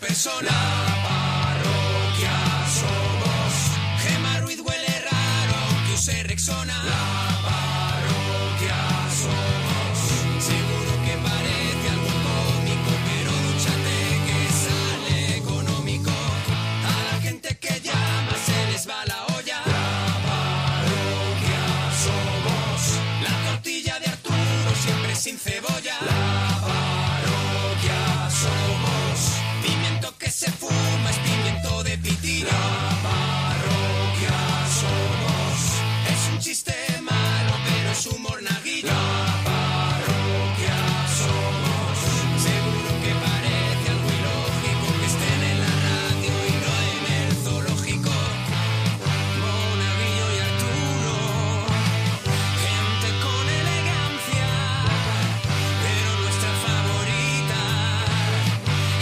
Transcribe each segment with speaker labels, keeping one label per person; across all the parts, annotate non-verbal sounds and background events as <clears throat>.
Speaker 1: persona. La parroquia somos. Gema Ruiz huele raro que use Rexona. La parroquia somos. Seguro que parece algo cómico, pero dúchate que sale económico. A la gente que llama se les va la olla. La parroquia somos. La tortilla de Arturo siempre sin cebolla. La parroquia somos. Pimiento que se fuma es pimiento de pitina. La parroquia somos. Es un chiste malo, pero es humor naguillo. La parroquia somos. Seguro que parece algo ilógico que estén en la radio y no en el zoológico. Monaguillo y Arturo, gente con elegancia, pero nuestra favorita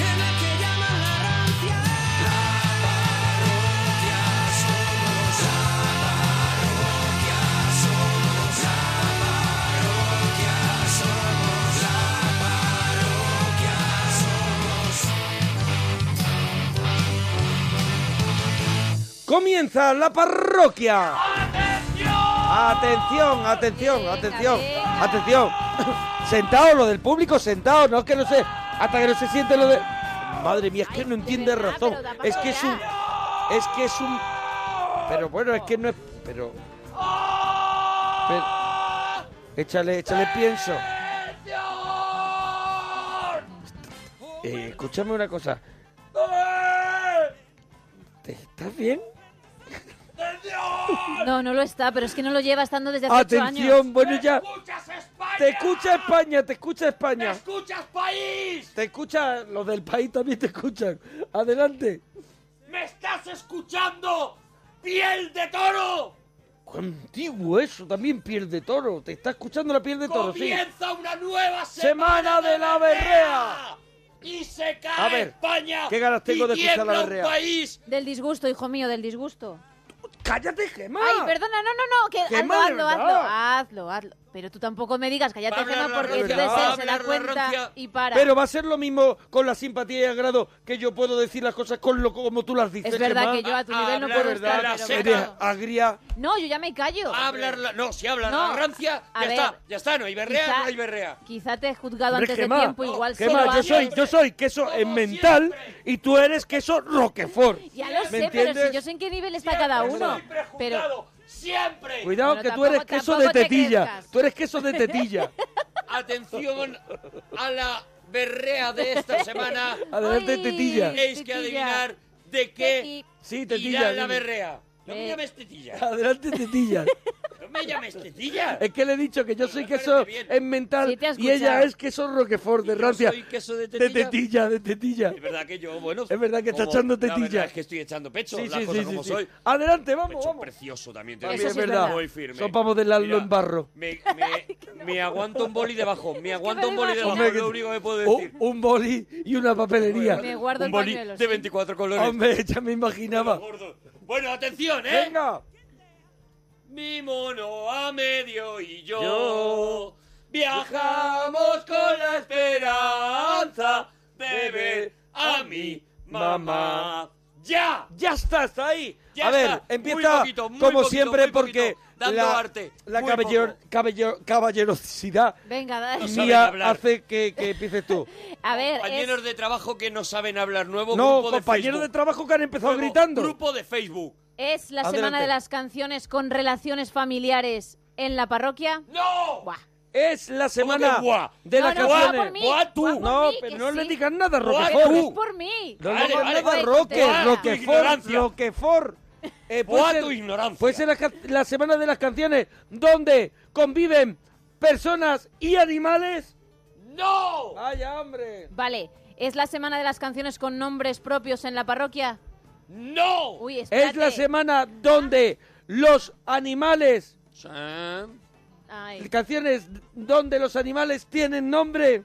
Speaker 1: es la que llaman la rancia. La parroquia somos, la parroquia somos, la parroquia somos, la parroquia somos.
Speaker 2: Comienza la parroquia. Atención, atención, atención, atención. <coughs> Sentaos, lo del público, sentaos, no es que no sé, hasta que no se siente lo de. Madre mía, es que no entiende razón. Es que es un. Es que es un. Pero bueno, es que no es. Pero. pero- échale, échale pienso. Eh, escúchame una cosa. ¿Te- ¿Estás bien?
Speaker 3: No, no lo está, pero es que no lo lleva estando desde hace ocho años.
Speaker 2: Atención, bueno ya. Te escucha España, te escucha España. ¡Te escuchas país! Te escucha, los del país también te escuchan. Adelante.
Speaker 4: ¡Me estás escuchando! ¡Piel de toro!
Speaker 2: Qué Antiguo eso, también piel de toro. Te está escuchando la piel de toro, sí.
Speaker 4: ¡Comienza una nueva
Speaker 2: Semana
Speaker 4: semana!
Speaker 2: de la berrea.
Speaker 4: ¡Y se cae
Speaker 2: A ver,
Speaker 4: España!
Speaker 2: ¿qué ganas tengo
Speaker 4: y
Speaker 2: de escuchar la
Speaker 4: tiembla un
Speaker 2: berrea?
Speaker 4: país!
Speaker 3: Del disgusto, hijo mío, del disgusto.
Speaker 2: ¡Cállate, Gemma!
Speaker 3: Ay, perdona, no, no, no, que hazlo,
Speaker 2: Gemma, de
Speaker 3: hazlo, hazlo,
Speaker 2: verdad.
Speaker 3: hazlo, hazlo. Pero tú tampoco me digas, cállate,
Speaker 2: Pablo
Speaker 3: Gemma, porque
Speaker 2: Larrañaga,
Speaker 3: entonces él se
Speaker 2: Pablo
Speaker 3: da cuenta
Speaker 2: Larrañaga.
Speaker 3: y para.
Speaker 2: Pero va a ser lo mismo con la simpatía y agrado que yo puedo decir las cosas con lo como tú las dices.
Speaker 3: Es verdad
Speaker 2: Gemma.
Speaker 3: que yo a tu nivel no
Speaker 2: Habla
Speaker 3: puedo
Speaker 2: verdad,
Speaker 3: estar, pero
Speaker 2: eres
Speaker 3: bueno.
Speaker 2: agria.
Speaker 3: No, yo ya me callo.
Speaker 4: Hablar la- no, si habla
Speaker 3: No,
Speaker 4: la rancia,
Speaker 3: a
Speaker 4: ya
Speaker 3: ver,
Speaker 4: está, ya está, no hay berrea,
Speaker 3: quizá-
Speaker 4: no hay berrea.
Speaker 3: Quizá te he juzgado
Speaker 2: Hombre,
Speaker 3: antes de
Speaker 2: Gemma,
Speaker 3: tiempo, igual sí
Speaker 2: Gemma,
Speaker 3: lo
Speaker 2: yo
Speaker 3: haces.
Speaker 2: soy, yo soy queso en mental y tú eres queso roquefort.
Speaker 3: Ya lo
Speaker 2: ¿Me
Speaker 3: sé, pero
Speaker 2: entiendes?
Speaker 3: si yo sé en qué nivel está cada uno. Pero
Speaker 4: ¡Siempre!
Speaker 2: Cuidado que tú eres queso de tetilla. Tú eres queso de
Speaker 4: <laughs>
Speaker 2: tetilla.
Speaker 4: Atención a la berrea
Speaker 3: <laughs>
Speaker 4: de esta semana.
Speaker 2: Adelante, Ay, tetilla.
Speaker 4: Tenéis que
Speaker 2: tetilla.
Speaker 4: adivinar de qué
Speaker 2: Sí,
Speaker 4: irá
Speaker 2: tetilla.
Speaker 4: la
Speaker 2: dime.
Speaker 4: berrea. No
Speaker 3: Eh.
Speaker 4: me llames tetilla.
Speaker 2: Adelante, tetilla.
Speaker 4: No me llames
Speaker 2: <laughs>
Speaker 4: tetilla.
Speaker 2: Es que le he dicho que yo soy queso en mental
Speaker 4: Sí, te has
Speaker 2: y ella
Speaker 4: escuchado.
Speaker 2: es queso roquefort de rancia.
Speaker 4: soy queso de
Speaker 2: De
Speaker 4: tetilla.
Speaker 2: tetilla, de tetilla.
Speaker 4: Es verdad que yo, bueno...
Speaker 2: Es verdad que está
Speaker 4: como-
Speaker 2: echando
Speaker 4: La
Speaker 2: tetilla.
Speaker 4: verdad es que estoy echando pecho,
Speaker 2: Sí,
Speaker 4: las
Speaker 2: sí,
Speaker 4: cosas
Speaker 2: sí,
Speaker 4: como
Speaker 2: sí, sí.
Speaker 4: soy.
Speaker 2: Adelante, vamos,
Speaker 4: Pecho
Speaker 2: vamos.
Speaker 4: precioso también. te
Speaker 2: También
Speaker 4: digo.
Speaker 2: es verdad.
Speaker 4: Muy firme.
Speaker 2: Sopamos del Lalo en barro. <laughs>
Speaker 4: Me, me, me aguanto un boli debajo. Me aguanto un boli debajo.
Speaker 2: Hombre,
Speaker 4: es
Speaker 2: que-
Speaker 4: lo único que puedo
Speaker 2: un-
Speaker 4: decir.
Speaker 2: Un boli y una papelería.
Speaker 4: Me guardo Un el boli pañuelo, de sí. 24 colores.
Speaker 2: Hombre, ya me imaginaba.
Speaker 4: Bueno, atención, ¿eh?
Speaker 2: Venga.
Speaker 4: Mi mono a medio y yo,
Speaker 2: Yo.
Speaker 4: viajamos con la esperanza de ver a mi mamá. ¡Ya!
Speaker 2: ¡Ya está! ¡Está ahí!
Speaker 4: Ya
Speaker 2: a ver,
Speaker 4: está.
Speaker 2: empieza
Speaker 4: Muy poquito, muy
Speaker 2: como
Speaker 4: poquito,
Speaker 2: siempre
Speaker 4: muy poquito,
Speaker 2: porque
Speaker 4: dando
Speaker 2: la,
Speaker 4: arte,
Speaker 2: la
Speaker 4: muy
Speaker 2: caballer- caballer- caballerosidad
Speaker 3: venga, dale.
Speaker 2: mía hace que, que empieces
Speaker 4: <laughs>
Speaker 2: tú.
Speaker 3: A ver,
Speaker 4: Compañeros de trabajo que no saben hablar nuevo.
Speaker 2: no,
Speaker 4: grupo de
Speaker 2: compañeros de,
Speaker 4: Facebook.
Speaker 2: trabajo que han empezado
Speaker 4: Nuevo
Speaker 2: gritando.
Speaker 4: Grupo de Facebook.
Speaker 3: ¿es la
Speaker 2: Adelante.
Speaker 3: semana de las canciones con relaciones familiares en la parroquia?
Speaker 4: ¡No!
Speaker 2: Es la semana
Speaker 4: que buah?
Speaker 2: de
Speaker 3: No,
Speaker 2: las
Speaker 3: no,
Speaker 2: canciones.
Speaker 3: buah por mí, Buah tú. buah por
Speaker 2: no,
Speaker 3: mí,
Speaker 2: pero
Speaker 3: que
Speaker 2: no le
Speaker 3: sí.
Speaker 2: digas nada,
Speaker 3: Pero
Speaker 2: Roquefort.
Speaker 3: es Pues por mí.
Speaker 2: No
Speaker 3: Vale,
Speaker 2: le digas
Speaker 3: vale,
Speaker 2: nada,
Speaker 3: vale,
Speaker 2: Roque,
Speaker 3: tela.
Speaker 2: Roquefort,
Speaker 4: Ah, ignorancia.
Speaker 2: Roquefort. Eh,
Speaker 4: Buah
Speaker 2: puede
Speaker 4: tu
Speaker 2: ser-
Speaker 4: ignorancia.
Speaker 2: Puede ser la, ca- la semana de las canciones donde conviven personas y animales.
Speaker 4: ¡No!
Speaker 2: ¡Vaya, hombre!
Speaker 3: Vale, ¿es la semana de las canciones con nombres propios en la parroquia?
Speaker 4: ¡No!
Speaker 3: Uy, espérate.
Speaker 2: Es la semana donde los animales,
Speaker 3: Ay.
Speaker 2: canciones donde los animales tienen nombre.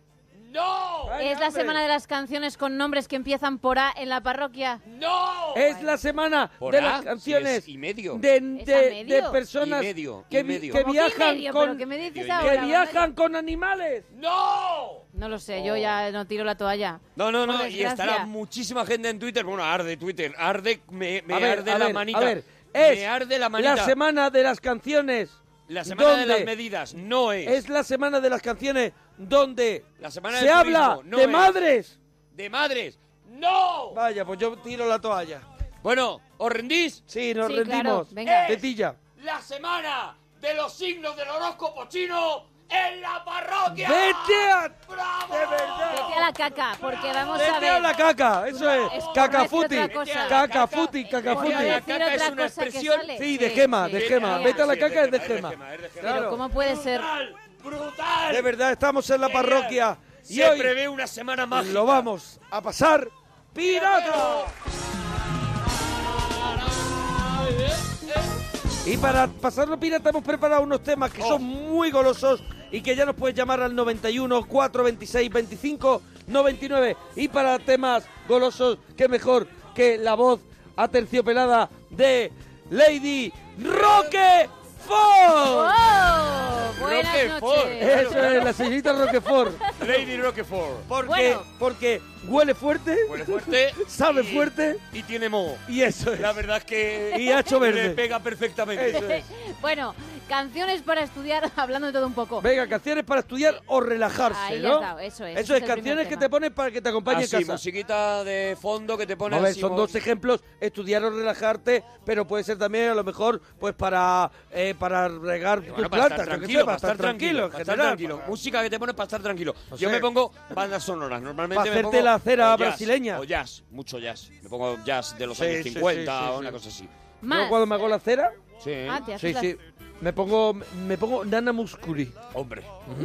Speaker 4: ¡No!
Speaker 3: ¿Es la semana de las canciones con nombres que empiezan por A en la parroquia?
Speaker 4: ¡No!
Speaker 2: Es la semana
Speaker 4: Oh, Por
Speaker 2: de
Speaker 4: A,
Speaker 2: las
Speaker 4: si
Speaker 2: canciones
Speaker 4: es y medio.
Speaker 2: de,
Speaker 3: ¿Es
Speaker 2: de-
Speaker 3: a medio?
Speaker 2: de personas
Speaker 4: Y medio, y
Speaker 2: que, vi-
Speaker 4: medio.
Speaker 2: que
Speaker 3: ¿Cómo que y
Speaker 2: viajan
Speaker 3: medio? ¿Pero
Speaker 2: con
Speaker 3: qué me dices
Speaker 2: que
Speaker 3: ahora,
Speaker 2: viajan con animales.
Speaker 4: ¡No!
Speaker 3: No lo sé,
Speaker 2: Oh.
Speaker 3: yo ya no tiro la toalla.
Speaker 4: No, no, no,
Speaker 3: Por
Speaker 4: y estará
Speaker 3: desgracia.
Speaker 4: muchísima gente en Twitter. Bueno, arde Twitter, arde, me, me
Speaker 2: A ver,
Speaker 4: arde
Speaker 2: a
Speaker 4: la
Speaker 2: ver,
Speaker 4: manita.
Speaker 2: a ver, es
Speaker 4: me arde la manita.
Speaker 2: semana de las canciones.
Speaker 4: La semana de
Speaker 2: donde
Speaker 4: las medidas, no es.
Speaker 2: Es la semana de las canciones donde
Speaker 4: La semana
Speaker 2: se
Speaker 4: del
Speaker 2: habla
Speaker 4: turismo, no
Speaker 2: de
Speaker 4: es.
Speaker 2: madres.
Speaker 4: ¡De madres! ¡No!
Speaker 2: Vaya, pues yo tiro la toalla.
Speaker 4: Bueno, ¿os rendís?
Speaker 2: Sí, nos
Speaker 3: Sí,
Speaker 2: rendimos.
Speaker 3: claro, venga.
Speaker 2: Tetilla.
Speaker 4: La semana de los signos del horóscopo chino en la parroquia.
Speaker 2: ¡Vete a...
Speaker 4: ¡Bravo!
Speaker 2: ¡De verdad!
Speaker 3: Vete a la caca, porque vamos a
Speaker 2: ¡Vete a
Speaker 3: ver.
Speaker 2: la caca! Eso es.
Speaker 3: Es por
Speaker 2: Cacafuti.
Speaker 3: decir otra cosa.
Speaker 2: Cacafuti,
Speaker 3: Por
Speaker 4: Cacafuti.
Speaker 2: cacafuti.
Speaker 4: La
Speaker 3: decir
Speaker 4: caca es
Speaker 3: otra
Speaker 4: una
Speaker 3: cosa que
Speaker 4: expresión-
Speaker 3: sale.
Speaker 2: Sí, de gema, de
Speaker 3: sí,
Speaker 2: gema.
Speaker 3: sí.
Speaker 2: Vete a la
Speaker 4: Sí,
Speaker 2: caca, es de
Speaker 4: es de
Speaker 2: gema.
Speaker 4: gema, es de gema.
Speaker 2: Claro.
Speaker 3: Pero ¿cómo puede ser?
Speaker 4: ¡Brutal! ¡Brutal!
Speaker 2: De verdad, estamos en la parroquia. Y
Speaker 4: Se
Speaker 2: hoy
Speaker 4: prevé una semana mágica.
Speaker 2: lo vamos a pasar pirata.
Speaker 4: eh.
Speaker 2: Y para pasarlo pirata hemos preparado unos temas
Speaker 4: Oh.
Speaker 2: que son muy golosos y que ya nos puedes llamar al 91 426 25 99. Y para temas golosos, qué mejor que la voz aterciopelada de Lady Roquefort.
Speaker 3: ¡Oh! Buenas
Speaker 4: Roquefort.
Speaker 3: noches.
Speaker 2: Eso es, <laughs> la señorita Roquefort.
Speaker 4: Lady Roquefort.
Speaker 2: Porque,
Speaker 3: Bueno.
Speaker 2: porque huele fuerte,
Speaker 4: Huele fuerte.
Speaker 2: sabe
Speaker 4: y-
Speaker 2: fuerte
Speaker 4: Y tiene moho.
Speaker 2: y eso es.
Speaker 4: <laughs> La verdad es que...
Speaker 2: Y hacho verde.
Speaker 4: Le pega perfectamente.
Speaker 2: Eso
Speaker 3: <laughs>
Speaker 2: es.
Speaker 3: Bueno, canciones para estudiar, <laughs> hablando de todo un poco.
Speaker 2: Venga, canciones para estudiar o relajarse,
Speaker 3: Ahí ya
Speaker 2: ¿no?
Speaker 3: está, eso es,
Speaker 2: Eso
Speaker 3: ese
Speaker 2: es,
Speaker 3: es el
Speaker 2: canciones
Speaker 3: primer
Speaker 2: que
Speaker 3: tema.
Speaker 2: te pones para que te acompañe
Speaker 4: Así,
Speaker 2: en casa.
Speaker 4: musiquita de fondo que te pone
Speaker 2: A ver,
Speaker 4: así,
Speaker 2: son
Speaker 4: mo-
Speaker 2: dos ejemplos, estudiar o relajarte, pero puede ser también a lo mejor pues para, eh, para regar
Speaker 4: Bueno,
Speaker 2: tus
Speaker 4: para estar
Speaker 2: plantas, yo qué
Speaker 4: tranquilo,
Speaker 2: sé,
Speaker 4: para estar tranquilo,
Speaker 2: en
Speaker 4: para estar
Speaker 2: general,
Speaker 4: tranquilo.
Speaker 2: para-
Speaker 4: Música que te pones para estar tranquilo.
Speaker 2: No
Speaker 4: Yo
Speaker 2: sé.
Speaker 4: me pongo bandas sonoras, normalmente
Speaker 2: Para
Speaker 4: me
Speaker 2: hacerte
Speaker 4: pongo
Speaker 2: la acera
Speaker 4: o jazz,
Speaker 2: brasileña.
Speaker 4: O jazz, mucho jazz. Me pongo jazz de los
Speaker 2: Sí,
Speaker 4: años
Speaker 2: sí,
Speaker 4: 50
Speaker 2: sí, sí,
Speaker 4: o una
Speaker 2: sí.
Speaker 4: cosa así.
Speaker 3: Más.
Speaker 2: Yo cuando me hago la cera,
Speaker 4: Sí.
Speaker 3: Ah, te haces
Speaker 2: sí,
Speaker 3: la-
Speaker 2: sí, me pongo, me pongo Nana Muscuri.
Speaker 4: Hombre,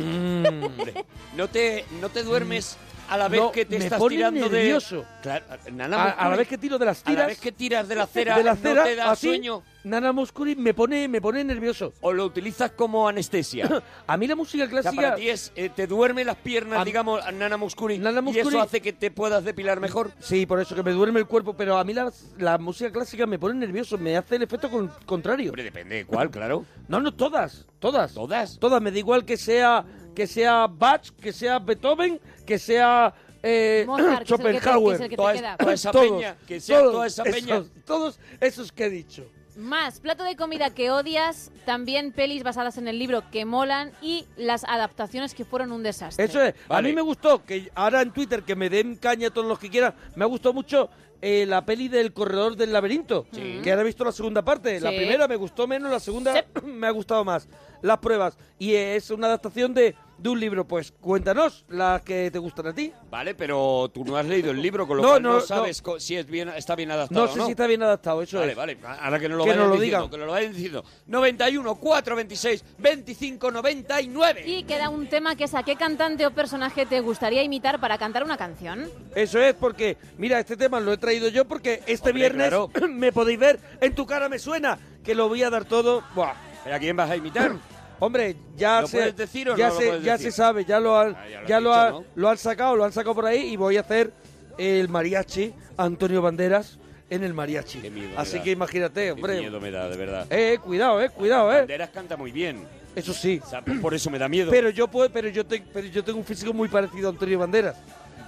Speaker 2: Mm.
Speaker 4: hombre. <laughs> No te, no te duermes a la vez
Speaker 2: No,
Speaker 4: que te
Speaker 2: me
Speaker 4: estás
Speaker 2: pone
Speaker 4: tirando
Speaker 2: nervioso.
Speaker 4: de... Claro, nada
Speaker 2: a,
Speaker 4: más-
Speaker 2: a la vez que tiro de las
Speaker 4: a
Speaker 2: tiras,
Speaker 4: la vez que tiras
Speaker 2: <laughs>
Speaker 4: de la acera,
Speaker 2: de la cera,
Speaker 4: no te da
Speaker 2: así,
Speaker 4: sueño.
Speaker 2: Nana Muscuri me pone, me pone nervioso.
Speaker 4: O lo utilizas como anestesia.
Speaker 2: <coughs> A mí la música
Speaker 4: O sea,
Speaker 2: clásica...
Speaker 4: para ti es, eh, te duerme las piernas,
Speaker 2: A-
Speaker 4: digamos, a Nana Muscuri,
Speaker 2: Nana
Speaker 4: y
Speaker 2: Mouskouri-
Speaker 4: eso hace que te puedas depilar mejor.
Speaker 2: Sí, por eso que me duerme el cuerpo, pero a mí la, la música clásica me pone nervioso, me hace el efecto con- contrario.
Speaker 4: Hombre, depende de cuál, claro.
Speaker 2: <coughs> No, no, todas, todas.
Speaker 4: ¿Todas?
Speaker 2: Todas, me da igual que sea que sea Bach, que sea Beethoven, que sea eh,
Speaker 3: Mozart, que es el que te- que
Speaker 2: Schopenhauer.
Speaker 3: es el que te
Speaker 4: Toda,
Speaker 3: queda.
Speaker 4: toda esa
Speaker 2: Todos,
Speaker 4: peña, que sea
Speaker 2: todos
Speaker 4: toda esa peña.
Speaker 2: esos- todos esos que he dicho.
Speaker 3: Más, plato de comida que odias, también pelis basadas en el libro que molan y las adaptaciones que fueron un desastre.
Speaker 2: Eso es.
Speaker 4: Vale.
Speaker 2: A mí me gustó, que ahora en Twitter, que me den caña todos los que quieran, me ha gustado mucho eh, la peli del Corredor del Laberinto, que ahora he visto la segunda parte. La
Speaker 3: Sí.
Speaker 2: primera me gustó menos, la segunda <clears throat>
Speaker 3: Sep.
Speaker 2: me ha gustado más. Las pruebas. Y es una adaptación de, de un libro. Pues cuéntanos las que te gustan a ti.
Speaker 4: Vale, pero tú no has leído el libro, con lo
Speaker 2: No,
Speaker 4: cual no,
Speaker 2: no,
Speaker 4: sabes co- si es bien, está bien adaptado
Speaker 2: No
Speaker 4: o
Speaker 2: sé si está bien adaptado, eso
Speaker 4: Vale,
Speaker 2: es.
Speaker 4: vale, ahora que no lo
Speaker 2: Que
Speaker 4: vayan
Speaker 2: nos lo
Speaker 4: diciendo,
Speaker 2: digan.
Speaker 4: que nos lo vayan diciendo. 91, 4, 26, 25, 99.
Speaker 3: Y queda un tema que es a qué cantante o personaje te gustaría imitar para cantar una canción.
Speaker 2: Eso es porque, mira, este tema lo he traído yo porque este
Speaker 4: Hombre,
Speaker 2: viernes
Speaker 4: claro.
Speaker 2: <clears throat> me podéis ver en tu cara me suena, que lo voy a dar todo. Buah.
Speaker 4: ¿Pero a quién vas a imitar?
Speaker 2: <clears throat> Hombre, ya
Speaker 4: ¿Lo
Speaker 2: se
Speaker 4: puedes decir o
Speaker 2: ya
Speaker 4: no lo
Speaker 2: se
Speaker 4: puedes
Speaker 2: ya
Speaker 4: decir?
Speaker 2: se sabe, ya lo han
Speaker 4: Ah, ya
Speaker 2: ya,
Speaker 4: lo has
Speaker 2: lo,
Speaker 4: dicho,
Speaker 2: ha-
Speaker 4: ¿no?
Speaker 2: lo han sacado, lo han sacado por ahí y voy a hacer el mariachi Antonio Banderas en el mariachi.
Speaker 4: Qué miedo me
Speaker 2: Así
Speaker 4: da.
Speaker 2: que imagínate,
Speaker 4: Qué
Speaker 2: hombre.
Speaker 4: miedo me da, de verdad.
Speaker 2: Eh, eh, cuidado, eh, cuidado, eh.
Speaker 4: Banderas canta muy bien.
Speaker 2: Eso sí.
Speaker 4: O sea, por eso me da miedo.
Speaker 2: Pero yo puedo, pero yo te- pero yo tengo un físico muy parecido a Antonio Banderas.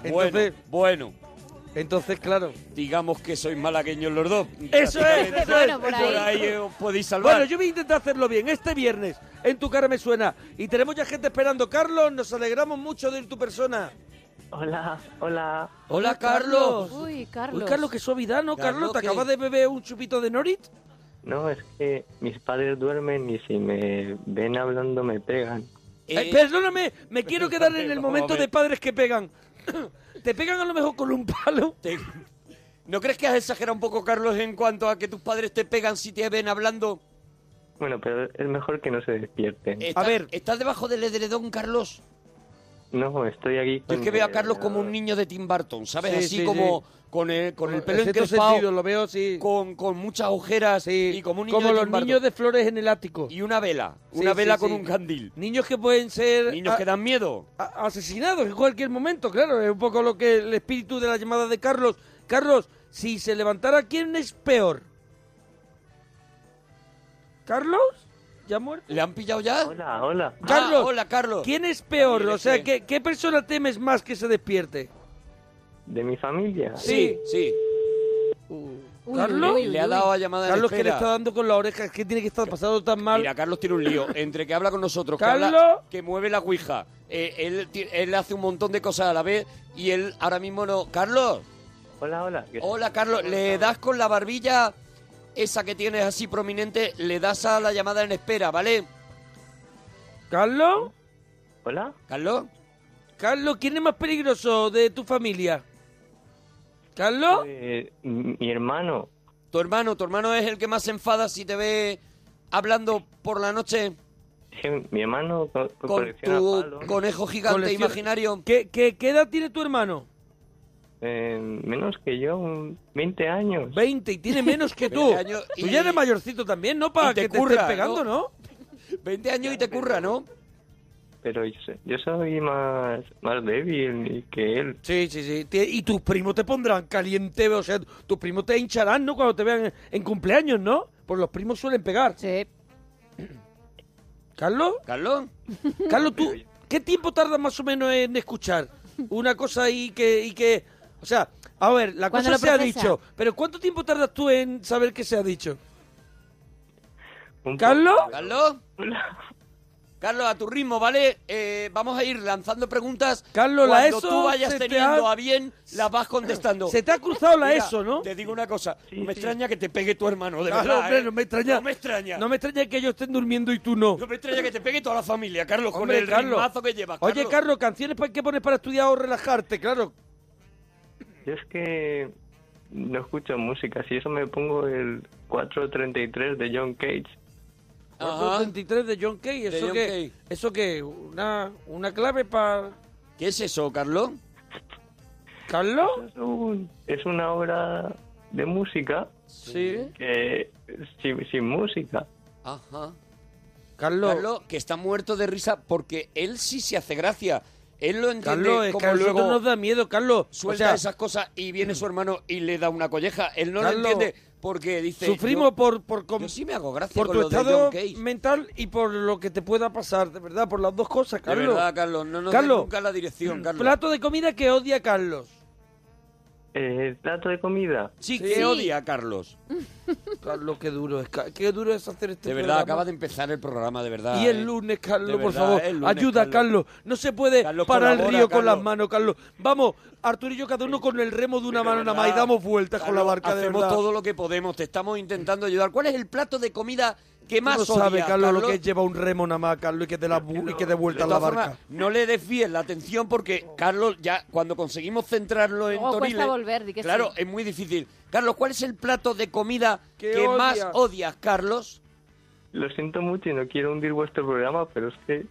Speaker 4: bueno,
Speaker 2: Entonces,
Speaker 4: bueno,
Speaker 2: entonces claro.
Speaker 4: digamos que sois malagueños los dos.
Speaker 2: Eso es,
Speaker 4: Prácticamente.
Speaker 2: eso es,
Speaker 3: Bueno, por
Speaker 2: eso
Speaker 4: Por
Speaker 2: es.
Speaker 4: ahí eh, os podéis salvar.
Speaker 2: Bueno, yo voy a intentar hacerlo bien este viernes. En tu cara me suena. Y tenemos ya gente esperando. Carlos, nos alegramos mucho de ir tu persona.
Speaker 5: Hola, hola.
Speaker 2: Hola, Ah, Carlos.
Speaker 3: Uy, Carlos.
Speaker 2: Uy, Carlos, qué suavidad, ¿no, Carlos?
Speaker 4: Carlos,
Speaker 2: ¿Te
Speaker 4: ¿qué?
Speaker 2: acabas de beber un chupito de Norit?
Speaker 5: No, es que mis padres duermen y si me ven hablando me pegan.
Speaker 2: Eh,
Speaker 4: Eh,
Speaker 2: perdóname, me quiero quedar en el
Speaker 4: no,
Speaker 2: momento
Speaker 4: hombre.
Speaker 2: de padres que pegan. <coughs> Te pegan a lo mejor con un palo.
Speaker 4: Te- ¿No crees que has exagerado un poco, Carlos, en cuanto a que tus padres te pegan si te ven hablando?
Speaker 5: Bueno, pero es mejor que no se despierten.
Speaker 4: ¿Estás-
Speaker 2: Eh, ver.
Speaker 4: ¿Estás debajo del edredón, Carlos?
Speaker 5: No, estoy aquí.
Speaker 4: Yo
Speaker 5: con
Speaker 4: es que veo a
Speaker 5: el
Speaker 4: Carlos como un
Speaker 5: ordenador.
Speaker 4: niño de Tim Burton, ¿sabes?
Speaker 2: Sí,
Speaker 4: Así
Speaker 2: sí,
Speaker 4: como
Speaker 2: sí.
Speaker 4: con el, con el pelo
Speaker 2: En cierto
Speaker 4: encrespado,
Speaker 2: sentido, lo veo, sí.
Speaker 4: con, con muchas ojeras
Speaker 2: Sí,
Speaker 4: y como un niño
Speaker 2: como
Speaker 4: de
Speaker 2: los
Speaker 4: Tim Burton.
Speaker 2: niños de flores en el ático.
Speaker 4: Y una vela,
Speaker 2: Sí,
Speaker 4: una
Speaker 2: sí,
Speaker 4: vela con
Speaker 2: sí.
Speaker 4: un candil.
Speaker 2: Niños que pueden ser
Speaker 4: Niños
Speaker 2: a-
Speaker 4: que dan miedo.
Speaker 2: a- asesinados en cualquier momento, claro. Es un poco lo que el espíritu de la llamada de Carlos. Carlos, si se levantara, ¿quién es peor? ¿Carlos? ¿Ya muerto?
Speaker 4: ¿Le han pillado ya? Ah,
Speaker 5: Hola, hola.
Speaker 2: Carlos,
Speaker 4: hola, Carlos.
Speaker 2: ¿quién es peor?
Speaker 4: También
Speaker 2: O sea,
Speaker 4: ese.
Speaker 2: ¿qué, qué persona temes más que se despierte?
Speaker 5: ¿De mi familia?
Speaker 4: Sí, sí.
Speaker 2: Uh.
Speaker 3: Uy,
Speaker 2: Carlos.
Speaker 3: uy, uy,
Speaker 4: Le ha
Speaker 3: uy.
Speaker 4: dado a llamada de
Speaker 2: Carlos, que le
Speaker 4: espera.
Speaker 2: está dando con la oreja, es que tiene que estar pasando tan mal.
Speaker 4: Mira, Carlos tiene un lío. Entre que habla con nosotros, que,
Speaker 2: Carlos.
Speaker 4: habla- que mueve la ouija. eh, él, ti- él hace un montón de cosas a la vez y él ahora mismo no... Carlos,
Speaker 5: Hola, hola. ¿Qué tal?
Speaker 4: hola Carlos, le das con la barbilla esa que tienes así prominente, le das a la llamada en espera, ¿vale?
Speaker 2: ¿Carlos?
Speaker 5: ¿Hola?
Speaker 4: Carlos,
Speaker 2: Carlos, ¿quién es más peligroso de tu familia? ¿Carlos?
Speaker 5: Eh, m- mi hermano.
Speaker 4: tu hermano, tu hermano es el que más se enfada si te ve hablando por la noche
Speaker 5: Sí, mi hermano co- co-
Speaker 4: con
Speaker 5: colecciona
Speaker 4: tu
Speaker 5: palos.
Speaker 4: conejo gigante
Speaker 2: Colección-
Speaker 4: imaginario.
Speaker 2: ¿Qué, qué, qué edad tiene tu hermano?
Speaker 5: Eh, menos que yo, un 20 años.
Speaker 2: 20 y tiene menos
Speaker 4: <laughs>
Speaker 2: que tú.
Speaker 4: 20 años
Speaker 2: Tú
Speaker 4: y-
Speaker 2: ya eres mayorcito también, ¿no? Para
Speaker 4: y te
Speaker 2: que te
Speaker 4: curra,
Speaker 2: estés pegando,
Speaker 4: <laughs>
Speaker 2: ¿no?
Speaker 4: 20 años y te curra, ¿no?
Speaker 5: Pero yo, sé- yo soy más, más débil que él.
Speaker 2: Sí, sí, sí. Ti- Y tus primos te pondrán caliente, o sea, tus primos te hincharán, ¿no? Cuando te vean en, en cumpleaños, ¿no? Pues los primos suelen pegar.
Speaker 3: Sí.
Speaker 2: Carlos,
Speaker 4: Carlos,
Speaker 2: <laughs> Carlos, tú, ¿qué tiempo tardas más o menos en escuchar una cosa y que, y que, o sea, a ver, la
Speaker 3: Cuando
Speaker 2: cosa
Speaker 3: lo
Speaker 2: se ha
Speaker 3: procesa.
Speaker 2: dicho, pero ¿cuánto tiempo tardas tú en saber qué se ha dicho?
Speaker 5: Un poco-
Speaker 2: Carlos,
Speaker 4: Carlos.
Speaker 5: Hola.
Speaker 4: Carlos, a tu ritmo, ¿vale? Eh, vamos a ir lanzando preguntas.
Speaker 2: Carlos, la
Speaker 4: Cuando
Speaker 2: ESO
Speaker 4: tú vayas
Speaker 2: se te
Speaker 4: teniendo
Speaker 2: ha-
Speaker 4: a bien, las vas contestando.
Speaker 2: se te ha cruzado la
Speaker 4: Mira,
Speaker 2: eso, ¿no?
Speaker 4: Te digo una cosa.
Speaker 5: Sí,
Speaker 4: me
Speaker 5: sí.
Speaker 4: extraña que te pegue tu hermano, de
Speaker 2: Claro,
Speaker 4: verdad.
Speaker 2: hombre,
Speaker 4: ¿eh?
Speaker 2: no me extraña.
Speaker 4: No me extraña.
Speaker 2: No me extraña que ellos estén durmiendo y tú no.
Speaker 4: No me extraña que te pegue toda la familia, Carlos,
Speaker 2: Hombre,
Speaker 4: con el
Speaker 2: Carlos.
Speaker 4: ritmazo que llevas.
Speaker 2: Oye, Carlos, canciones para qué pones para estudiar o relajarte, claro.
Speaker 5: Yo es que no escucho música. Si eso me pongo el 433 de John Cage.
Speaker 4: Ajá.
Speaker 2: 433 de John Kay,
Speaker 4: De
Speaker 2: eso
Speaker 4: John
Speaker 2: que
Speaker 4: Kay.
Speaker 2: eso que una una clave para
Speaker 4: ¿Qué es eso, Carlos?
Speaker 2: Carlos.
Speaker 5: Es, un- es una obra de música
Speaker 2: Sí.
Speaker 5: que sin, Eh, sin música.
Speaker 4: Ajá.
Speaker 2: Carlos.
Speaker 4: Carlos, que está muerto de risa porque él sí se hace gracia. Él lo entiende
Speaker 2: Carlos, es que
Speaker 4: como
Speaker 2: a nosotros
Speaker 4: luego
Speaker 2: nos da miedo, Carlos.
Speaker 4: suelta
Speaker 2: o sea, Mm.
Speaker 4: esas cosas y viene su hermano y le da una colleja. Él no
Speaker 2: Carlos,
Speaker 4: lo entiende porque dice...
Speaker 2: sufrimos
Speaker 4: yo-
Speaker 2: por por com-
Speaker 4: Yo sí me hago gracia
Speaker 2: por
Speaker 4: con
Speaker 2: tu
Speaker 4: lo de John
Speaker 2: estado
Speaker 4: Cage.
Speaker 2: mental y por lo que te pueda pasar, de verdad, por las dos cosas,
Speaker 4: De
Speaker 2: Carlos.
Speaker 4: verdad, Carlos, no nos
Speaker 2: Carlos, mm,
Speaker 4: des nunca la dirección, Carlos.
Speaker 2: Plato de comida que odia Carlos.
Speaker 5: Eh, plato de comida.
Speaker 4: Sí,
Speaker 2: Sí.
Speaker 4: que odia a Carlos.
Speaker 2: <laughs> Carlos, qué duro es, ca- qué duro es hacer este
Speaker 4: De verdad,
Speaker 2: programa.
Speaker 4: acaba de empezar el programa, de verdad.
Speaker 2: Y
Speaker 4: ¿eh?
Speaker 2: el lunes, Carlos,
Speaker 4: De
Speaker 2: por
Speaker 4: verdad,
Speaker 2: favor,
Speaker 4: el lunes,
Speaker 2: ayuda, Carlos. No se puede
Speaker 4: Carlos,
Speaker 2: parar el
Speaker 4: colabora,
Speaker 2: río con
Speaker 4: Carlos.
Speaker 2: las manos, Carlos. Vamos, Arturo y yo, cada uno con el remo de una
Speaker 4: De
Speaker 2: mano nada más y
Speaker 4: verdad,
Speaker 2: damos vueltas con la
Speaker 4: Carlos,
Speaker 2: barca de
Speaker 4: Hacemos
Speaker 2: verdad.
Speaker 4: todo lo que podemos, te estamos intentando ayudar. ¿Cuál es el plato de comida que
Speaker 2: Tú
Speaker 4: más
Speaker 2: no
Speaker 4: odia,
Speaker 2: sabes, Carlos, lo que es llevar un remo nada más, Carlos, y que te, la bu- y que te
Speaker 4: De
Speaker 2: vuelta la
Speaker 4: todas
Speaker 2: barca.
Speaker 4: formas, no le desvíes la atención porque Carlos ya cuando conseguimos centrarlo en
Speaker 3: Luego cuesta
Speaker 4: Toriles,
Speaker 3: volver, di que
Speaker 4: claro,
Speaker 3: sí.
Speaker 4: es muy difícil. Carlos, ¿cuál es el plato de comida
Speaker 2: Que
Speaker 4: que, más
Speaker 2: odias.
Speaker 4: odias, Carlos?
Speaker 5: Lo siento mucho y no quiero hundir vuestro programa, pero es que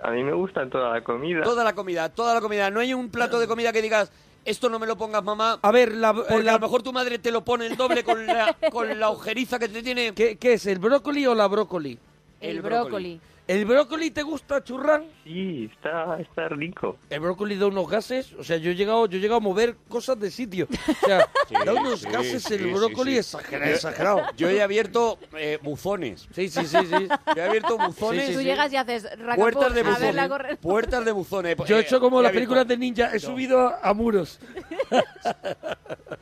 Speaker 5: a mí me gusta toda la comida.
Speaker 4: Toda la comida, toda la comida. No hay un plato de comida que digas, esto no me lo pongas, mamá,
Speaker 2: A ver, la, eh,
Speaker 4: Porque
Speaker 2: la-
Speaker 4: a lo mejor tu madre te lo pone el doble
Speaker 2: <laughs>
Speaker 4: con la, con la ojeriza que te tiene.
Speaker 2: ¿qué, qué es, el brócoli o la brócoli?
Speaker 3: El,
Speaker 4: El
Speaker 3: brócoli.
Speaker 4: brócoli.
Speaker 2: ¿El brócoli te gusta, churrán?
Speaker 5: Sí, está, está rico.
Speaker 2: El brócoli da unos gases, o sea, yo he llegado, yo he llegado a mover cosas de sitio. O sea, da unos
Speaker 4: <laughs> sí,
Speaker 2: gases
Speaker 4: sí,
Speaker 2: el
Speaker 4: sí,
Speaker 2: brócoli
Speaker 4: sí.
Speaker 2: exagerado, exagerado.
Speaker 4: Yo he abierto eh, buzones.
Speaker 2: Sí, sí, sí, sí.
Speaker 4: Yo he abierto buzones.
Speaker 2: Sí,
Speaker 3: Tú
Speaker 2: sí.
Speaker 3: llegas y haces racapú,
Speaker 4: Puertas de
Speaker 3: a verla
Speaker 4: buzones.
Speaker 3: correr.
Speaker 4: Puertas de buzones. Eh,
Speaker 2: Yo he hecho como
Speaker 4: la
Speaker 2: las películas de ninja, he subido a, a muros.
Speaker 4: <laughs>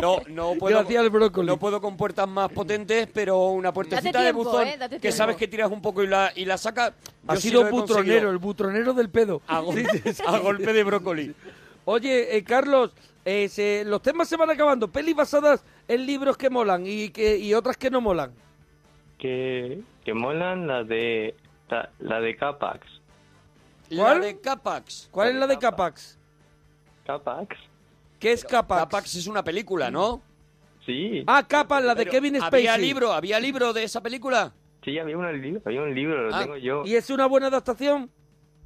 Speaker 4: No,
Speaker 2: <laughs>
Speaker 4: no puedo.
Speaker 2: Gracias al brócoli.
Speaker 4: No puedo con puertas más potentes, pero una puertecita
Speaker 3: Date
Speaker 4: de
Speaker 3: tiempo,
Speaker 4: buzón
Speaker 3: eh, date
Speaker 4: que
Speaker 3: tiempo.
Speaker 4: sabes que tiras un poco y la, y la sacas.
Speaker 2: Ha
Speaker 4: Yo sí
Speaker 2: sido
Speaker 4: lo he
Speaker 2: butronero, el
Speaker 4: conseguido.
Speaker 2: butronero del pedo.
Speaker 4: A, gol- a golpe de brócoli.
Speaker 2: Oye, eh, Carlos, eh, se- los temas se van acabando. Pelis basadas en libros que molan y, que, y otras que no molan.
Speaker 5: Que, que molan la de la, la de Capax.
Speaker 2: ¿Cuál?
Speaker 4: La de Capax.
Speaker 2: ¿Cuál es la de Capax?
Speaker 5: Capax.
Speaker 2: ¿Qué es Capax?
Speaker 4: Capax es una película, ¿no?
Speaker 5: Sí.
Speaker 2: Ah, Capax, la de
Speaker 4: Pero,
Speaker 2: Kevin Spacey.
Speaker 4: ¿Había libro? ¿Había libro de esa película?
Speaker 5: Sí, había un libro, había un libro, lo
Speaker 4: Ah,
Speaker 5: tengo yo.
Speaker 2: ¿Y es una buena adaptación?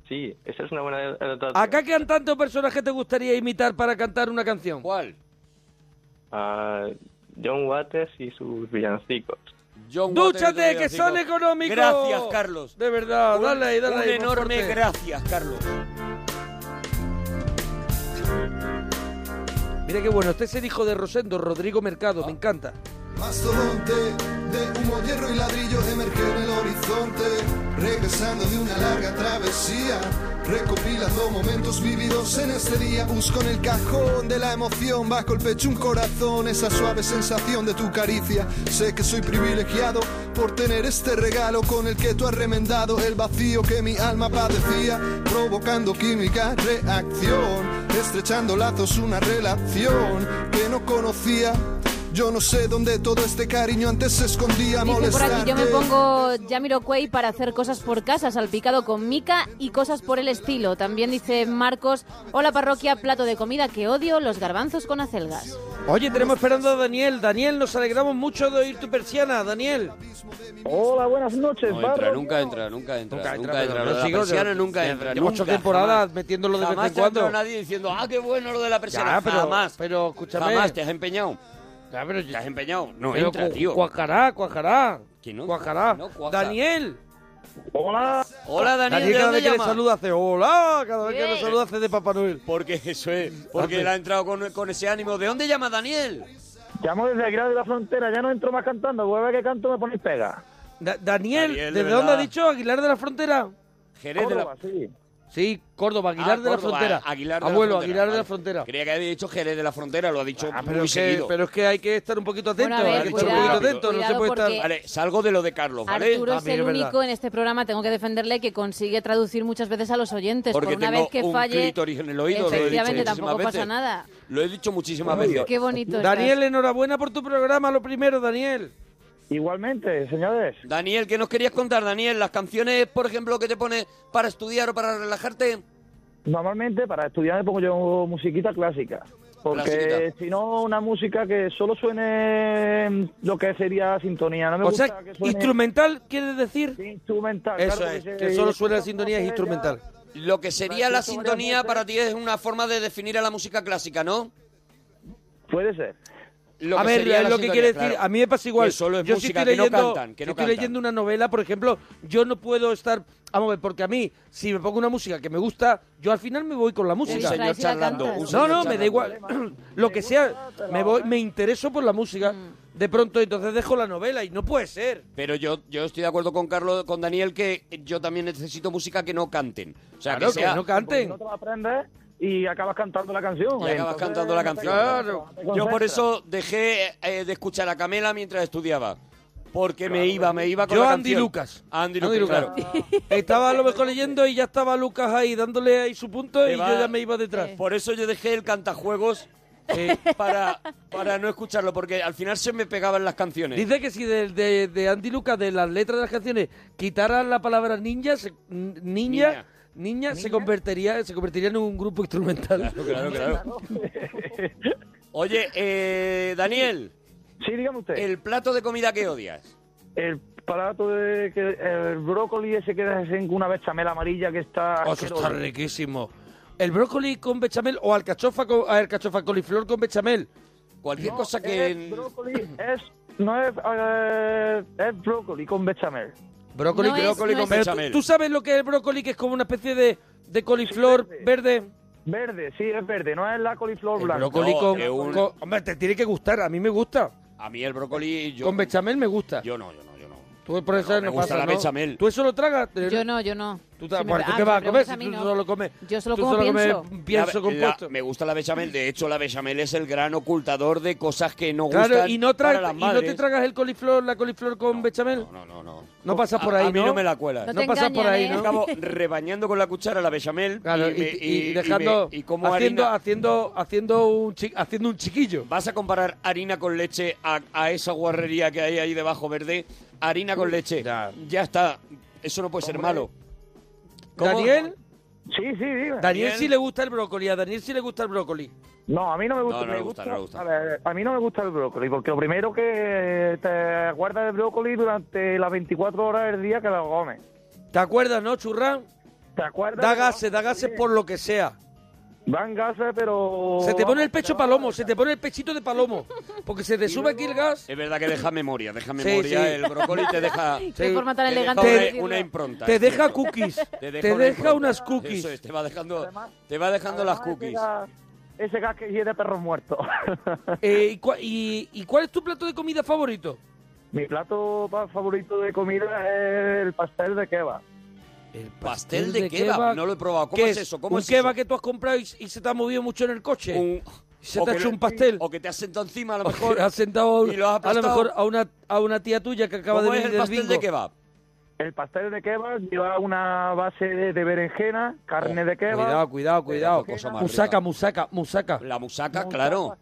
Speaker 5: Sí, esa es una buena adaptación.
Speaker 2: ¿A qué cantante o personaje te gustaría imitar para cantar una canción?
Speaker 4: ¿Cuál?
Speaker 2: Ah,
Speaker 5: A John Waters y sus villancicos.
Speaker 4: John Waters,
Speaker 2: ¡Dúchate,
Speaker 4: lo
Speaker 2: que
Speaker 4: digo.
Speaker 2: son económicos!
Speaker 4: Gracias, Carlos.
Speaker 2: De verdad,
Speaker 4: Un-
Speaker 2: Ah, dale ahí, dale
Speaker 4: un
Speaker 2: ahí, más
Speaker 4: enorme
Speaker 2: fuerte.
Speaker 4: gracias, Carlos. Ah.
Speaker 2: Mira qué bueno, este es el hijo de Rosendo, Rodrigo Mercado, me encanta.
Speaker 6: Mastodonte de humo, hierro y ladrillo emergió en el horizonte. Regresando de una larga travesía, recopilando momentos vividos en este día. Busco en el cajón de la emoción, bajo el pecho un corazón, esa suave sensación de tu caricia. Sé que soy privilegiado por tener este regalo con el que tú has remendado el vacío que mi alma padecía, provocando química reacción, estrechando lazos, una relación que no conocía. Yo no sé dónde todo este cariño antes se escondía
Speaker 3: Dice por aquí, yo me
Speaker 6: molestarte".
Speaker 3: pongo Jamiroquai para hacer cosas por casa, salpicado con mica y cosas por el estilo. También dice Marcos, hola parroquia, plato de comida que odio, los garbanzos con acelgas.
Speaker 2: Oye, tenemos esperando a Daniel. Daniel, nos alegramos mucho de oír tu persiana, Daniel.
Speaker 7: Hola, buenas noches,
Speaker 4: No entra, nunca entra, nunca entra. Nunca entra,
Speaker 2: pero
Speaker 4: lo de
Speaker 2: yo
Speaker 4: la
Speaker 2: sigo,
Speaker 4: persiana
Speaker 2: yo-
Speaker 4: nunca entra.
Speaker 2: Llevo
Speaker 4: nunca,
Speaker 2: ocho temporadas
Speaker 4: jamás.
Speaker 2: metiéndolo de
Speaker 4: Jamás
Speaker 2: vez en
Speaker 4: te ha
Speaker 2: cuando.
Speaker 4: entrado nadie diciendo, ah, qué bueno lo de la persiana.
Speaker 2: Ya, pero-
Speaker 4: jamás.
Speaker 2: pero escúchame.
Speaker 4: Jamás, te has empeñado. te has empeñado. No
Speaker 2: Pero
Speaker 4: entra,
Speaker 2: cu-
Speaker 4: tío.
Speaker 2: Cuajará, cuajará.
Speaker 4: Que no-
Speaker 2: cuajará.
Speaker 4: no cuaja.
Speaker 2: Daniel.
Speaker 7: Hola.
Speaker 4: Hola, Daniel, ¿de
Speaker 2: cada
Speaker 4: dónde
Speaker 2: vez que le
Speaker 4: llamas?
Speaker 2: saluda hace hola, cada vez que le
Speaker 3: Sí.
Speaker 2: saluda hace de Papá Noel.
Speaker 4: Porque eso es, porque
Speaker 2: Hazme.
Speaker 4: él ha entrado con, con ese ánimo. ¿De dónde llama Daniel?
Speaker 7: Llamo desde Aguilar de la Frontera, ya no entro más cantando, porque a ver que canto me ponéis pega.
Speaker 2: Da- Daniel,
Speaker 4: Daniel, de
Speaker 2: ¿desde dónde ha
Speaker 4: verdad.
Speaker 2: dicho? Aguilar de la Frontera.
Speaker 4: Jerez de
Speaker 7: Córdoba,
Speaker 4: la...
Speaker 7: sí.
Speaker 2: Sí, Córdoba, Aguilar
Speaker 4: Ah,
Speaker 2: de la
Speaker 4: Córdoba,
Speaker 2: Frontera.
Speaker 4: Aguilar de
Speaker 2: Abuelo,
Speaker 4: la frontera,
Speaker 2: Aguilar de la
Speaker 4: vale.
Speaker 2: Frontera.
Speaker 4: Creía que había dicho Jerez de la Frontera, lo ha dicho
Speaker 2: Ah, pero,
Speaker 4: muy
Speaker 2: es que,
Speaker 4: seguido.
Speaker 2: pero es que hay que estar un poquito atento.
Speaker 3: Bueno, a ver,
Speaker 2: hay que estar un
Speaker 3: cuidado,
Speaker 2: poquito atento, no se
Speaker 3: cuidado
Speaker 2: puede
Speaker 3: porque-
Speaker 2: estar.
Speaker 4: Vale, salgo de lo de Carlos, ¿vale?
Speaker 3: Arturo
Speaker 2: Ah,
Speaker 3: es
Speaker 2: mira,
Speaker 3: el
Speaker 2: es verdad.
Speaker 3: único en este programa, tengo que defenderle, que consigue traducir muchas veces a los oyentes.
Speaker 4: Porque
Speaker 3: pues, por una
Speaker 4: tengo
Speaker 3: vez que
Speaker 4: un
Speaker 3: falle,
Speaker 4: clítoris en el oído, lo he dicho
Speaker 3: efectivamente, tampoco
Speaker 4: muchísimas
Speaker 3: pasa
Speaker 4: veces.
Speaker 3: nada.
Speaker 4: Lo he dicho muchísimas
Speaker 7: Muy
Speaker 4: veces.
Speaker 7: bien.
Speaker 3: Qué bonito
Speaker 2: Daniel, eh, enhorabuena por tu programa, lo primero, Daniel.
Speaker 7: Igualmente, señores.
Speaker 4: Daniel, ¿qué nos querías contar, Daniel? Las canciones, por ejemplo, que te pones para estudiar o para relajarte.
Speaker 7: Normalmente para estudiar me pongo yo musiquita clásica. Porque
Speaker 4: Clasiquita.
Speaker 7: si no, una música que solo suene lo que sería sintonía. No me
Speaker 2: O
Speaker 7: gusta
Speaker 2: sea,
Speaker 7: que suene
Speaker 2: instrumental quieres decir.
Speaker 7: instrumental.
Speaker 2: Eso
Speaker 7: claro,
Speaker 2: es,
Speaker 7: porque
Speaker 2: que
Speaker 7: si-
Speaker 2: solo suena la sintonía es
Speaker 7: ya-
Speaker 2: instrumental.
Speaker 4: Lo que sería
Speaker 3: Pues
Speaker 7: Para
Speaker 4: la
Speaker 7: eso voy a
Speaker 4: sintonía
Speaker 7: hacer-
Speaker 4: para ti es una forma de definir a la música clásica, ¿no?
Speaker 7: Puede ser.
Speaker 4: Lo
Speaker 2: a
Speaker 4: que
Speaker 2: ver,
Speaker 4: sería
Speaker 2: es
Speaker 4: la
Speaker 2: lo que
Speaker 4: sintonía,
Speaker 2: quiere decir.
Speaker 4: claro.
Speaker 2: A mí me pasa igual.
Speaker 4: Que solo es
Speaker 2: yo
Speaker 4: música,
Speaker 2: si estoy
Speaker 4: que no
Speaker 2: leyendo,
Speaker 4: cantan, que no
Speaker 2: si estoy
Speaker 4: cantan.
Speaker 2: leyendo una novela, por ejemplo, yo no puedo estar. Vamos a ver, porque a mí, si me pongo una música que me gusta, yo al final me voy con la
Speaker 4: Un
Speaker 2: música.
Speaker 3: distraes y
Speaker 4: señor
Speaker 3: la
Speaker 4: charlando.
Speaker 3: cantas.
Speaker 4: un
Speaker 3: No,
Speaker 2: No,
Speaker 4: señor
Speaker 2: no, me da
Speaker 4: charlando.
Speaker 2: igual. Lo que sea, me voy, me intereso por la música.
Speaker 3: Mm.
Speaker 2: De pronto, entonces dejo la novela y no puede ser.
Speaker 4: Pero yo, yo estoy de acuerdo con Carlos, con Daniel, que yo también necesito música que no canten. O sea,
Speaker 2: Claro,
Speaker 4: que sea...
Speaker 2: que no
Speaker 7: Porque
Speaker 2: canten.
Speaker 7: no te la aprendes y acabas cantando la canción.
Speaker 4: Y acabas
Speaker 7: Entonces,
Speaker 4: cantando la
Speaker 7: no te
Speaker 4: canción.
Speaker 7: concentras, no te
Speaker 4: Yo por
Speaker 7: concentras.
Speaker 4: eso dejé eh, de escuchar a Camela mientras estudiaba. Porque me iba, me iba con
Speaker 2: Yo
Speaker 4: la
Speaker 2: Andy
Speaker 4: canción.
Speaker 2: Lucas.
Speaker 4: Andy Lucas, claro.
Speaker 2: <laughs> Estaba a lo mejor leyendo y ya estaba Lucas ahí dándole ahí su punto
Speaker 4: Te
Speaker 2: y
Speaker 4: va-
Speaker 2: yo ya me iba detrás.
Speaker 4: Por eso yo dejé el cantajuegos
Speaker 2: Eh,
Speaker 4: para, para no escucharlo, porque al final se me pegaban las canciones.
Speaker 2: dice que si de, de- de Andy Lucas, de las letras de las canciones, quitaran la palabra ninja, se- n- niña, niña,
Speaker 4: Niña.
Speaker 2: se convertiría, se convertiría en un grupo instrumental.
Speaker 4: Claro, claro. Oye, eh, Daniel,
Speaker 7: Sí, dígame usted. El,
Speaker 4: el plato de comida que odias.
Speaker 7: plato de que el brócoli ese que hacen con una bechamel amarilla que está.
Speaker 2: Oh, eso está
Speaker 7: asqueroso.
Speaker 2: riquísimo. El brócoli con bechamel o alcachofa con ah, alcachofa coliflor con bechamel.
Speaker 4: Cualquier
Speaker 7: No,
Speaker 4: cosa
Speaker 7: es
Speaker 4: que...
Speaker 7: brócoli es no es eh, es brócoli con bechamel.
Speaker 2: Brócoli,
Speaker 3: No
Speaker 2: con-
Speaker 3: es- Brócoli no con es-
Speaker 2: Pero
Speaker 4: bechamel.
Speaker 2: ¿tú, tú sabes lo que es el brócoli, que es como una especie de, de coliflor
Speaker 7: Sí,
Speaker 2: verde.
Speaker 7: Verde, sí, es verde, no es la coliflor
Speaker 2: El
Speaker 7: blanca.
Speaker 2: brócoli
Speaker 4: No,
Speaker 2: con,
Speaker 4: es un-
Speaker 2: con- Hombre, te tiene que gustar. A mí me gusta.
Speaker 4: A mí el brócoli... Yo,
Speaker 2: con bechamel me gusta.
Speaker 4: Yo no, yo no, yo no.
Speaker 2: tú por eso no,
Speaker 4: no, me gusta
Speaker 2: pasa,
Speaker 4: la
Speaker 2: ¿no?
Speaker 4: bechamel.
Speaker 2: ¿Tú eso lo tragas?
Speaker 3: Yo no, yo no.
Speaker 2: ¿Tú, ta-
Speaker 3: Si me-
Speaker 2: bueno, ¿tú
Speaker 3: ah,
Speaker 2: qué
Speaker 3: me
Speaker 2: vas a comer
Speaker 3: preguntas
Speaker 2: si
Speaker 3: a mí,
Speaker 2: tú
Speaker 3: no.
Speaker 2: solo comes?
Speaker 3: Yo solo
Speaker 2: tú
Speaker 3: como
Speaker 2: solo comes
Speaker 3: pienso.
Speaker 2: pienso
Speaker 4: La- la-
Speaker 2: compuesto.
Speaker 4: me gusta la bechamel. De hecho, la bechamel es el gran ocultador de cosas que no
Speaker 2: Claro,
Speaker 4: gustan
Speaker 2: y no,
Speaker 4: para
Speaker 2: tragas-
Speaker 4: las
Speaker 2: y no te
Speaker 4: madres.
Speaker 2: tragas el coliflor, la coliflor con bechamel.
Speaker 4: No, no, no. no.
Speaker 2: No pasas por
Speaker 4: A-
Speaker 2: ahí,
Speaker 4: a mí
Speaker 2: ¿no?
Speaker 4: no me la cuelas.
Speaker 3: No
Speaker 2: No
Speaker 3: te
Speaker 2: pasas por ahí,
Speaker 3: engañan,
Speaker 2: ¿no?
Speaker 3: ¿eh?
Speaker 4: Acabo rebañando con la cuchara la bechamel
Speaker 2: Claro, y, y-
Speaker 4: me- y-
Speaker 2: y
Speaker 4: y
Speaker 2: dejando
Speaker 4: me- y como
Speaker 2: haciendo,
Speaker 4: harina.
Speaker 2: haciendo haciendo un chi- haciendo un chiquillo.
Speaker 4: ¿Vas a comparar harina con leche a, a esa guarrería que hay ahí debajo verde? Harina con leche.
Speaker 2: Ya.
Speaker 4: Ya, está. Eso no puede ser malo. ¿Cómo?
Speaker 2: Daniel,
Speaker 7: Sí, sí, dime.
Speaker 2: Daniel
Speaker 4: Daniel.
Speaker 2: sí le gusta el brócoli, a Daniel sí le gusta el brócoli.
Speaker 7: No, a mí no me gusta.
Speaker 4: No, no
Speaker 7: me
Speaker 4: le gusta, no le gusta.
Speaker 7: A, ver, a mí no me gusta el brócoli, porque lo primero que te guardas el brócoli durante Eh, las 24 horas del día que lo comes.
Speaker 2: ¿Te acuerdas, no, churra?
Speaker 7: ¿Te acuerdas?
Speaker 2: Da gases, da gases por lo que sea.
Speaker 7: Van gases, pero...
Speaker 2: Se te pone el pecho palomo, se te pone el pechito de palomo, porque se te sube aquí el gas.
Speaker 4: Es verdad que deja memoria, deja
Speaker 2: Sí,
Speaker 4: memoria.
Speaker 2: sí.
Speaker 4: El brócoli
Speaker 2: <laughs>
Speaker 4: te deja,
Speaker 3: Qué
Speaker 2: Sí.
Speaker 3: forma
Speaker 4: te
Speaker 3: tan
Speaker 4: deja
Speaker 3: elegante.
Speaker 4: una-
Speaker 3: de
Speaker 4: una,
Speaker 3: decirlo.
Speaker 4: impronta.
Speaker 2: Te
Speaker 4: es
Speaker 2: deja
Speaker 4: cierto.
Speaker 2: cookies,
Speaker 4: Te
Speaker 2: te
Speaker 4: deja,
Speaker 2: deja
Speaker 4: una impronta.
Speaker 2: unas cookies.
Speaker 4: Eso es, te va dejando, te va dejando las
Speaker 7: Además,
Speaker 4: cookies.
Speaker 7: queda- Ah, ese gas que de perros muertos.
Speaker 2: Eh, ¿y, cua- y, y cuál es tu plato de comida favorito?
Speaker 7: <laughs> Mi plato pa- favorito de comida es el pastel de kebab.
Speaker 2: El
Speaker 4: pastel de kebab, no lo he probado. ¿Cómo
Speaker 2: ¿Qué
Speaker 4: es eso? ¿Cómo
Speaker 2: ¿Un
Speaker 4: es
Speaker 2: kebab
Speaker 4: eso?
Speaker 2: que tú has comprado y, y se te ha movido mucho en el coche?
Speaker 4: Un-
Speaker 2: ¿Se
Speaker 4: o
Speaker 2: te ha
Speaker 4: que
Speaker 2: hecho
Speaker 4: lo-
Speaker 2: un pastel?
Speaker 4: O que te has sentado encima, a lo
Speaker 2: O que
Speaker 4: mejor.
Speaker 2: has sentado a,
Speaker 4: y lo has
Speaker 2: a lo
Speaker 4: aplastado.
Speaker 2: mejor a una, a una tía tuya que acaba de
Speaker 4: ¿Cómo es
Speaker 2: venir
Speaker 4: el
Speaker 2: del
Speaker 4: pastel de
Speaker 2: bingo.
Speaker 4: kebab?
Speaker 7: El pastel de kebab lleva una base de, de berenjena, carne de kebab.
Speaker 2: Cuidado, cuidado, cuidado.
Speaker 4: qué cosa más
Speaker 2: Musaca,
Speaker 4: rica.
Speaker 2: musaca, musaca.
Speaker 4: La musaca, claro.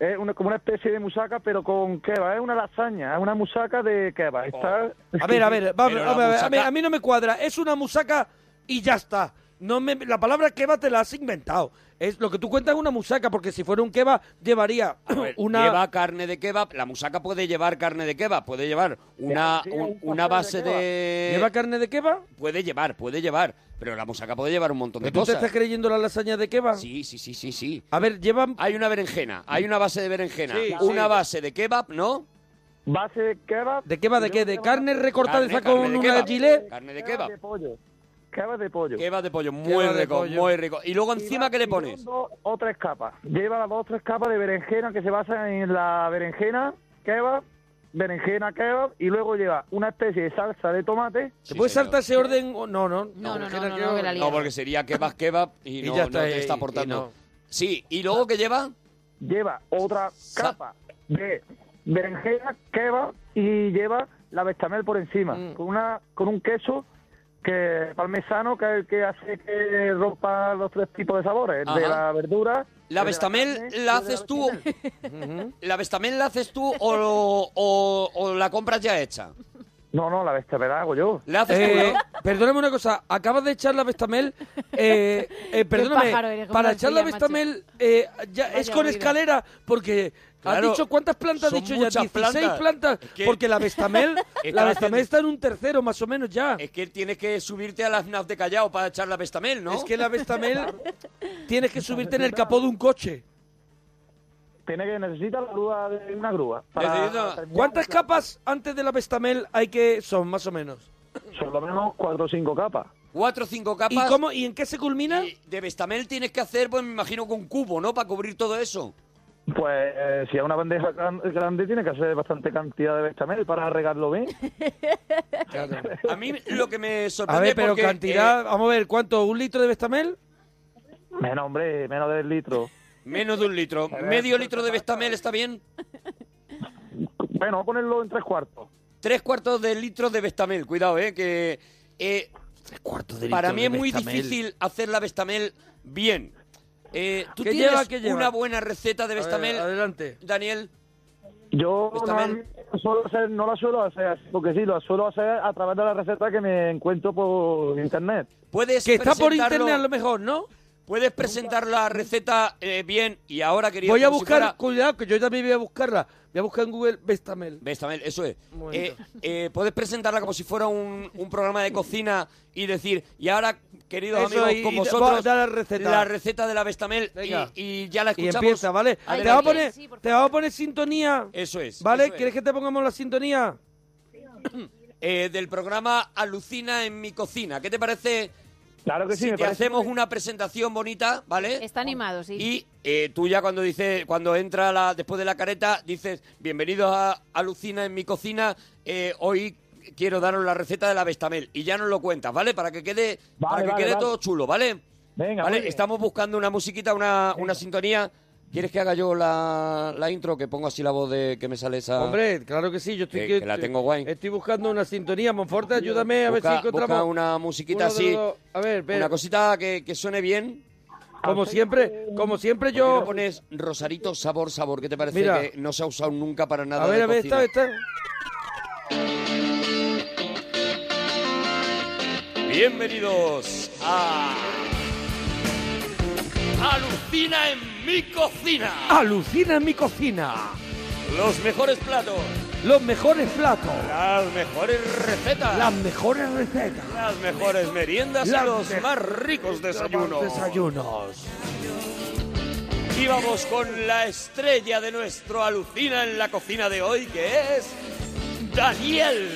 Speaker 7: Es una, como una especie de musaca, pero con kebab. Es una lasaña, es una musaca de kebab. Está...
Speaker 2: A ver, a
Speaker 4: <laughs>
Speaker 2: ver, va, a, ver,
Speaker 4: Pero la
Speaker 2: a ver, a mí-
Speaker 4: musaca-
Speaker 2: a mí no me cuadra. Es una musaca y ya está. No me, la palabra kebab te la has inventado. Es lo que tú cuentas es una musaca, porque si fuera un kebab llevaría
Speaker 4: A ver,
Speaker 2: una...
Speaker 4: Pues, Lleva carne de kebab. La musaca puede llevar carne de kebab. Puede llevar una,
Speaker 7: Sí,
Speaker 4: un-
Speaker 7: un pastel
Speaker 4: una
Speaker 7: de
Speaker 4: base
Speaker 7: kebab.
Speaker 4: de.
Speaker 2: ¿Lleva carne de kebab?
Speaker 4: Puede llevar, puede llevar. Pero la musaca puede llevar un montón de
Speaker 2: ¿Tú te
Speaker 4: cosas.
Speaker 2: estás creyendo la lasaña de kebab?
Speaker 4: Sí, sí, sí, sí, sí.
Speaker 2: A ver, llevan...
Speaker 4: Hay una berenjena, hay una base de berenjena,
Speaker 2: Sí,
Speaker 4: una
Speaker 2: sí.
Speaker 4: base de kebab, ¿no?
Speaker 7: Base de kebab.
Speaker 2: ¿De kebab de qué? ¿De carne recortada
Speaker 4: Carne,
Speaker 2: esa con
Speaker 4: carne de
Speaker 2: una
Speaker 4: kebab.
Speaker 2: gilet?
Speaker 4: Carne de
Speaker 7: Kebab
Speaker 4: kebab.
Speaker 7: de pollo. Kebab de pollo.
Speaker 4: Kebab de pollo, muy
Speaker 2: Kebab de
Speaker 4: rico,
Speaker 2: pollo.
Speaker 4: muy rico. Y luego encima,
Speaker 7: Lleva
Speaker 4: ¿qué le
Speaker 7: primero
Speaker 4: pones?
Speaker 7: Dos o tres capas. Lleva las dos o tres capas de berenjena que se basan en la berenjena, kebab, berenjena, kebab, y luego lleva una especie de salsa de tomate.
Speaker 2: ¿Se
Speaker 4: Sí,
Speaker 2: puede
Speaker 4: señor.
Speaker 2: saltar ese orden? o- No, no.
Speaker 3: No, no, no,
Speaker 2: berenjena
Speaker 3: no,
Speaker 2: kebab.
Speaker 3: no, que la
Speaker 4: No, porque sería kebab, kebab y,
Speaker 2: Y
Speaker 4: no,
Speaker 2: ya
Speaker 4: no
Speaker 2: está,
Speaker 4: te está
Speaker 2: y- y
Speaker 4: aportando.
Speaker 2: no.
Speaker 4: Sí, ¿y luego qué lleva?
Speaker 7: Lleva otra
Speaker 4: Sa-
Speaker 7: capa de berenjena, kebab, y lleva la bechamel por encima,
Speaker 4: Mm.
Speaker 7: con, una, con un queso que parmesano que es el que hace que rompa los tres tipos de sabores, el de
Speaker 4: Ajá.
Speaker 7: la verdura.
Speaker 4: ¿La
Speaker 7: el de
Speaker 4: bestamel
Speaker 7: carne
Speaker 4: la
Speaker 7: y el de
Speaker 4: haces tú?
Speaker 7: bechamel.
Speaker 4: ¿La bestamel la haces tú o, lo- o- o la compras ya hecha?
Speaker 7: No, no, la bechamel la hago yo.
Speaker 4: ¿La haces
Speaker 2: Eh,
Speaker 4: tú? ¿no?
Speaker 2: perdóname una cosa, acabas de echar la
Speaker 3: <laughs>
Speaker 2: bestamel. Eh, eh, perdóname,
Speaker 3: pájaro eres, como
Speaker 2: para
Speaker 3: la
Speaker 2: echar la
Speaker 3: estrella, macho.
Speaker 2: bestamel eh, ya
Speaker 3: Vaya
Speaker 2: es con
Speaker 3: ruido.
Speaker 2: escalera, porque
Speaker 4: Claro,
Speaker 2: has dicho cuántas plantas, has
Speaker 4: son
Speaker 2: dicho ya
Speaker 4: muchas
Speaker 2: 16 plantas,
Speaker 4: plantas. Es que-
Speaker 2: porque la
Speaker 4: <laughs>
Speaker 2: bestamel,
Speaker 4: Está
Speaker 2: la
Speaker 4: haciendo-
Speaker 2: bestamel está en un tercero más o menos ya.
Speaker 4: Es que tienes que subirte a las naf de Callao para echar la bestamel, ¿no?
Speaker 2: Es que la
Speaker 7: <laughs>
Speaker 2: bestamel tienes que subirte en el capó de un coche.
Speaker 7: Tiene que necesita la grúa de una grúa.
Speaker 4: Necesita-
Speaker 7: terminar
Speaker 2: ¿Cuántas
Speaker 7: el
Speaker 2: capas antes de la bestamel hay que son más o menos?
Speaker 7: plato. Son lo menos cuatro o cinco capas.
Speaker 4: Cuatro o cinco
Speaker 2: ¿Y
Speaker 4: capas.
Speaker 2: cómo y en qué se culmina?
Speaker 4: Y de bestamel tienes que hacer, pues me imagino, con cubo, ¿no? Para cubrir todo eso.
Speaker 7: Pues eh, si es una bandeja gran- grande tiene que hacer bastante cantidad de bechamel para regarlo
Speaker 4: <laughs>
Speaker 7: bien.
Speaker 4: A mí lo que me sorprende
Speaker 2: A ver, pero
Speaker 4: porque,
Speaker 2: cantidad,
Speaker 4: eh,
Speaker 2: vamos a ver, ¿cuánto? ¿Un litro de bestamel?
Speaker 7: menos, hombre, eh, menos del
Speaker 2: <laughs>
Speaker 7: litro.
Speaker 4: menos de un litro. ¿Medio litro de bestamel está bien?
Speaker 7: <laughs> Bueno, ponerlo en tres cuartos.
Speaker 4: Tres cuartos de litro de bestamel, cuidado, ¿eh? Que eh, para mí es muy difícil hacer la bestamel bien. Eh, ¿Tú
Speaker 2: ¿Qué
Speaker 4: tienes
Speaker 2: lleva, qué lleva?
Speaker 4: una buena receta de
Speaker 2: A ver,
Speaker 4: bestamel,
Speaker 2: adelante.
Speaker 4: Daniel?
Speaker 7: Yo
Speaker 4: Bechamel.
Speaker 7: no, suelo hacer- no la suelo hacer, así, porque sí, lo suelo hacer a través de la receta que me encuentro por internet.
Speaker 4: ¿Puedes
Speaker 2: Que está por
Speaker 4: presentarlo-
Speaker 2: internet a lo mejor, ¿no?
Speaker 4: Puedes presentar la receta eh, bien y ahora quería
Speaker 2: Voy a
Speaker 4: como si
Speaker 2: buscar,
Speaker 4: fuera-
Speaker 2: cuidado, que yo también voy a buscarla. Voy a buscar en Google Bestamel.
Speaker 4: Bestamel, eso es.
Speaker 2: Un
Speaker 4: Eh,
Speaker 2: momento.
Speaker 4: eh, puedes presentarla como si fuera un, un programa de cocina y decir, y ahora, queridos
Speaker 2: Eso,
Speaker 4: amigos,
Speaker 2: y-
Speaker 4: con
Speaker 2: y
Speaker 4: vosotros,
Speaker 2: va- da la receta.
Speaker 4: la receta de la Bestamel
Speaker 2: Venga.
Speaker 4: y, y ya la
Speaker 2: Y
Speaker 4: escuchamos.
Speaker 2: empieza, ¿vale?
Speaker 4: Adelante.
Speaker 2: te vamos a poner,
Speaker 3: Sí, por favor.
Speaker 2: te vamos a poner sintonía.
Speaker 4: Eso es.
Speaker 2: ¿Vale?
Speaker 4: eso es.
Speaker 2: ¿Quieres que te pongamos la sintonía?
Speaker 4: Eh, del programa Alucina en mi cocina. ¿Qué te parece
Speaker 7: Claro que sí,
Speaker 4: si
Speaker 7: me
Speaker 4: te
Speaker 7: parece.
Speaker 4: hacemos una presentación bonita, ¿vale?
Speaker 3: Está animado, sí.
Speaker 4: Y eh, tú ya cuando dices, cuando entra la, después de la careta, dices, bienvenidos a Alucina en mi cocina, eh, hoy quiero daros la receta de la bestamel. Y ya nos lo cuentas, ¿vale? Para que quede, para
Speaker 7: Vale,
Speaker 4: que
Speaker 7: vale,
Speaker 4: quede
Speaker 7: vale.
Speaker 4: todo chulo, ¿vale?
Speaker 7: Venga, muy
Speaker 4: ¿Vale?
Speaker 7: bien.
Speaker 4: Estamos buscando una musiquita, una, una sintonía. ¿Quieres que haga yo la, la intro? Que pongo así la voz de que me sale esa...
Speaker 2: Hombre, claro que sí. Yo estoy
Speaker 4: Que- que la tengo guay.
Speaker 2: Estoy buscando una sintonía, Monforte, ayúdame a ver si
Speaker 4: Busca,
Speaker 2: encontramos
Speaker 4: busca una
Speaker 2: uno de
Speaker 4: musiquita así.
Speaker 2: los dos. A ver, espera.
Speaker 4: Una cosita que, que suene bien.
Speaker 2: como siempre, como siempre
Speaker 4: Yo
Speaker 2: yo.
Speaker 4: pones Rosarito Sabor Sabor, ¿qué te parece?
Speaker 2: Mira.
Speaker 4: Que no se ha usado nunca para nada
Speaker 2: A ver,
Speaker 4: de
Speaker 2: a ver,
Speaker 4: cocina.
Speaker 2: esta, esta.
Speaker 4: Bienvenidos a Alucina en mi cocina.
Speaker 2: Alucina en mi cocina.
Speaker 4: Los mejores platos,
Speaker 2: Los mejores platos.
Speaker 4: las mejores recetas,
Speaker 2: Las mejores recetas.
Speaker 4: las mejores meriendas
Speaker 2: Las
Speaker 4: y los
Speaker 2: mejores
Speaker 4: más ricos desayunos.
Speaker 2: Los desayunos.
Speaker 4: Y vamos con la estrella de nuestro Alucina en la cocina de hoy, que es Daniel.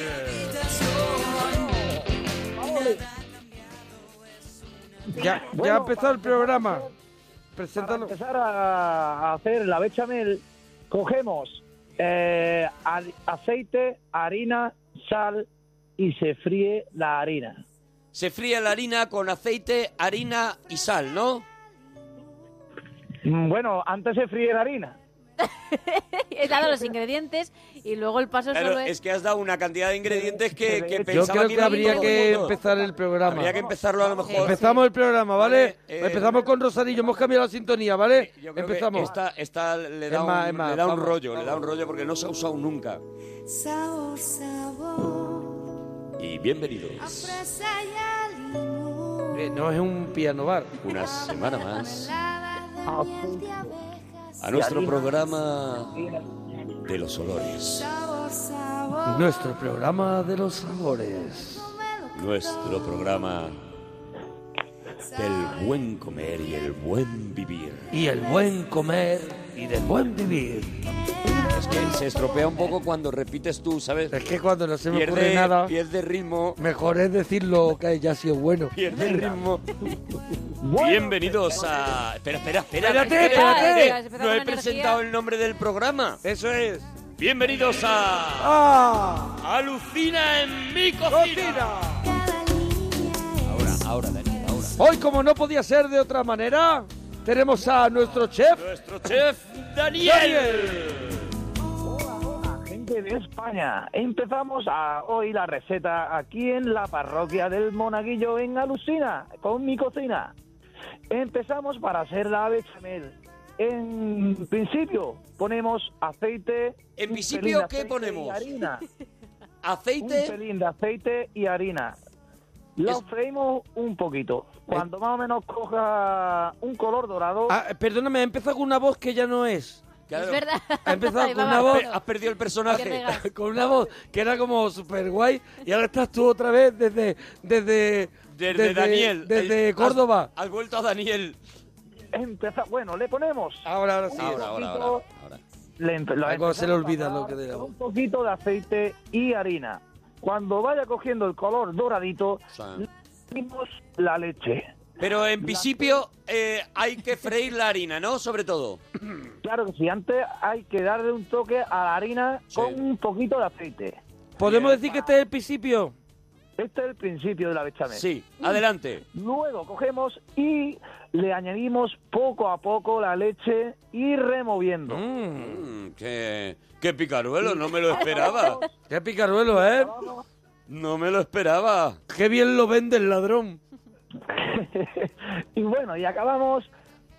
Speaker 2: Ya, ya ha empezado el programa. Preséntalo.
Speaker 7: Para empezar a, a hacer la bechamel, cogemos eh, al- aceite, harina, sal y se fríe la harina.
Speaker 4: Se fría la harina con aceite, harina y sal, ¿no?
Speaker 7: Mm, Bueno, antes se fríe la harina.
Speaker 3: <laughs> He dado los ingredientes y luego el paso
Speaker 4: Claro,
Speaker 3: solo es...
Speaker 4: es que has dado una cantidad de ingredientes que, que
Speaker 2: Yo
Speaker 4: pensaba
Speaker 2: creo
Speaker 4: que
Speaker 2: que
Speaker 4: iba a
Speaker 2: habría
Speaker 4: todo
Speaker 2: que
Speaker 4: el mundo.
Speaker 2: empezar el programa.
Speaker 4: Habría que empezarlo a lo mejor.
Speaker 2: Empezamos el programa, ¿vale? Pues
Speaker 4: Eh,
Speaker 2: Empezamos con Rosarillo, hemos cambiado la sintonía, ¿vale?
Speaker 4: Yo creo que
Speaker 2: Empezamos.
Speaker 4: esta, esta le da,
Speaker 2: Es más,
Speaker 4: un,
Speaker 2: es más,
Speaker 4: le da un
Speaker 2: vamos,
Speaker 4: rollo, le da un rollo porque no se ha usado nunca.
Speaker 1: Sabor, sabor,
Speaker 4: Y bienvenidos
Speaker 1: fresa y a limón.
Speaker 2: Eh, No es un piano bar.
Speaker 4: una semana más
Speaker 1: Helada de miel de abejas.
Speaker 4: a nuestro programa de los olores.
Speaker 1: Sabor, sabor,
Speaker 2: Nuestro programa de los sabores.
Speaker 4: Nuestro programa del buen comer y el buen vivir.
Speaker 2: Y el buen comer y del buen vivir.
Speaker 4: Es que se estropea un poco cuando repites tú, ¿sabes?
Speaker 2: Es que cuando no se me ocurre
Speaker 4: Pierde,
Speaker 2: nada,
Speaker 4: pierde ritmo.
Speaker 2: mejor es decir lo que ya ha sido bueno.
Speaker 4: Pierde ritmo.
Speaker 2: <laughs>
Speaker 4: Bienvenidos a. Espera, espera, espera.
Speaker 2: Espérate,
Speaker 3: espérate.
Speaker 4: espera.
Speaker 3: Empezamos
Speaker 4: No he
Speaker 3: con energía.
Speaker 4: presentado el nombre del programa.
Speaker 2: Eso es.
Speaker 4: Bienvenidos a.
Speaker 2: ¡Ah!
Speaker 4: Alucina en mi
Speaker 2: ¡Cocina!
Speaker 1: cada niña
Speaker 4: Ahora, ahora, Dani, ahora.
Speaker 2: Hoy, como no podía ser de otra manera, tenemos a nuestro chef.
Speaker 4: Nuestro chef
Speaker 2: Daniel.
Speaker 7: Gente de España, empezamos a hoy la receta aquí en la parroquia del Monaguillo en Alucina, con mi cocina. Empezamos para hacer la bechamel. En principio ponemos aceite.
Speaker 4: En
Speaker 7: un
Speaker 4: principio,
Speaker 7: pelín de
Speaker 4: ¿qué
Speaker 7: aceite y
Speaker 4: ponemos?
Speaker 7: harina. Un
Speaker 4: <laughs> Aceite.
Speaker 7: pelín de aceite y harina. Lo
Speaker 4: Es-
Speaker 7: freímos un poquito. Cuando más o menos coja un color dorado,
Speaker 2: Ah, perdóname, ha empezado con una voz que ya no es.
Speaker 4: Claro.
Speaker 3: Es verdad.
Speaker 2: Ha
Speaker 3: <laughs>
Speaker 2: empezado
Speaker 3: Ahí
Speaker 2: con
Speaker 3: va
Speaker 2: una voz.
Speaker 4: Pe- Has perdido el
Speaker 3: Qué
Speaker 4: personaje.
Speaker 3: regas.
Speaker 2: <laughs> con una voz que era como super guay y ahora estás tú otra vez desde desde
Speaker 4: Desde, Daniel.
Speaker 2: desde
Speaker 4: Has-
Speaker 2: Córdoba
Speaker 4: Has, vuelto a Daniel.
Speaker 7: empeza- Bueno, le ponemos.
Speaker 2: ahora ahora sí
Speaker 4: Ahora, ahora, ahora. ahora.
Speaker 7: Le empe- lo
Speaker 2: Algo se
Speaker 7: empezamos
Speaker 2: le
Speaker 7: a
Speaker 2: olvida
Speaker 7: pasar
Speaker 2: lo que de la
Speaker 7: con
Speaker 2: voz.
Speaker 7: Un poquito de aceite y harina. Cuando vaya cogiendo el color doradito,
Speaker 4: Sí.
Speaker 7: le ponemos la leche.
Speaker 4: Pero en principio eh, hay que freír la harina, ¿no? Sobre todo.
Speaker 7: Claro que sí, antes hay que darle un toque a la harina
Speaker 4: Sí.
Speaker 7: con un poquito de aceite.
Speaker 2: podemos decir que este es el principio
Speaker 7: Este es el principio de la bechamel.
Speaker 4: Sí, adelante.
Speaker 7: Luego cogemos y le añadimos poco a poco la leche y removiendo.
Speaker 4: Mm, qué, qué picaruelo, no me lo esperaba.
Speaker 2: <laughs> qué picaruelo eh
Speaker 4: No me lo esperaba.
Speaker 2: qué bien lo vende el ladrón
Speaker 7: <laughs> y bueno, y acabamos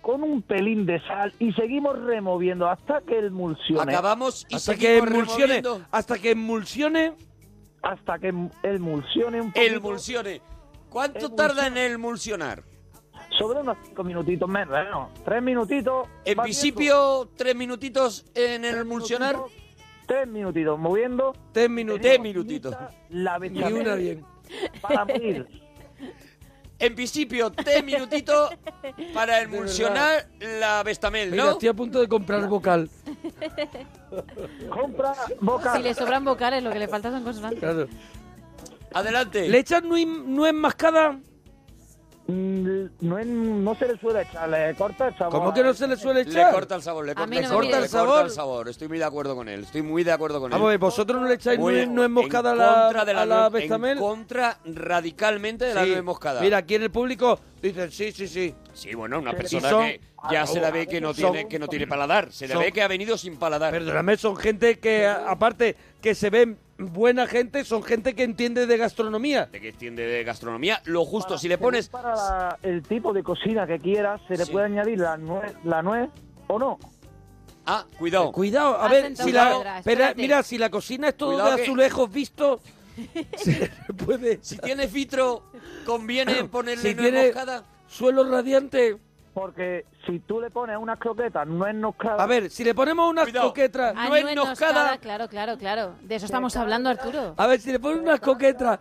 Speaker 7: con un pelín de sal y seguimos removiendo hasta que emulsione.
Speaker 4: Acabamos y
Speaker 2: hasta que
Speaker 4: seguimos
Speaker 2: emulsione
Speaker 4: removiendo.
Speaker 2: hasta que emulsione
Speaker 7: Hasta que em- emulsione un poquito.
Speaker 4: Emulsione. ¿Cuánto tarda en emulsionar?
Speaker 7: Sobre unos cinco minutitos menos, bueno, tres minutitos.
Speaker 4: En
Speaker 7: va viendo.
Speaker 4: principio, tres minutitos en
Speaker 7: Tres
Speaker 4: emulsionar.
Speaker 7: minutitos, Tres minutitos moviendo.
Speaker 2: tres minutos
Speaker 4: Tres
Speaker 7: Tenemos
Speaker 4: minutitos.
Speaker 7: lista La
Speaker 2: y una
Speaker 7: bechamel
Speaker 2: bien
Speaker 7: Para morir.
Speaker 4: En principio, tres minutitos <laughs> para emulsionar la bestamel,
Speaker 2: mira
Speaker 4: ¿no?
Speaker 2: estoy a punto de comprar
Speaker 4: <laughs>
Speaker 2: vocal
Speaker 7: Compra boca.
Speaker 3: Si le sobran vocales, lo que le falta son consonantes.
Speaker 2: claro.
Speaker 4: Adelante.
Speaker 2: le echan nuez, nuez mascada
Speaker 7: Mm, No, es- no se le suele echar, le corta el sabor. este.
Speaker 2: ¿Cómo que no se le suele
Speaker 4: Le
Speaker 2: echar
Speaker 4: corta el sabor, le
Speaker 3: A mí no
Speaker 4: corta, el,
Speaker 3: me
Speaker 4: sabor.
Speaker 3: mires.
Speaker 4: le
Speaker 2: Corta el sabor.
Speaker 4: corta el sabor. Estoy muy de acuerdo con él, estoy muy de acuerdo con él.
Speaker 2: Vamos a ver, vosotros no le echáis
Speaker 4: Muy
Speaker 2: nuez,
Speaker 4: en-
Speaker 2: nuez moscada a
Speaker 4: en
Speaker 2: la,
Speaker 4: contra de la
Speaker 2: a la
Speaker 4: nuez-
Speaker 2: bechamel.
Speaker 4: En contra radicalmente de la
Speaker 2: Sí.
Speaker 4: nuez moscada.
Speaker 2: Mira, aquí en el público dicen sí, sí, sí.
Speaker 4: Sí, bueno, una
Speaker 2: Y
Speaker 4: persona
Speaker 2: son-
Speaker 4: que ya se la ve que no
Speaker 2: son-
Speaker 4: tiene, que no tiene paladar. Se le
Speaker 2: son-
Speaker 4: ve que ha venido sin paladar.
Speaker 2: Perdóname, son gente que, a- aparte que se ven buena gente, son gente que entiende de gastronomía.
Speaker 4: De que extiende de gastronomía. Lo justo, si le
Speaker 7: Según
Speaker 4: pones
Speaker 7: Para la- el tipo de cocina que quieras, se le
Speaker 4: Sí.
Speaker 7: puede añadir la nuez, la nuez o no.
Speaker 4: Ah, cuidado.
Speaker 2: Cuidado, a
Speaker 3: Has
Speaker 2: ver,
Speaker 3: sentado
Speaker 2: si la,
Speaker 3: piedra,
Speaker 2: pero,
Speaker 3: espérate.
Speaker 2: mira, si la cocina es todo
Speaker 4: Cuidado
Speaker 2: de
Speaker 4: que-
Speaker 2: azulejos
Speaker 4: <laughs>
Speaker 2: visto, se le puede.
Speaker 4: Si tiene vitro,
Speaker 2: <coughs>
Speaker 4: conviene ponerle
Speaker 2: si
Speaker 4: nuez
Speaker 2: tiene
Speaker 4: moscada.
Speaker 2: suelo radiante.
Speaker 7: Porque si tú le pones unas croquetas, nuez noscada,
Speaker 2: A ver, si le ponemos unas
Speaker 4: Cuidado.
Speaker 2: coquetas,
Speaker 3: Ah,
Speaker 4: Nuez
Speaker 3: nuez
Speaker 4: moscada.
Speaker 3: Claro, claro, claro. De eso estamos hablando, Arturo.
Speaker 2: a ver, si le pones unas coquetas,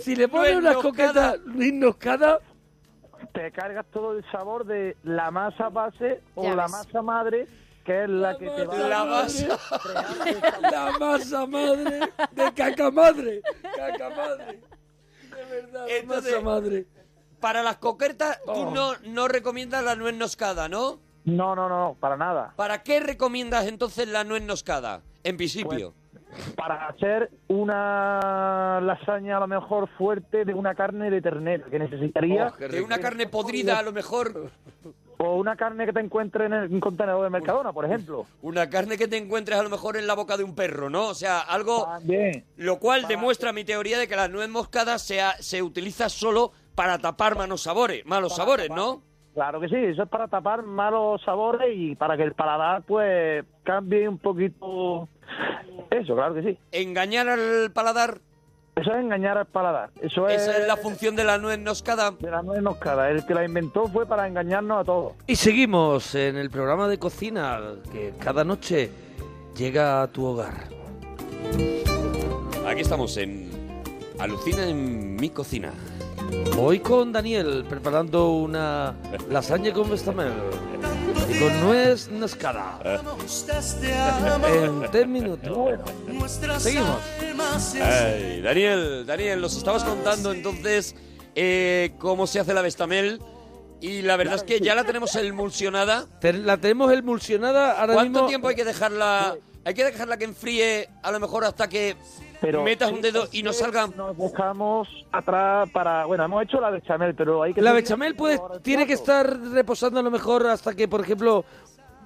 Speaker 2: si le pones
Speaker 4: Nuez
Speaker 2: unas
Speaker 4: moscada.
Speaker 2: coquetas, Luis Noscada,
Speaker 7: te cargas todo el sabor de la masa base o
Speaker 3: Ya
Speaker 7: la
Speaker 3: ves.
Speaker 7: masa madre, que es la que te va a
Speaker 4: La
Speaker 2: madre.
Speaker 4: masa.
Speaker 2: La masa madre de caca madre. Caca madre. De verdad, la
Speaker 4: Entonces-
Speaker 2: masa madre.
Speaker 4: para las coquetas tú no, no recomiendas la nuez noscada, ¿no?
Speaker 7: No, no, no, para nada.
Speaker 4: ¿Para qué recomiendas entonces la nuez noscada? En principio.
Speaker 7: Pues, Para hacer una lasaña a lo mejor fuerte de una carne de ternera que necesitaría.
Speaker 4: de Oh, una carne podrida, a lo mejor.
Speaker 7: O una carne que te encuentres en el- un contenedor de Mercadona, por ejemplo.
Speaker 4: Una carne que te encuentres a lo mejor en la boca de un perro, ¿no? O sea, algo...
Speaker 7: Ah, También.
Speaker 4: Lo
Speaker 7: Ah,
Speaker 4: cual demuestra mi teoría de que la nuez moscada se, ha- se utiliza solo para tapar malos sabores, malos sabores, ¿no?
Speaker 7: Claro que sí, eso es para tapar malos sabores y para que el paladar pues cambie un poquito. Eso, claro que sí.
Speaker 4: Engañar al paladar.
Speaker 7: Eso es engañar al paladar. Eso es,
Speaker 4: Esa es la función de la nuez moscada.
Speaker 7: de la nuez moscada. El que la inventó fue para engañarnos a todos.
Speaker 2: Y seguimos en el programa de cocina que cada noche llega a tu hogar.
Speaker 4: Aquí estamos en Alucina en mi cocina.
Speaker 2: Hoy con Daniel preparando una lasaña con bestamel y con nuez
Speaker 4: Eh.
Speaker 2: nascada. En 10 minutos. Seguimos.
Speaker 4: Ay, Daniel, Daniel, nos estabas contando entonces eh, cómo se hace la bestamel y la verdad es que ya la tenemos emulsionada.
Speaker 2: Te- La tenemos emulsionada ahora
Speaker 4: ¿Cuánto
Speaker 2: mismo.
Speaker 4: tiempo hay que dejarla? Hay que dejarla que enfríe, a lo mejor hasta que
Speaker 7: Pero
Speaker 4: metas un dedo y no salgan.
Speaker 7: Nos dejamos atrás para. Bueno, hemos hecho la bechamel, pero hay que.
Speaker 2: La
Speaker 7: seguir-
Speaker 4: <laughs>
Speaker 2: bechamel puede, tiene que estar reposando a lo mejor hasta que, por ejemplo,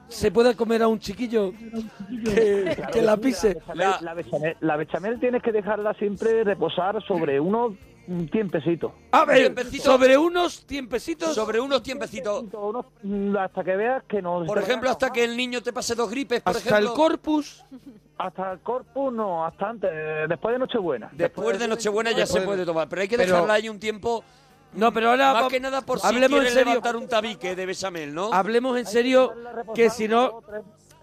Speaker 2: se pueda comer a un chiquillo
Speaker 7: <laughs>
Speaker 2: que, que la pise.
Speaker 7: bechamel-
Speaker 4: La-
Speaker 7: la, bechamel, la bechamel tienes que dejarla siempre reposar sobre unos un tiempecito.
Speaker 2: A ver,
Speaker 4: Tiempecito.
Speaker 2: sobre unos tiempecitos.
Speaker 4: Sobre unos tiempecitos.
Speaker 7: Unos- hasta que veas que no.
Speaker 4: Por ejemplo, hasta que el niño te pase dos gripes, por
Speaker 2: hasta el
Speaker 4: ejemplo.
Speaker 2: corpus.
Speaker 7: Hasta el corpus no, hasta antes, eh, después de Nochebuena.
Speaker 4: Después de Nochebuena ya se puede tomar, pero hay que
Speaker 2: Pero-
Speaker 4: dejarla ahí un tiempo.
Speaker 2: No, pero ahora
Speaker 4: Más
Speaker 2: va-
Speaker 4: que nada por si
Speaker 2: hablemos
Speaker 4: quieres
Speaker 2: en serio.
Speaker 4: levantar un tabique de besamel, ¿no?
Speaker 2: Hablemos en serio que si no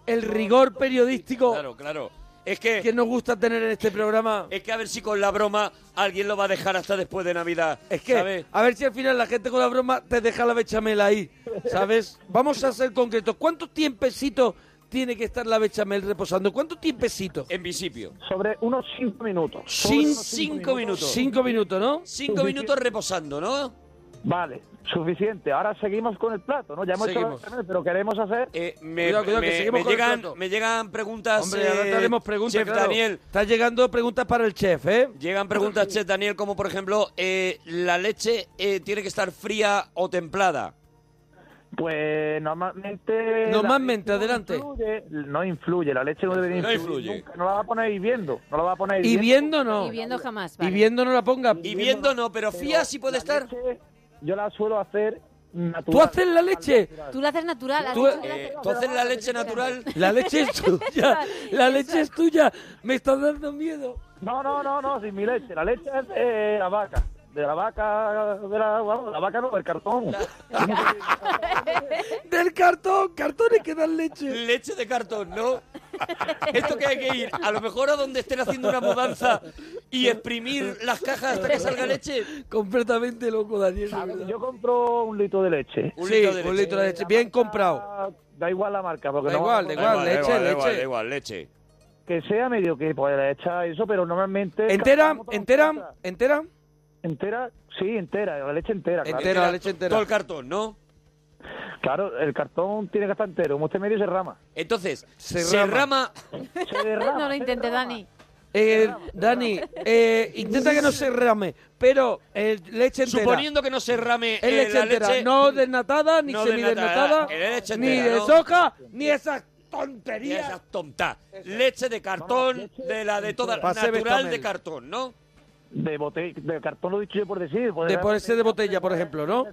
Speaker 2: el rigor periodístico
Speaker 4: Claro, claro. Es que
Speaker 2: que nos gusta tener en este programa
Speaker 4: Es que a ver si con la broma alguien lo va a dejar hasta después de Navidad.
Speaker 2: es que
Speaker 4: ¿sabes?
Speaker 2: a ver si al final la gente con la broma te deja la bechamel ahí, ¿sabes? Vamos a ser concretos. ¿Cuántos tiempecitos tiene que estar la bechamel reposando? ¿Cuántos tiempecitos?
Speaker 4: En principio.
Speaker 7: Sobre unos 5 minutos. Sobre
Speaker 2: Sin-
Speaker 7: unos cinco
Speaker 4: Cinco minutos.
Speaker 2: Cinco minutos, ¿no?
Speaker 4: Cinco minutos reposando, ¿no?
Speaker 7: Vale, suficiente. Ahora seguimos con el plato, ¿no? Ya hemos hecho la
Speaker 2: Seguimos.
Speaker 7: bechamel, pero queremos hacer.
Speaker 4: Eh, me,
Speaker 2: Cuidado, cuidado, que
Speaker 4: me-
Speaker 2: seguimos
Speaker 4: me
Speaker 2: con el
Speaker 4: llegan,
Speaker 2: plato.
Speaker 4: me llegan preguntas.
Speaker 2: Hombre, ahora te
Speaker 4: eh,
Speaker 2: haremos preguntas,
Speaker 4: Chef
Speaker 2: claro.
Speaker 4: Daniel.
Speaker 2: Están llegando preguntas para el chef, ¿eh?
Speaker 4: Llegan preguntas, Chef Daniel, como por ejemplo, eh, ¿la leche eh, tiene que estar fría o templada?
Speaker 7: Pues normalmente.
Speaker 2: Normalmente,
Speaker 7: la leche
Speaker 2: adelante.
Speaker 7: No influye, no influye, la leche no debe de
Speaker 4: No
Speaker 7: influir.
Speaker 4: influye.
Speaker 7: nunca, no la va a poner hirviendo. No la va a poner
Speaker 2: Y viendo no.
Speaker 3: Y viendo jamás,
Speaker 2: Y
Speaker 3: vale.
Speaker 2: viendo no la ponga.
Speaker 4: Y viendo no, pero fría sí puede
Speaker 7: la
Speaker 4: estar.
Speaker 7: leche yo la suelo hacer natural.
Speaker 2: ¿Tú haces la leche?
Speaker 3: Tú la haces natural. has
Speaker 2: Tú-
Speaker 3: dicho que la
Speaker 4: Eh,
Speaker 3: haces
Speaker 4: entonces la leche natural.
Speaker 2: <laughs> La leche
Speaker 3: <laughs>
Speaker 2: es tuya. La leche es tuya. Me estás dando miedo.
Speaker 7: No, no, no, no, sin mi leche. La leche es eh, la vaca. De la vaca, de la, vamos, la vaca no, el cartón.
Speaker 2: Del cartón, cartones que dan leche.
Speaker 4: Leche de cartón, ¿no? Esto que hay que ir, a lo mejor a donde estén haciendo una mudanza y exprimir las cajas hasta que salga leche.
Speaker 2: Completamente loco, Daniel. de
Speaker 7: A ver,
Speaker 2: verdad.
Speaker 7: Yo compro un litro de leche.
Speaker 4: Un
Speaker 2: sí,
Speaker 4: litro de
Speaker 2: un
Speaker 4: leche.
Speaker 2: litro de leche. Bien comprado.
Speaker 7: Ah, Da igual la marca, porque
Speaker 2: Da
Speaker 7: no-
Speaker 2: igual, da igual, leche, leche.
Speaker 4: leche.
Speaker 7: Que sea medio que pues le echa eso, pero normalmente.
Speaker 2: ¿Entera?
Speaker 7: Cada uno toma su
Speaker 2: ¿Entera?
Speaker 7: taza.
Speaker 2: ¿Entera?
Speaker 7: Entera, sí, entera, la leche entera. Claro.
Speaker 2: <laughs> Entera, la leche entera.
Speaker 4: Todo el cartón, ¿no?
Speaker 7: Claro, el cartón tiene que estar entero. Como usted medio se rama.
Speaker 4: Entonces, se,
Speaker 2: Se
Speaker 4: rama.
Speaker 7: Se derrama.
Speaker 3: No lo intentes, Dani.
Speaker 2: Eh, Dani, eh, intenta que no se rame, pero eh, leche entera.
Speaker 4: suponiendo que no se rame
Speaker 2: Es
Speaker 4: eh,
Speaker 2: leche
Speaker 4: la
Speaker 2: entera,
Speaker 4: leche.
Speaker 2: no desnatada, ni
Speaker 4: No
Speaker 2: semidesnatada,
Speaker 4: desnatada, es leche
Speaker 2: ni
Speaker 4: entera,
Speaker 2: de
Speaker 4: ¿no?
Speaker 2: soja, ni esas
Speaker 4: Y
Speaker 2: tonterías.
Speaker 4: Esa tonta. Leche de cartón, de la de toda.
Speaker 2: Pase
Speaker 4: Natural
Speaker 2: bechamel.
Speaker 4: de cartón, ¿no?
Speaker 7: De botella, de cartón lo he dicho yo por decir. por
Speaker 2: De ponerse de botella, por ejemplo, ¿no?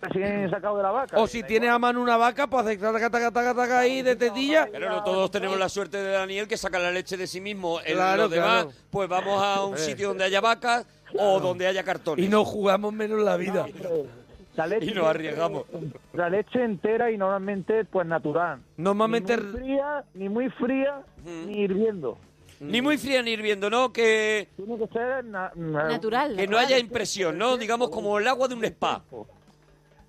Speaker 7: Recién sacado de la vaca.
Speaker 2: O si tienes a mano una vaca, pues hacer taca, taca, taca, taca ahí de tetilla.
Speaker 4: Pero no todos tenemos la suerte de Daniel que saca la leche de sí mismo. El,
Speaker 2: Claro,
Speaker 4: los demás,
Speaker 2: claro.
Speaker 4: pues vamos a un sitio donde haya vacas o donde haya cartón.
Speaker 2: Y nos jugamos menos la vida.
Speaker 7: La leche
Speaker 4: Y nos arriesgamos.
Speaker 7: La leche entera y normalmente pues natural.
Speaker 2: Normalmente
Speaker 7: Ni muy fría, ni muy fría, ni hirviendo.
Speaker 4: Ni muy fría ni hirviendo, ¿no? Que,
Speaker 7: Tiene que ser na- na-
Speaker 3: Natural.
Speaker 4: que no
Speaker 3: natural.
Speaker 4: haya impresión, ¿no? Digamos como el agua de un spa.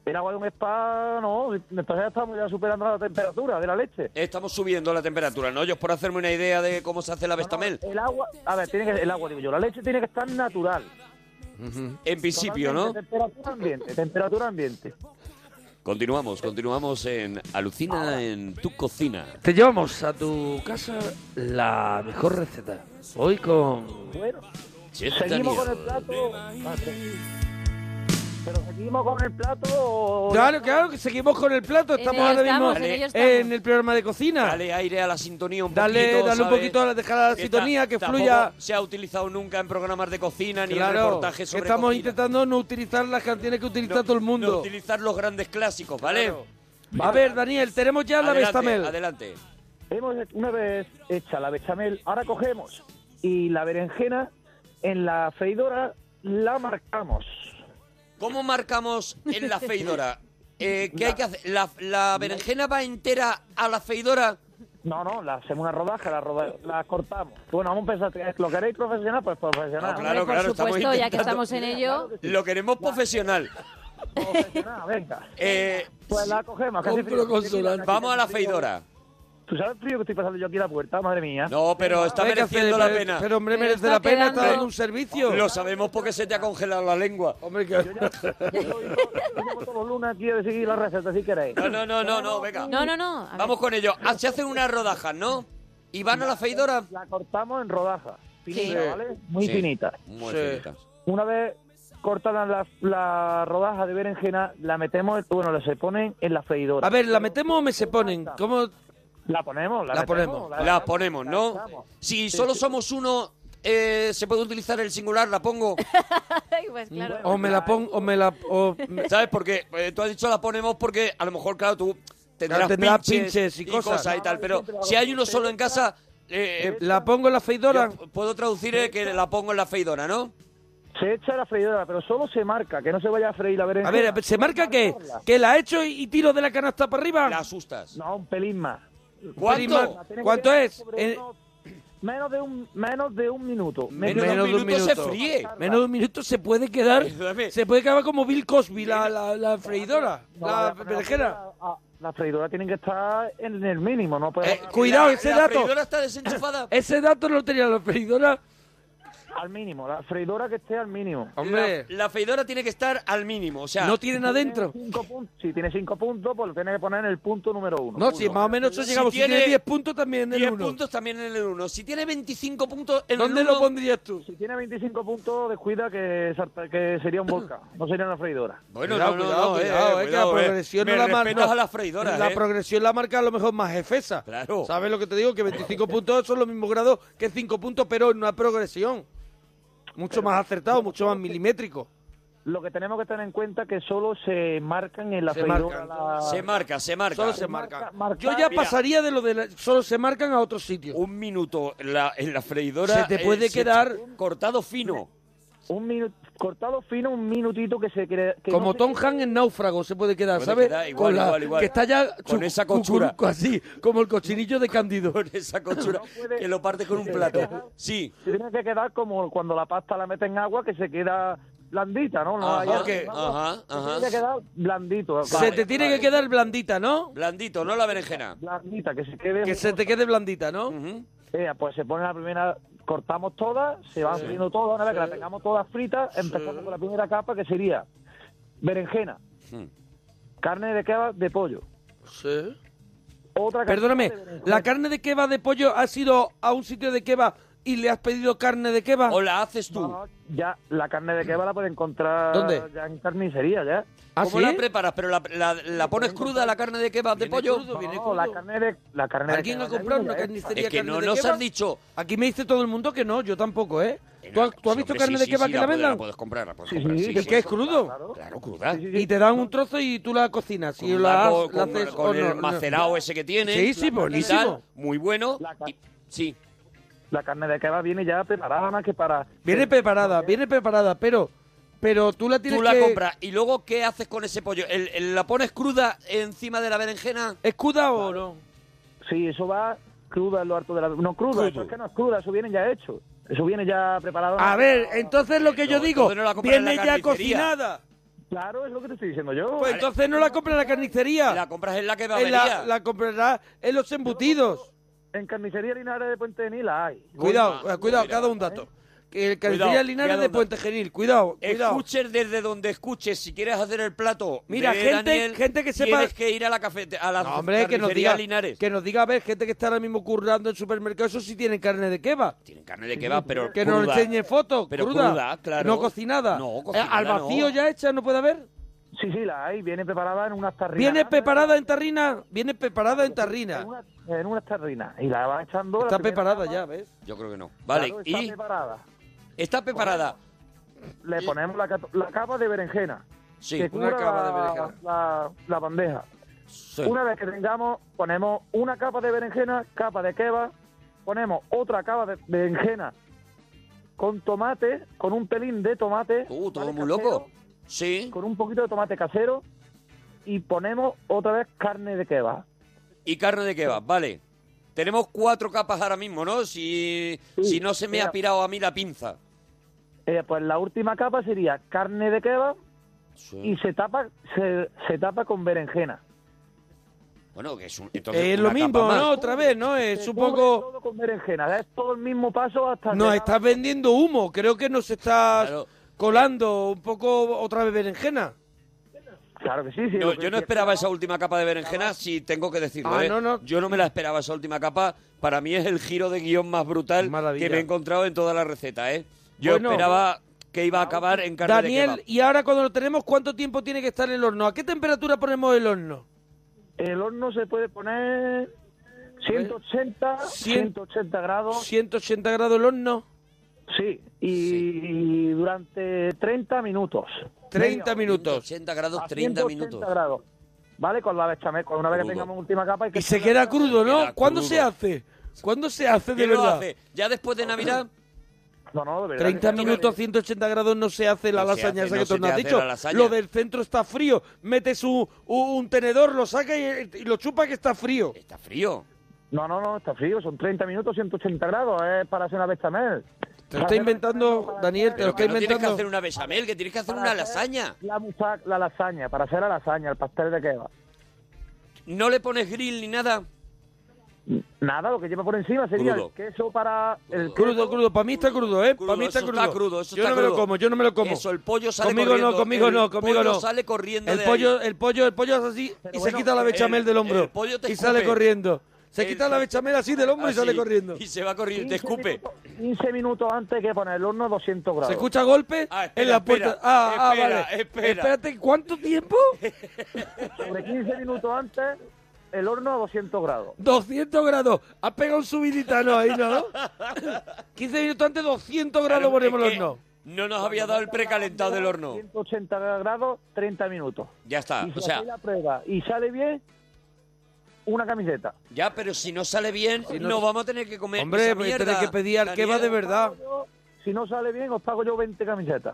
Speaker 7: El agua de un spa, no, entonces ya estamos ya superando la temperatura de la leche.
Speaker 4: Estamos subiendo la temperatura, ¿no? Yo por hacerme una idea de cómo se hace la bestamel.
Speaker 7: El agua, a ver, tiene que, el agua digo yo, la leche tiene que estar natural.
Speaker 4: En principio, ¿no?
Speaker 7: Totalmente, Temperatura ambiente, temperatura ambiente.
Speaker 4: Continuamos, continuamos en Alucina en tu cocina.
Speaker 2: Te llevamos a tu casa la mejor receta. Hoy con...
Speaker 7: Bueno,
Speaker 4: Chef
Speaker 7: seguimos con el
Speaker 4: Daniel.
Speaker 7: plato. Pero seguimos con el plato. o-
Speaker 2: Claro, claro, que seguimos con el
Speaker 7: Eh,
Speaker 2: plato.
Speaker 3: En
Speaker 2: Estamos
Speaker 3: ello
Speaker 2: ahora mismo
Speaker 3: estamos, en ello
Speaker 2: en
Speaker 3: estamos.
Speaker 2: el programa de cocina.
Speaker 4: Dale aire a la sintonía un
Speaker 2: Dale,
Speaker 4: poquito.
Speaker 2: dale un
Speaker 4: ¿sabes?
Speaker 2: poquito, a la- dejar la
Speaker 4: Esta-
Speaker 2: sintonía, que
Speaker 4: tampoco
Speaker 2: fluya.
Speaker 4: Se ha utilizado nunca en programas de cocina ni en
Speaker 2: Claro, que
Speaker 4: reportajes sobre
Speaker 2: estamos
Speaker 4: cocina.
Speaker 2: intentando no utilizar las canciones que utiliza
Speaker 4: No-
Speaker 2: todo el mundo.
Speaker 4: no utilizar los grandes clásicos, ¿vale?
Speaker 2: Claro. A ver, Daniel, tenemos ya la
Speaker 4: Adelante,
Speaker 2: bestamel.
Speaker 4: Adelante.
Speaker 7: Hemos, una vez hecha la bechamel, ahora cogemos y la berenjena en la freidora la marcamos.
Speaker 4: ¿Cómo marcamos en
Speaker 2: <laughs>
Speaker 4: la feidora? Eh, ¿Qué hay que hacer? ¿La, la berenjena va entera a la feidora?
Speaker 7: No, no, la hacemos una rodaja, la, roda- la cortamos. Bueno, vamos a pensar, ¿es- ¿lo queréis profesional? Pues profesional.
Speaker 4: No,
Speaker 3: Hombre,
Speaker 4: Claro,
Speaker 3: por
Speaker 4: claro, estamos
Speaker 3: supuesto, ya que
Speaker 4: intentando-
Speaker 3: estamos en ello.
Speaker 4: Lo queremos profesional.
Speaker 7: Profesional, venga.
Speaker 4: Eh,
Speaker 7: Pues la cogemos. que hace
Speaker 2: Compro
Speaker 7: frío, que hace frío,
Speaker 2: consonante.
Speaker 7: que hace
Speaker 4: vamos a la
Speaker 7: frío.
Speaker 4: feidora.
Speaker 7: ¿Tú sabes el frío que estoy pasando yo aquí a la puerta? Madre mía.
Speaker 4: No, pero está
Speaker 2: Hay que hacer-
Speaker 4: mereciendo la
Speaker 2: pero-
Speaker 4: pena.
Speaker 2: Pero hombre,
Speaker 3: Pero
Speaker 2: merece
Speaker 3: está
Speaker 2: la pena,
Speaker 3: quedando-
Speaker 2: está dando un servicio.
Speaker 4: Lo sabemos porque se te ha congelado la lengua.
Speaker 2: Hombre, que...
Speaker 7: Yo todos los lunes aquí a decidir la receta, si queréis.
Speaker 4: No, no, no, no, no, venga.
Speaker 3: No, no, no. a ver.
Speaker 4: Vamos con ello. Ah, Se hacen unas rodajas, ¿no? ¿Y van a la feidora?
Speaker 7: La cortamos en rodajas. Finita,
Speaker 3: Sí.
Speaker 7: ¿vale? Muy
Speaker 4: Sí.
Speaker 7: finita.
Speaker 4: Muy
Speaker 2: Sí.
Speaker 4: finitas.
Speaker 7: Una vez cortadas las las rodajas de berenjena, la metemos, bueno, la se ponen en la freidora.
Speaker 2: A ver, ¿la metemos o me se ponen? ¿Cómo?
Speaker 7: La ponemos, la,
Speaker 2: La
Speaker 7: metemos,
Speaker 2: ponemos.
Speaker 4: Las ponemos,
Speaker 7: la
Speaker 4: ¿no?
Speaker 7: echamos.
Speaker 4: Si solo somos uno, eh, ¿se puede utilizar el singular? ¿La pongo?
Speaker 3: Ay, pues claro.
Speaker 2: O me la pongo, o me la... O me-
Speaker 4: ¿Sabes? Porque eh, tú has dicho la ponemos porque a lo mejor, claro, tú tendrás,
Speaker 2: Claro, tendrá
Speaker 4: pinches,
Speaker 2: pinches y
Speaker 4: y
Speaker 2: cosas.
Speaker 4: cosas. y tal. Pero si hay uno solo en casa, eh, eh,
Speaker 2: ¿La pongo en la feidora?
Speaker 4: yo puedo traducir eh, que la pongo en la feidora, ¿no?
Speaker 7: Se echa a la freidora, pero solo se marca, que no se vaya a freír la berenjena.
Speaker 2: A ver, ¿se marca que ¿Que la echo y y tiro de la canasta para arriba?
Speaker 4: La asustas.
Speaker 7: No, un pelín más.
Speaker 2: Pelín
Speaker 4: ¿Cuánto?
Speaker 2: más. ¿Cuánto es? Eh,
Speaker 7: Sobre unos- Menos de un menos de un minuto.
Speaker 4: Menos de un minuto se fríe.
Speaker 2: Menos de un minuto se puede quedar.
Speaker 4: Ayúdame.
Speaker 2: Se puede quedar como Bill Cosby, la, la, la freidora,
Speaker 7: No,
Speaker 2: la
Speaker 7: la-
Speaker 2: berenjena.
Speaker 7: la- la- La freidora tiene que estar en el mínimo, no puede
Speaker 4: Eh,
Speaker 2: cuidado,
Speaker 4: la-
Speaker 2: ese
Speaker 4: la
Speaker 2: dato.
Speaker 4: freidora está desenchufada.
Speaker 2: Ese dato no lo tenía la freidora.
Speaker 7: al mínimo, la freidora que esté al mínimo.
Speaker 2: Hombre,
Speaker 4: La, la feidora tiene que estar al mínimo, o sea,
Speaker 2: no tienen adentro.
Speaker 7: Cinco pun- si tiene cinco puntos, pues lo tiene que poner en el punto número uno.
Speaker 2: No, si más o menos eso
Speaker 4: Si
Speaker 2: llegamos. Si
Speaker 4: tiene
Speaker 2: tiene 10 puntos también en el
Speaker 4: 10
Speaker 2: uno.
Speaker 4: puntos también en el 1. Si tiene 25 puntos en
Speaker 2: ¿Dónde
Speaker 4: el
Speaker 2: lo
Speaker 4: 1...
Speaker 2: pondrías tú?
Speaker 7: Si tiene 25 puntos, descuida que, salta- que sería
Speaker 2: <clears throat>
Speaker 7: un volcán, no sería una freidora.
Speaker 4: Bueno,
Speaker 2: Cuidado,
Speaker 4: no, no,
Speaker 2: cuidado,
Speaker 4: no, eh,
Speaker 2: cuidado, eh, que
Speaker 4: cuidado,
Speaker 2: la
Speaker 4: eh.
Speaker 2: progresión
Speaker 4: Me
Speaker 2: no la
Speaker 4: respetas
Speaker 2: marca.
Speaker 4: a las freidoras,
Speaker 2: la
Speaker 4: eh.
Speaker 2: progresión la marca a lo mejor más jefesa.
Speaker 4: Claro.
Speaker 2: ¿Sabes lo que te digo? Que 25 puntos son los mismos grados que 5 puntos, pero en una progresión. Mucho más acertado, mucho más milimétrico.
Speaker 7: Lo que tenemos que tener en cuenta es que solo se marcan en la
Speaker 2: Se
Speaker 7: freidora.
Speaker 2: marcan.
Speaker 7: la-
Speaker 4: Se marca, se marca.
Speaker 2: Solo se
Speaker 7: marca-
Speaker 2: marcan.
Speaker 7: marca-
Speaker 2: Yo ya
Speaker 7: Mira.
Speaker 2: pasaría de lo de la- solo se marcan a otro sitio.
Speaker 4: Un minuto en la, en la freidora. eh,
Speaker 2: Se te puede quedar-
Speaker 4: cortado fino.
Speaker 7: un minuto cortado fino, un minutito que se crea. que
Speaker 2: Como
Speaker 7: no se-
Speaker 2: Tom Han en Náufrago se puede quedar,
Speaker 4: Puede
Speaker 2: ¿sabes?
Speaker 4: quedar igual, igual, igual.
Speaker 2: Que está ya
Speaker 4: Con
Speaker 2: su-
Speaker 4: esa cochura.
Speaker 2: cucuruco <laughs> así, como el cochinillo de Candido.
Speaker 4: Con esa cochura.
Speaker 7: puede-
Speaker 4: que lo parte con un plato. Sí.
Speaker 7: se tiene que quedar como cuando la pasta la mete en agua, que se queda blandita, ¿no? No
Speaker 4: Ajá,
Speaker 7: hay-
Speaker 4: que- ajá,
Speaker 7: se
Speaker 4: ajá.
Speaker 7: tiene que quedar blandito.
Speaker 2: se te tiene que quedar blandita, ¿no?
Speaker 4: Blandito, no la berenjena.
Speaker 7: Blandita, que se quede.
Speaker 2: Que se te quede blandita, ¿no?
Speaker 4: Ujú.
Speaker 7: Eh, pues se pone la primera, cortamos todas, se van friendo todas, una vez que las tengamos todas fritas, empezamos con la primera capa que sería berenjena,
Speaker 4: Mm.
Speaker 7: carne de kebab de pollo,
Speaker 2: Sí.
Speaker 7: otra capa
Speaker 2: Perdóname,
Speaker 7: de berenjena.
Speaker 2: ¿la carne de kebab de pollo has ido a un sitio de kebab y le has pedido carne de kebab?
Speaker 4: O la haces tú.
Speaker 7: No, ya la carne de kebab la puedes encontrar
Speaker 2: ¿Dónde?
Speaker 7: ya en carnicería ya.
Speaker 2: ¿Ah,
Speaker 4: ¿Cómo
Speaker 2: sí?
Speaker 4: la preparas? ¿Pero la, la- la pones cruda la carne de kebab de
Speaker 2: Viene
Speaker 4: pollo?
Speaker 2: crudo, viene
Speaker 7: No, la
Speaker 2: crudo.
Speaker 7: carne de la carne
Speaker 2: ¿Alguien
Speaker 7: de
Speaker 2: ha
Speaker 7: kebab ya
Speaker 2: comprado una
Speaker 7: viene, ¿eh?
Speaker 2: carnicería
Speaker 4: Es que
Speaker 2: carne
Speaker 4: no
Speaker 2: de
Speaker 4: nos
Speaker 2: kebab?
Speaker 4: han dicho.
Speaker 2: Aquí me dice todo el mundo que no, yo tampoco, ¿eh? ¿Tú has, tú has visto
Speaker 4: Hombre,
Speaker 2: carne
Speaker 4: sí,
Speaker 2: de
Speaker 4: sí,
Speaker 2: kebab
Speaker 4: sí,
Speaker 2: que
Speaker 4: la
Speaker 2: la
Speaker 4: puedes-
Speaker 2: vendan?
Speaker 4: La puedes comprar, la puedes
Speaker 7: Sí,
Speaker 4: comprar.
Speaker 7: sí,
Speaker 4: Sí,
Speaker 2: ¿Y
Speaker 4: sí,
Speaker 2: qué es
Speaker 4: sí.
Speaker 2: crudo?
Speaker 7: Claro.
Speaker 4: Claro, cruda.
Speaker 7: Sí, sí,
Speaker 2: Y te dan un trozo y tú la cocinas.
Speaker 4: Con
Speaker 2: y
Speaker 4: un
Speaker 2: la,
Speaker 4: barco,
Speaker 2: has- la
Speaker 4: con-
Speaker 2: haces
Speaker 4: con
Speaker 2: o
Speaker 4: el
Speaker 2: no, no.
Speaker 4: macerado ese que tiene.
Speaker 2: Sí, sí,
Speaker 4: y tal,
Speaker 2: buenísimo.
Speaker 4: muy bueno.
Speaker 7: La ca-
Speaker 4: Y- sí.
Speaker 7: La carne de kebab viene ya preparada más que para
Speaker 2: Viene preparada, viene preparada, pero pero tú la tienes
Speaker 4: Tú la
Speaker 2: que
Speaker 4: compras. ¿Y luego qué haces con ese pollo? ¿El, el- la pones cruda encima de la berenjena?
Speaker 2: escuda o no.
Speaker 7: Sí, eso va cruda en lo harto de la no cruda, eso es que no es cruda, eso viene ya hecho. Eso viene ya preparado.
Speaker 2: A ver, entonces lo que yo
Speaker 4: No,
Speaker 2: digo,
Speaker 4: entonces no la compras en la
Speaker 2: viene ya
Speaker 4: carnicería.
Speaker 2: cocinada.
Speaker 7: Claro, es lo que te estoy diciendo yo.
Speaker 2: Pues entonces no la compra en la carnicería.
Speaker 4: La compras en la que
Speaker 2: En la, la comprará en los embutidos.
Speaker 7: En carnicería Linares de Puente de Nila hay.
Speaker 2: Cuidado, eh, cuidado, cada un dato. que el carnicería
Speaker 4: Cuidado,
Speaker 2: Linares
Speaker 4: cuidado,
Speaker 2: de
Speaker 4: no.
Speaker 2: Puente Genil. Cuidado, cuidado.
Speaker 4: Escuches desde donde escuches, si quieres hacer el plato.
Speaker 2: Mira,
Speaker 4: de
Speaker 2: gente-
Speaker 4: Daniel,
Speaker 2: gente que sepa-
Speaker 4: Tienes que ir a la cafete, a Pues la
Speaker 2: No, hombre, que nos
Speaker 4: carnicería
Speaker 2: diga,
Speaker 4: Linares.
Speaker 2: que nos diga, a ver, gente que está ahora mismo currando en supermercados, eso sí tienen carne de kebab.
Speaker 4: Tienen carne de kebab, pero
Speaker 2: Que nos
Speaker 4: cruda.
Speaker 2: enseñe fotos,
Speaker 4: Pero
Speaker 2: cruda,
Speaker 4: cruda, claro.
Speaker 2: no cocinada.
Speaker 4: No,
Speaker 2: Eh,
Speaker 4: cocinada
Speaker 2: Al vacío
Speaker 4: no.
Speaker 2: ya hecha, ¿no puede haber?
Speaker 7: Sí, sí, la hay. Viene preparada en unas tarrinas.
Speaker 2: ¿Viene preparada en tarrina? Viene preparada en tarrina.
Speaker 7: En una- en unas tarrinas. Y la va echando.
Speaker 2: Está
Speaker 7: la primera
Speaker 2: preparada
Speaker 7: capa,
Speaker 2: ya, ¿ves?
Speaker 4: Yo creo que no.
Speaker 7: claro,
Speaker 4: Vale,
Speaker 7: está
Speaker 4: y
Speaker 7: preparada.
Speaker 4: está preparada.
Speaker 7: Le ponemos la, capa- la capa de berenjena.
Speaker 4: Sí,
Speaker 7: que
Speaker 2: una
Speaker 7: cubra
Speaker 2: capa de
Speaker 7: la-
Speaker 2: berenjena.
Speaker 7: la- la bandeja.
Speaker 4: sí.
Speaker 7: Una vez que tengamos, ponemos una capa de berenjena, capa de kebab, ponemos otra capa de berenjena con tomate, con un pelín de tomate.
Speaker 4: Uh, todo
Speaker 7: ¿vale?
Speaker 4: muy
Speaker 7: casero,
Speaker 4: loco. Sí.
Speaker 7: Con un poquito de tomate casero y ponemos otra vez carne de kebab.
Speaker 4: Y carne de kebab, vale. Tenemos cuatro capas ahora mismo, ¿no? Si,
Speaker 7: Sí,
Speaker 4: si no se me ha
Speaker 7: mira.
Speaker 4: pirado a mí la pinza.
Speaker 7: Eh, pues la última capa sería carne de kebab y se tapa, se, se tapa con berenjena.
Speaker 4: Bueno, que es un,
Speaker 2: Es
Speaker 4: entonces
Speaker 2: lo
Speaker 4: una capa
Speaker 2: mismo,
Speaker 4: más.
Speaker 2: ¿no? Otra vez, ¿no? Es
Speaker 7: Se
Speaker 2: un
Speaker 7: cubre
Speaker 2: poco...
Speaker 7: Todo con berenjena, es todo el mismo paso hasta...
Speaker 2: Nos
Speaker 7: llegar-
Speaker 2: estás vendiendo humo, creo que nos estás
Speaker 4: Claro.
Speaker 2: colando un poco otra vez berenjena.
Speaker 7: Claro que Pues sí, sí.
Speaker 4: No,
Speaker 7: lo que-
Speaker 4: yo no esperaba esa última capa de berenjena, si tengo que decirlo.
Speaker 2: Ah,
Speaker 4: ¿eh?
Speaker 2: no, no.
Speaker 4: Yo no me la esperaba esa última capa. Para mí es el giro de guión más brutal
Speaker 2: Maravilla.
Speaker 4: que me he encontrado en toda la receta. ¿eh? Yo
Speaker 2: Bueno.
Speaker 4: esperaba que iba a acabar en carne de
Speaker 2: Daniel,
Speaker 4: kebab.
Speaker 2: y ahora cuando lo tenemos, ¿cuánto tiempo tiene que estar en el horno? ¿A qué temperatura ponemos el horno?
Speaker 7: El horno se puede poner
Speaker 4: Pues
Speaker 7: 180,
Speaker 2: Cien-
Speaker 7: 180 grados,
Speaker 2: 180 grados el horno,
Speaker 7: sí, y, y durante 30 minutos.
Speaker 2: 30 minutos.
Speaker 4: 80 grados,
Speaker 7: A
Speaker 4: 30
Speaker 7: 180
Speaker 4: minutos.
Speaker 7: grados. ¿Vale, con la bechamel, con una vez
Speaker 4: Crudo.
Speaker 7: que tengamos última capa hay que
Speaker 2: Y se
Speaker 7: echarle-
Speaker 2: queda crudo,
Speaker 4: queda
Speaker 2: ¿no? ¿Cuándo
Speaker 4: crudo.
Speaker 2: se hace? ¿Cuándo se hace de
Speaker 4: ¿Quién lo
Speaker 2: verdad?
Speaker 4: hace? Ya después de Navidad.
Speaker 7: No, no, de verdad.
Speaker 2: 30
Speaker 7: que-
Speaker 2: minutos, 180 grados, no se hace la
Speaker 4: No se
Speaker 2: lasaña
Speaker 4: hace,
Speaker 2: esa
Speaker 4: no
Speaker 2: que
Speaker 4: se
Speaker 2: tú nos
Speaker 4: te
Speaker 2: has
Speaker 4: hace
Speaker 2: dicho.
Speaker 4: la lasaña.
Speaker 2: Lo del centro está frío. Metes un, un- un tenedor, lo sacas y, y lo chupa que está frío.
Speaker 4: Está frío.
Speaker 7: No, no, no, está frío, son 30 minutos, 180 grados, es para hacer una bechamel.
Speaker 2: Te lo está inventando, Daniel, te lo está
Speaker 4: Pero que no tienes que hacer
Speaker 2: inventando.
Speaker 4: una bechamel, que tienes que hacer
Speaker 7: Para
Speaker 4: una
Speaker 7: hacer
Speaker 4: lasaña.
Speaker 7: La, musa- la lasaña, para hacer la lasaña, el pastel de kebab.
Speaker 4: No le pones grill ni nada.
Speaker 7: Nada, lo que lleva por encima sería
Speaker 4: Crudo.
Speaker 7: el queso para... El
Speaker 2: Crudo, crudo, para mí está crudo, ¿eh?
Speaker 4: Crudo,
Speaker 2: Para mí está
Speaker 4: eso
Speaker 2: crudo.
Speaker 4: está crudo, eso
Speaker 2: yo
Speaker 4: está
Speaker 2: no me lo
Speaker 4: crudo.
Speaker 2: como, yo no me lo como.
Speaker 4: Eso, el pollo sale
Speaker 2: conmigo
Speaker 4: corriendo.
Speaker 2: no, conmigo
Speaker 4: El
Speaker 2: no, conmigo
Speaker 4: pollo
Speaker 2: no.
Speaker 4: sale corriendo
Speaker 2: El
Speaker 4: de
Speaker 2: pollo,
Speaker 4: ahí.
Speaker 2: el pollo, el pollo es así y se
Speaker 7: bueno,
Speaker 2: quita la bechamel
Speaker 4: el-
Speaker 2: del hombro.
Speaker 4: el pollo te
Speaker 2: y sale
Speaker 4: escupe.
Speaker 2: corriendo. Se
Speaker 4: El-
Speaker 2: quita la bechamel así del hombro y sale
Speaker 4: Así.
Speaker 2: corriendo.
Speaker 4: Y se va corriendo y te escupe.
Speaker 7: minutos- 15 minutos antes que poner el horno a 200 grados.
Speaker 2: ¿Se escucha golpe?
Speaker 4: Ah, espera,
Speaker 2: en la puerta.
Speaker 4: espera,
Speaker 2: ah, ah,
Speaker 4: espera,
Speaker 2: vale.
Speaker 4: espera.
Speaker 2: Espérate, ¿cuánto
Speaker 4: <laughs>
Speaker 2: tiempo?
Speaker 7: Sobre 15 minutos antes, el horno a 200 grados.
Speaker 2: 200 grados. Has pegado un subiditano ahí,
Speaker 4: <laughs>
Speaker 2: ¿no? 15 minutos antes, 200 grados
Speaker 4: Claro,
Speaker 2: ponemos
Speaker 4: es
Speaker 2: los
Speaker 4: que
Speaker 2: no.
Speaker 4: No nos había dado el precalentado del horno.
Speaker 7: 180 grados, 30 minutos.
Speaker 4: Ya está.
Speaker 7: y si
Speaker 4: O sea,
Speaker 7: hacéis la prueba y sale bien, una camiseta.
Speaker 4: ya, pero si no sale bien,
Speaker 2: no-
Speaker 4: nos vamos a tener que comer.
Speaker 2: Hombre,
Speaker 4: esa
Speaker 2: voy a tener
Speaker 4: mierda,
Speaker 2: que pedir al que va
Speaker 4: Daniel.
Speaker 2: de verdad.
Speaker 7: Yo, si no sale bien, os pago yo 20 camisetas.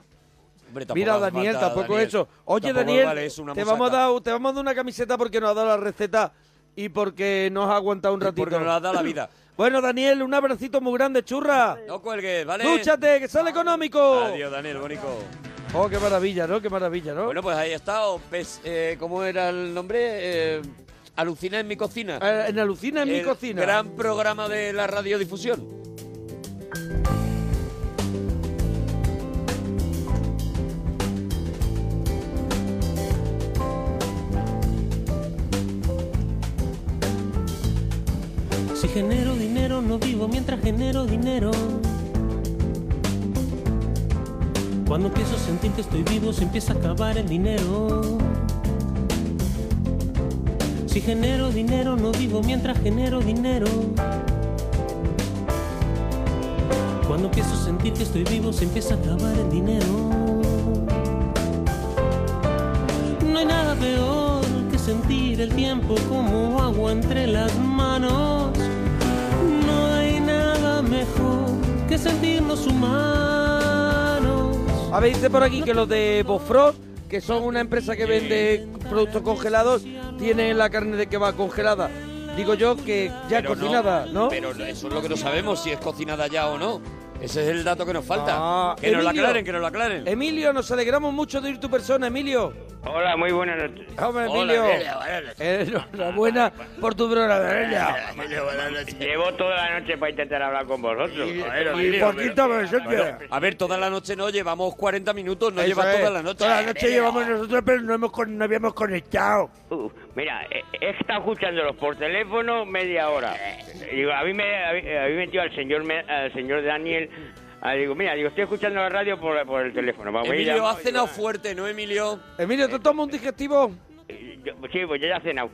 Speaker 4: Hombre, tampoco
Speaker 2: Mira,
Speaker 4: hace
Speaker 2: Daniel,
Speaker 4: falta,
Speaker 2: tampoco
Speaker 4: Daniel.
Speaker 2: eso. Oye,
Speaker 4: Tampoco
Speaker 2: Daniel,
Speaker 4: vale eso, una
Speaker 2: te, vamos a
Speaker 4: musaca.
Speaker 2: dar, te vamos a dar una camiseta porque nos ha dado la receta y porque nos ha aguantado un
Speaker 4: Y porque
Speaker 2: ratito.
Speaker 4: nos la da la vida.
Speaker 2: <laughs> Bueno, Daniel, un abracito muy grande, churra.
Speaker 4: No cuelgues, ¿vale?
Speaker 2: ¡Dúchate, que sale económico!
Speaker 4: Adiós, Daniel, bonito.
Speaker 2: Oh, qué maravilla, ¿no? Qué maravilla, ¿no?
Speaker 4: Bueno, pues ahí ha estado. Pes- eh, ¿Cómo era el nombre? Eh, Alucina en mi cocina.
Speaker 2: Eh, en alucina en mi
Speaker 4: El
Speaker 2: cocina.
Speaker 4: Gran programa de la radiodifusión.
Speaker 8: <clears throat> Si genero dinero, no vivo mientras genero dinero. Cuando empiezo a sentir que estoy vivo, se empieza a acabar el dinero. Si genero dinero, no vivo mientras genero dinero. Cuando empiezo a sentir que estoy vivo, se empieza a acabar el dinero. No hay nada peor que sentir el tiempo como agua entre las manos. No hay nada mejor que sentirnos humanos.
Speaker 2: A ver, dice por aquí que los de Bofrost, que son una empresa que vende productos congelados, tienen la carne de que va congelada. Digo yo que ya
Speaker 4: Pero
Speaker 2: cocinada, ¿no?
Speaker 4: Pero eso es lo que no sabemos, si es cocinada ya o no. Ese es el dato que nos falta.
Speaker 2: Ah,
Speaker 4: que nos lo
Speaker 2: Emilio.
Speaker 4: aclaren, que nos lo aclaren.
Speaker 2: Emilio, nos alegramos mucho de ir tu persona, Emilio.
Speaker 9: Hola, muy buenas noches.
Speaker 2: Hombre,
Speaker 9: Hola,
Speaker 2: Emilio. Eh,
Speaker 9: Emilio, buenas noches.
Speaker 2: Enhorabuena por tu
Speaker 4: <laughs>
Speaker 2: programa.
Speaker 9: Llevo toda la noche para intentar hablar con vosotros. Joder,
Speaker 2: Y
Speaker 9: Emilio,
Speaker 2: por quinta vez, ¿eh?
Speaker 4: Bueno, a ver, toda la noche no, llevamos 40 minutos, no
Speaker 2: Eso
Speaker 4: lleva
Speaker 2: es.
Speaker 4: toda la noche.
Speaker 2: Toda la noche llevamos nosotros, pero no, hemos con- no habíamos conectado.
Speaker 9: Uh, mira, he, he estado escuchándolos por teléfono media hora. Digo, a mí me había metido al señor me- al señor Daniel. Ah, digo, mira, digo, estoy escuchando la radio por, por el teléfono. Vamos, voy a
Speaker 4: Emilio ha
Speaker 9: llamar.
Speaker 4: cenado fuerte, ¿no, Emilio?
Speaker 2: Emilio, ¿te tomas un digestivo?
Speaker 9: Yo- sí, pues yo ya he cenado.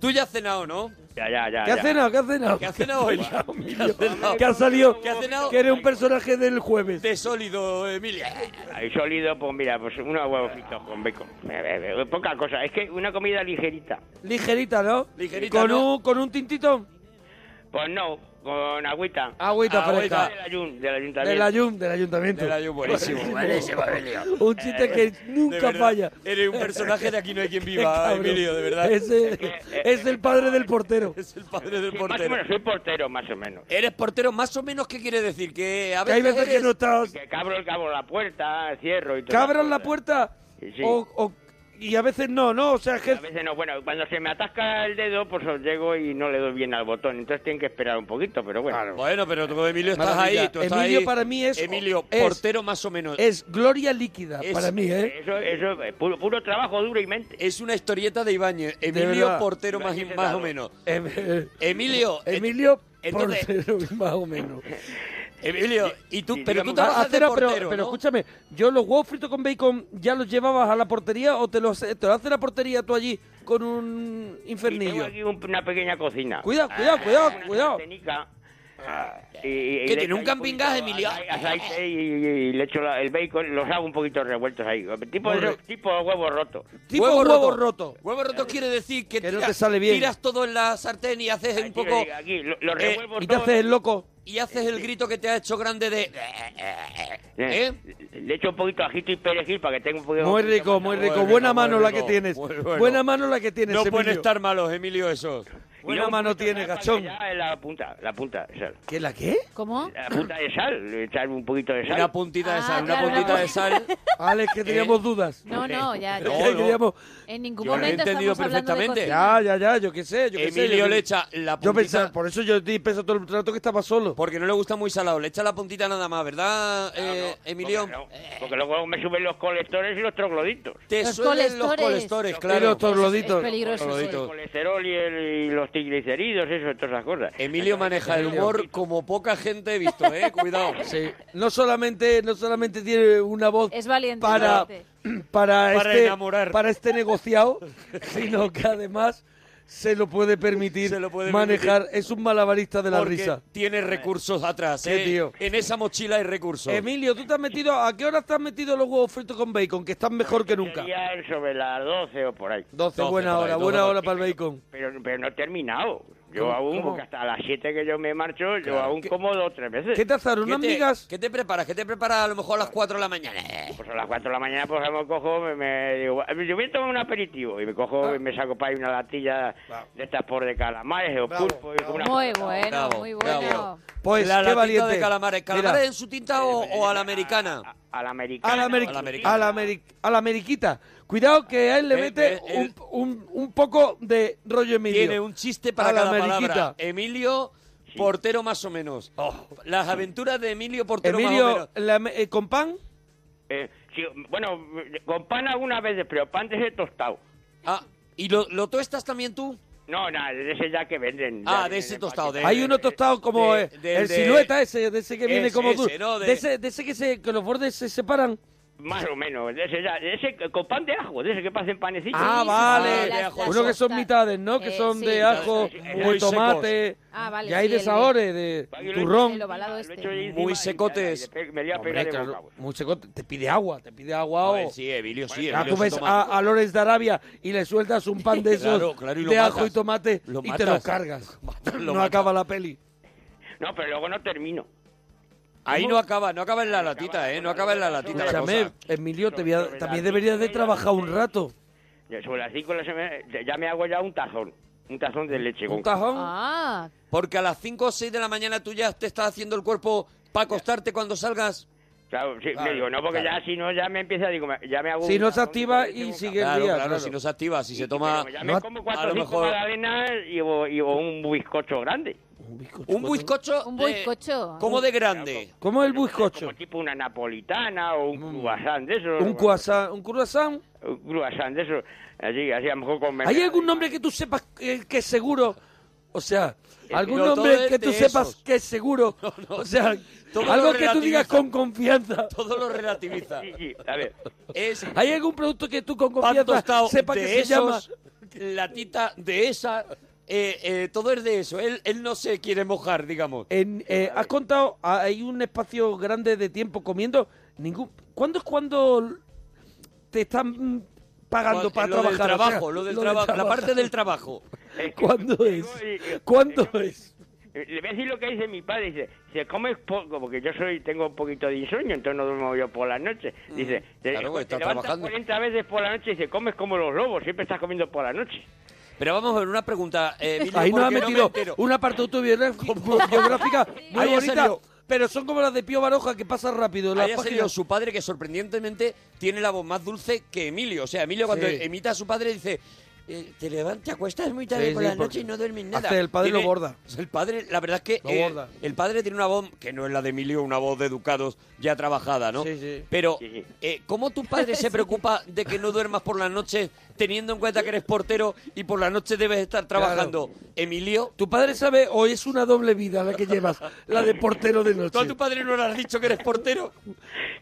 Speaker 4: Tú ya has cenado, ¿no?
Speaker 9: Ya, ya, ya.
Speaker 2: ¿Qué ha
Speaker 9: ya.
Speaker 2: cenado? ¿Qué ha cenado?
Speaker 4: ¿Qué ha cenado hoy? ¿Qué <laughs> ha cenado?
Speaker 2: Que ha salido,
Speaker 4: ¿Qué ha cenado?
Speaker 2: que eres un personaje del jueves.
Speaker 4: De sólido, Emilio.
Speaker 9: Ahí sólido, pues mira, pues unos huevos fritos con bacon. Eh, eh, eh, Poca cosa, es que una comida ligerita.
Speaker 2: Ligerita, ¿no?
Speaker 4: Ligerita,
Speaker 2: ¿Con,
Speaker 4: ¿no?
Speaker 2: Un, ¿Con un tintito?
Speaker 9: Pues no, con agüita.
Speaker 2: Agüita
Speaker 4: Agüita.
Speaker 2: fresca.
Speaker 9: Del ayun, del ayuntamiento.
Speaker 2: Del, ayun, del ayuntamiento.
Speaker 4: Del ayun, buenísimo,
Speaker 2: <laughs>
Speaker 4: buenísimo, Emilio.
Speaker 2: Un chiste
Speaker 9: Eh,
Speaker 2: que
Speaker 4: De
Speaker 2: nunca
Speaker 4: verdad,
Speaker 2: falla.
Speaker 4: Eres un personaje de aquí no hay
Speaker 2: <laughs>
Speaker 4: quien
Speaker 2: Qué
Speaker 4: viva,
Speaker 2: cabrón.
Speaker 4: Emilio, de verdad.
Speaker 2: Es el,
Speaker 4: <laughs>
Speaker 2: es el padre del portero.
Speaker 4: Es el padre del
Speaker 9: eh, Sí, más o
Speaker 4: portero.
Speaker 9: menos, soy portero, más o menos.
Speaker 4: Eres portero, más o menos, ¿qué quiere decir? Que a
Speaker 2: Que hay
Speaker 4: veces,
Speaker 2: veces que
Speaker 4: eres-
Speaker 2: no estás.
Speaker 9: Que cabro el cabo la puerta, cierro y todo.
Speaker 2: Que abran la puerta
Speaker 9: Sí, sí.
Speaker 2: o, o- y a veces no, ¿no? O sea,
Speaker 9: A
Speaker 2: que
Speaker 9: veces no, bueno, cuando se me atasca el dedo, pues os llego y no le doy bien al botón. Entonces tienen que esperar un poquito, pero bueno.
Speaker 4: Bueno, pero tú, Emilio, estás
Speaker 2: Maravilla.
Speaker 4: ahí. tú estás
Speaker 2: Emilio
Speaker 4: ahí.
Speaker 2: para mí es-
Speaker 4: Emilio,
Speaker 2: es-
Speaker 4: portero más o menos.
Speaker 2: es gloria líquida
Speaker 4: Es-
Speaker 2: para mí, ¿eh?
Speaker 9: Eso, eso es puro, puro trabajo duro y mente.
Speaker 4: Es una historieta de Ibáñez.
Speaker 2: verdad.
Speaker 4: Emilio, portero más,
Speaker 9: Ibáñez
Speaker 4: más o
Speaker 9: dado.
Speaker 4: menos.
Speaker 2: Em- eh,
Speaker 4: <laughs> Emilio.
Speaker 2: <laughs>
Speaker 4: et-
Speaker 2: Emilio,
Speaker 4: entonces-
Speaker 2: portero,
Speaker 4: <laughs>
Speaker 2: más o menos.
Speaker 4: Emilio, y tú,
Speaker 9: Sí,
Speaker 4: pero tú
Speaker 9: digamos-
Speaker 4: trabajas
Speaker 2: Ah,
Speaker 4: de
Speaker 2: cero, pero,
Speaker 4: portero,
Speaker 2: pero
Speaker 4: ¿no?
Speaker 2: escúchame, yo los huevos fritos con bacon ya los llevabas a la portería o te los, te los hace la portería tú allí con un
Speaker 9: Y tengo Ah,
Speaker 2: infernillo.
Speaker 9: aquí un- una pequeña cocina.
Speaker 2: Cuidado, cuidado, cuidado,
Speaker 9: Una
Speaker 2: cuidado.
Speaker 9: sartenica. Ah, Y- y- y
Speaker 4: ¿Qué,
Speaker 9: le
Speaker 4: tiene
Speaker 9: echo
Speaker 4: un
Speaker 9: ahí
Speaker 4: camping
Speaker 9: poquito
Speaker 4: gas, Emilio?
Speaker 9: ace- Aceite y, y le echo la- el bacon, los hago un poquito revueltos ahí. Tipo,
Speaker 2: Muy
Speaker 9: de-
Speaker 2: rico.
Speaker 9: tipo huevo roto.
Speaker 2: Tipo huevo, roto.
Speaker 4: Huevo roto quiere decir que,
Speaker 2: Que no
Speaker 4: tiras-
Speaker 2: te sale bien.
Speaker 4: tiras todo en la sartén y haces
Speaker 9: Ahí
Speaker 4: un
Speaker 9: tiro,
Speaker 4: poco
Speaker 9: digo, Aquí, lo, lo
Speaker 4: Eh,
Speaker 9: revuelvo
Speaker 2: Y te
Speaker 9: todo.
Speaker 2: haces el loco.
Speaker 4: y haces el grito que te ha hecho grande de ¿eh?
Speaker 9: Eh, Le echo un poquito de ajito y perejil para que tenga un poquito
Speaker 2: Muy
Speaker 9: un poquito
Speaker 2: rico,
Speaker 9: más
Speaker 2: muy
Speaker 9: sabor.
Speaker 2: rico.
Speaker 4: bueno,
Speaker 2: Buena
Speaker 4: muy
Speaker 2: mano la que
Speaker 4: rico,
Speaker 2: tienes.
Speaker 4: muy bueno.
Speaker 2: Buena mano la que tienes.
Speaker 4: No pueden
Speaker 2: Emilio.
Speaker 4: estar malos, Emilio, esos.
Speaker 9: Y
Speaker 2: Buena
Speaker 9: luego un
Speaker 2: mano
Speaker 9: poquito de
Speaker 2: tienes,
Speaker 9: sal para
Speaker 2: gachón.
Speaker 9: que ya es La punta, la punta de sal.
Speaker 2: ¿Qué la qué?
Speaker 3: ¿Cómo?
Speaker 9: La punta de sal, echar un poquito de sal.
Speaker 4: Una puntita de
Speaker 3: Ah,
Speaker 4: sal, una
Speaker 3: claro,
Speaker 4: puntita
Speaker 3: una
Speaker 4: de sal.
Speaker 2: Alex, que
Speaker 4: Eh,
Speaker 2: teníamos dudas.
Speaker 3: No, no, ya, ya.
Speaker 4: No,
Speaker 2: Que teníamos-
Speaker 3: En ningún
Speaker 4: Yo lo he
Speaker 3: momento
Speaker 4: entendido
Speaker 3: estamos hablando de
Speaker 4: perfectamente. Ah,
Speaker 3: cocina.
Speaker 2: Ya, ya, ya, yo qué sé. Yo qué sé,
Speaker 4: Emilio
Speaker 2: yo qué-
Speaker 4: le echa la
Speaker 2: Yo
Speaker 4: puntita.
Speaker 2: pensaba, por eso yo te pensé todo el rato que estaba solo.
Speaker 4: Porque no le gusta muy salado, le echa la puntita nada más, ¿verdad,
Speaker 9: No, no,
Speaker 4: eh,
Speaker 9: porque
Speaker 4: Emilio?
Speaker 9: no, porque luego me suben los colectores y los trogloditos.
Speaker 4: Te
Speaker 3: Los
Speaker 4: suelen los
Speaker 3: colestores.
Speaker 4: colestores,
Speaker 2: Y los
Speaker 4: claro.
Speaker 2: trogloditos.
Speaker 3: Es peligroso.
Speaker 9: El
Speaker 4: Trogloditos.
Speaker 9: colesterol y, el- y los triglicéridos, eso, todas esas cosas.
Speaker 4: Emilio maneja el humor como poca gente he visto, ¿eh? Cuidado.
Speaker 2: Sí. No solamente, no solamente tiene una voz
Speaker 3: Es valiente.
Speaker 2: para,
Speaker 3: valiente.
Speaker 2: para,
Speaker 4: Para
Speaker 2: este,
Speaker 4: enamorar.
Speaker 2: para este negociado, sino que además se lo puede permitir
Speaker 4: Se lo puede
Speaker 2: manejar. Es un malabarista de la
Speaker 4: Porque
Speaker 2: risa.
Speaker 4: tiene recursos atrás,
Speaker 2: Qué
Speaker 4: ¿eh?
Speaker 2: tío.
Speaker 4: En esa mochila hay recursos.
Speaker 2: Emilio, ¿tú te has metido? ¿A qué hora te has metido los huevos fritos con bacon? Que están mejor que nunca.
Speaker 9: Sería sobre las 12 o por ahí.
Speaker 2: 12,
Speaker 4: 12
Speaker 2: buena
Speaker 4: por
Speaker 2: hora,
Speaker 4: ahí, 12
Speaker 2: buena
Speaker 4: por
Speaker 2: hora para el bacon.
Speaker 9: Pero, pero no he terminado. Yo
Speaker 2: ¿Cómo-
Speaker 9: aún,
Speaker 2: cómo?
Speaker 9: porque hasta las 7 que yo me marcho, yo
Speaker 4: Claro,
Speaker 9: aún
Speaker 4: ¿qué-
Speaker 9: como dos o tres veces.
Speaker 2: ¿Qué te azaron?
Speaker 4: ¿Qué
Speaker 2: ¿Unas
Speaker 4: te,
Speaker 2: migas?
Speaker 4: ¿Qué te preparas? ¿Qué te preparas a lo mejor a las 4 de la mañana?
Speaker 9: Pues a las 4 de la mañana, pues me cojo, me, me digo, yo voy a tomar un aperitivo. Y me cojo y me saco para ahí una latilla de estas por de calamares o
Speaker 2: Bravo,
Speaker 9: pulpo. Y como una
Speaker 3: Muy bueno,
Speaker 4: Bravo,
Speaker 3: muy bueno.
Speaker 4: bravo.
Speaker 2: Pues
Speaker 4: la
Speaker 2: qué
Speaker 4: latita
Speaker 2: valiente.
Speaker 4: de calamares. ¿Calamares
Speaker 2: Mira,
Speaker 4: en su tinta o, o a la americana?
Speaker 9: Eh, A, a la americana.
Speaker 2: a la, ameri-
Speaker 4: A la americana.
Speaker 2: a, la ameri- a la ameriquita. Cuidado que a él le
Speaker 4: Eh,
Speaker 2: mete
Speaker 4: eh, él-
Speaker 2: un, un, un poco de rollo Emilio.
Speaker 4: Tiene un chiste para
Speaker 2: A la
Speaker 4: cada
Speaker 2: ameriquita.
Speaker 4: palabra. Emilio, portero más o menos. Las aventuras de Emilio, portero más o
Speaker 2: Oh. Emilio,
Speaker 4: menos.
Speaker 2: la me- eh, ¿con pan?
Speaker 9: Eh, sí, bueno, con pan algunas veces, pero pan de ese tostado.
Speaker 4: Ah, ¿y lo, lo tostas también tú?
Speaker 9: No, nada, de ese ya que venden.
Speaker 4: Ah,
Speaker 9: ya
Speaker 4: de ese
Speaker 9: vienen
Speaker 4: tostado, de-
Speaker 9: paquete.
Speaker 2: Hay uno tostado como
Speaker 4: de-
Speaker 2: eh,
Speaker 4: de-
Speaker 2: el
Speaker 4: de-
Speaker 2: silueta ese, de ese que viene
Speaker 4: Ese,
Speaker 2: como tú.
Speaker 4: ese, ¿no?
Speaker 2: de...
Speaker 4: De-
Speaker 2: ese, de ese que, se, que los bordes se separan.
Speaker 9: Más o menos, de ese ya, de ese con pan de ajo, de ese que pasen panecitos.
Speaker 2: Ah,
Speaker 3: sí,
Speaker 2: vale.
Speaker 4: sí, las- las
Speaker 2: Uno que son
Speaker 3: tostas.
Speaker 2: mitades, ¿no? Que
Speaker 3: Eh,
Speaker 2: son
Speaker 3: sí.
Speaker 2: de ajo,
Speaker 9: Sí, sí,
Speaker 2: de
Speaker 4: muy secos.
Speaker 2: tomate.
Speaker 3: Ah, vale,
Speaker 2: Y hay
Speaker 3: sí,
Speaker 2: de
Speaker 3: el-
Speaker 2: sabores, de
Speaker 9: Yo lo-
Speaker 2: turrón.
Speaker 3: El ovalado
Speaker 9: lo
Speaker 3: este.
Speaker 9: echo ahí
Speaker 4: Muy
Speaker 9: encima y-
Speaker 4: secotes.
Speaker 9: y me voy a
Speaker 2: Hombre,
Speaker 9: pegar de
Speaker 2: claro,
Speaker 9: bocado.
Speaker 2: muy seco. Te pide agua, te pide agua
Speaker 4: A
Speaker 2: o...
Speaker 4: ver, sí, Emilio, sí.
Speaker 2: Ah,
Speaker 4: Emilio
Speaker 2: tú
Speaker 4: se
Speaker 2: ves
Speaker 4: toma-
Speaker 2: a, a Lawrence Darabia y le sueltas un pan
Speaker 4: <laughs>
Speaker 2: de esos
Speaker 4: Claro, claro, y lo
Speaker 2: de ajo
Speaker 4: matas.
Speaker 2: y tomate
Speaker 4: Lo
Speaker 2: y te lo
Speaker 4: matas.
Speaker 2: cargas.
Speaker 4: Matas, <laughs> lo
Speaker 2: no
Speaker 4: matas.
Speaker 2: acaba la peli.
Speaker 9: No, pero luego no termino.
Speaker 4: Ahí no acaba, no acaba en la latita, ¿eh? No acaba en la latita la
Speaker 2: Escúchame,
Speaker 4: cosa.
Speaker 2: Emilio, te voy a- también deberías de trabajar un rato.
Speaker 9: Ya Sobre las 5 ya me hago ya un tazón. Un tazón de leche.
Speaker 2: Un
Speaker 9: con-
Speaker 2: tajón.
Speaker 3: Ah,
Speaker 4: Porque a las 5 o 6 de la mañana tú ya te estás haciendo el cuerpo para acostarte cuando salgas?
Speaker 9: Claro, sí,
Speaker 4: Claro,
Speaker 9: me digo, no, porque
Speaker 4: claro.
Speaker 9: ya si no, ya me empieza, digo, me- ya me hago
Speaker 2: Si
Speaker 9: un-
Speaker 2: no se activa y sigue
Speaker 4: Claro,
Speaker 2: el día.
Speaker 4: claro, si no se activa, si se toma
Speaker 9: Pero ya
Speaker 2: No
Speaker 9: me
Speaker 2: ha-
Speaker 9: como
Speaker 4: a
Speaker 9: cuatro
Speaker 4: lo
Speaker 9: o cinco
Speaker 4: mejor-
Speaker 9: magdalenas y, o- y o un bizcocho grande.
Speaker 4: un bizcocho,
Speaker 3: Un
Speaker 4: de-
Speaker 3: boicocho.
Speaker 4: ¿cómo de grande?
Speaker 2: ¿Cómo es el
Speaker 9: pues, Como
Speaker 2: bizcocho? Mm.
Speaker 9: tipo una napolitana o un croissant de eso.
Speaker 2: ¿Un croissant? ¿Un croissant?
Speaker 9: Un croissant de eso. Así, así a lo mejor con
Speaker 2: ¿Hay algún nombre que tú sepas que, que es seguro? O sea, algún
Speaker 4: pero todo
Speaker 2: nombre
Speaker 4: es
Speaker 2: que tú
Speaker 4: de
Speaker 2: sepas
Speaker 4: esos.
Speaker 2: que es seguro.
Speaker 4: <laughs> no.
Speaker 2: O sea,
Speaker 4: Todo lo
Speaker 2: algo que tú
Speaker 4: relativiza.
Speaker 2: digas con confianza.
Speaker 4: Todo lo relativiza.
Speaker 9: Sí, sí, a ver.
Speaker 4: <laughs> Es
Speaker 2: ¿Hay algún producto que tú con
Speaker 4: pan
Speaker 2: confianza
Speaker 4: tostado
Speaker 2: sepas
Speaker 4: de
Speaker 2: que se llama?
Speaker 4: esos, latita de esa, eh, eh, todo es de eso. Él, él no se quiere mojar, digamos.
Speaker 2: En, eh, ¿Has contado? Hay un espacio grande de tiempo comiendo. Ningún. ¿Cuándo es cuando te están mm, pagando para trabajar?
Speaker 4: lo Del
Speaker 2: O sea,
Speaker 4: trabajo, lo del trabajo, la parte del trabajo.
Speaker 9: <laughs> es que-
Speaker 2: ¿Cuándo es?
Speaker 9: y- y-
Speaker 2: ¿Cuándo
Speaker 9: yo-
Speaker 2: es?
Speaker 9: Eh, Le voy a decir lo que dice mi padre, dice, se come poco, porque yo soy tengo un poquito de insomnio, entonces no duermo yo por la noche. Dice, te,
Speaker 4: Mm. claro, porque
Speaker 9: te
Speaker 4: estás
Speaker 9: levantas
Speaker 4: trabajando.
Speaker 9: 40 veces por la noche y se comes como los lobos, siempre estás comiendo por la noche.
Speaker 4: Pero vamos a ver una pregunta.
Speaker 9: <laughs>
Speaker 4: eh, Emilio,
Speaker 2: Ahí nos ha
Speaker 4: porque no me
Speaker 2: metido
Speaker 4: entero.
Speaker 2: una parte autobiográfica
Speaker 4: <laughs>
Speaker 2: biográfica muy
Speaker 4: Ahí ha
Speaker 2: bonita,
Speaker 4: salido.
Speaker 2: pero son como las de Pío Baroja que pasan rápido. Las
Speaker 4: Ahí ha salido
Speaker 2: páginas.
Speaker 4: su padre, que sorprendentemente tiene la voz más dulce que Emilio. O sea, Emilio cuando
Speaker 2: Sí.
Speaker 4: imita a su padre dice... eh, Te levantas, te acuestas muy tarde
Speaker 2: Sí,
Speaker 4: por
Speaker 2: sí,
Speaker 4: la
Speaker 2: porque
Speaker 4: noche y no duermes nada.
Speaker 2: hace el padre lo
Speaker 4: Tiene-
Speaker 2: borda.
Speaker 4: o sea, El padre, la verdad es que
Speaker 2: Lo
Speaker 4: eh,
Speaker 2: borda.
Speaker 4: el padre tiene una voz que no es la de Emilio, una voz de educados ya trabajada, ¿no?
Speaker 2: Sí, sí.
Speaker 4: Pero
Speaker 9: Sí, sí.
Speaker 4: eh, ¿cómo tu
Speaker 2: <laughs>
Speaker 4: padre se preocupa de que no duermas por las noches teniendo en cuenta que eres portero y por la noche debes estar trabajando? Emilio,
Speaker 2: Tu padre sabe o es una doble vida la que llevas, la de portero de noche.
Speaker 4: ¿tú a tu padre <laughs> no le has dicho que eres portero?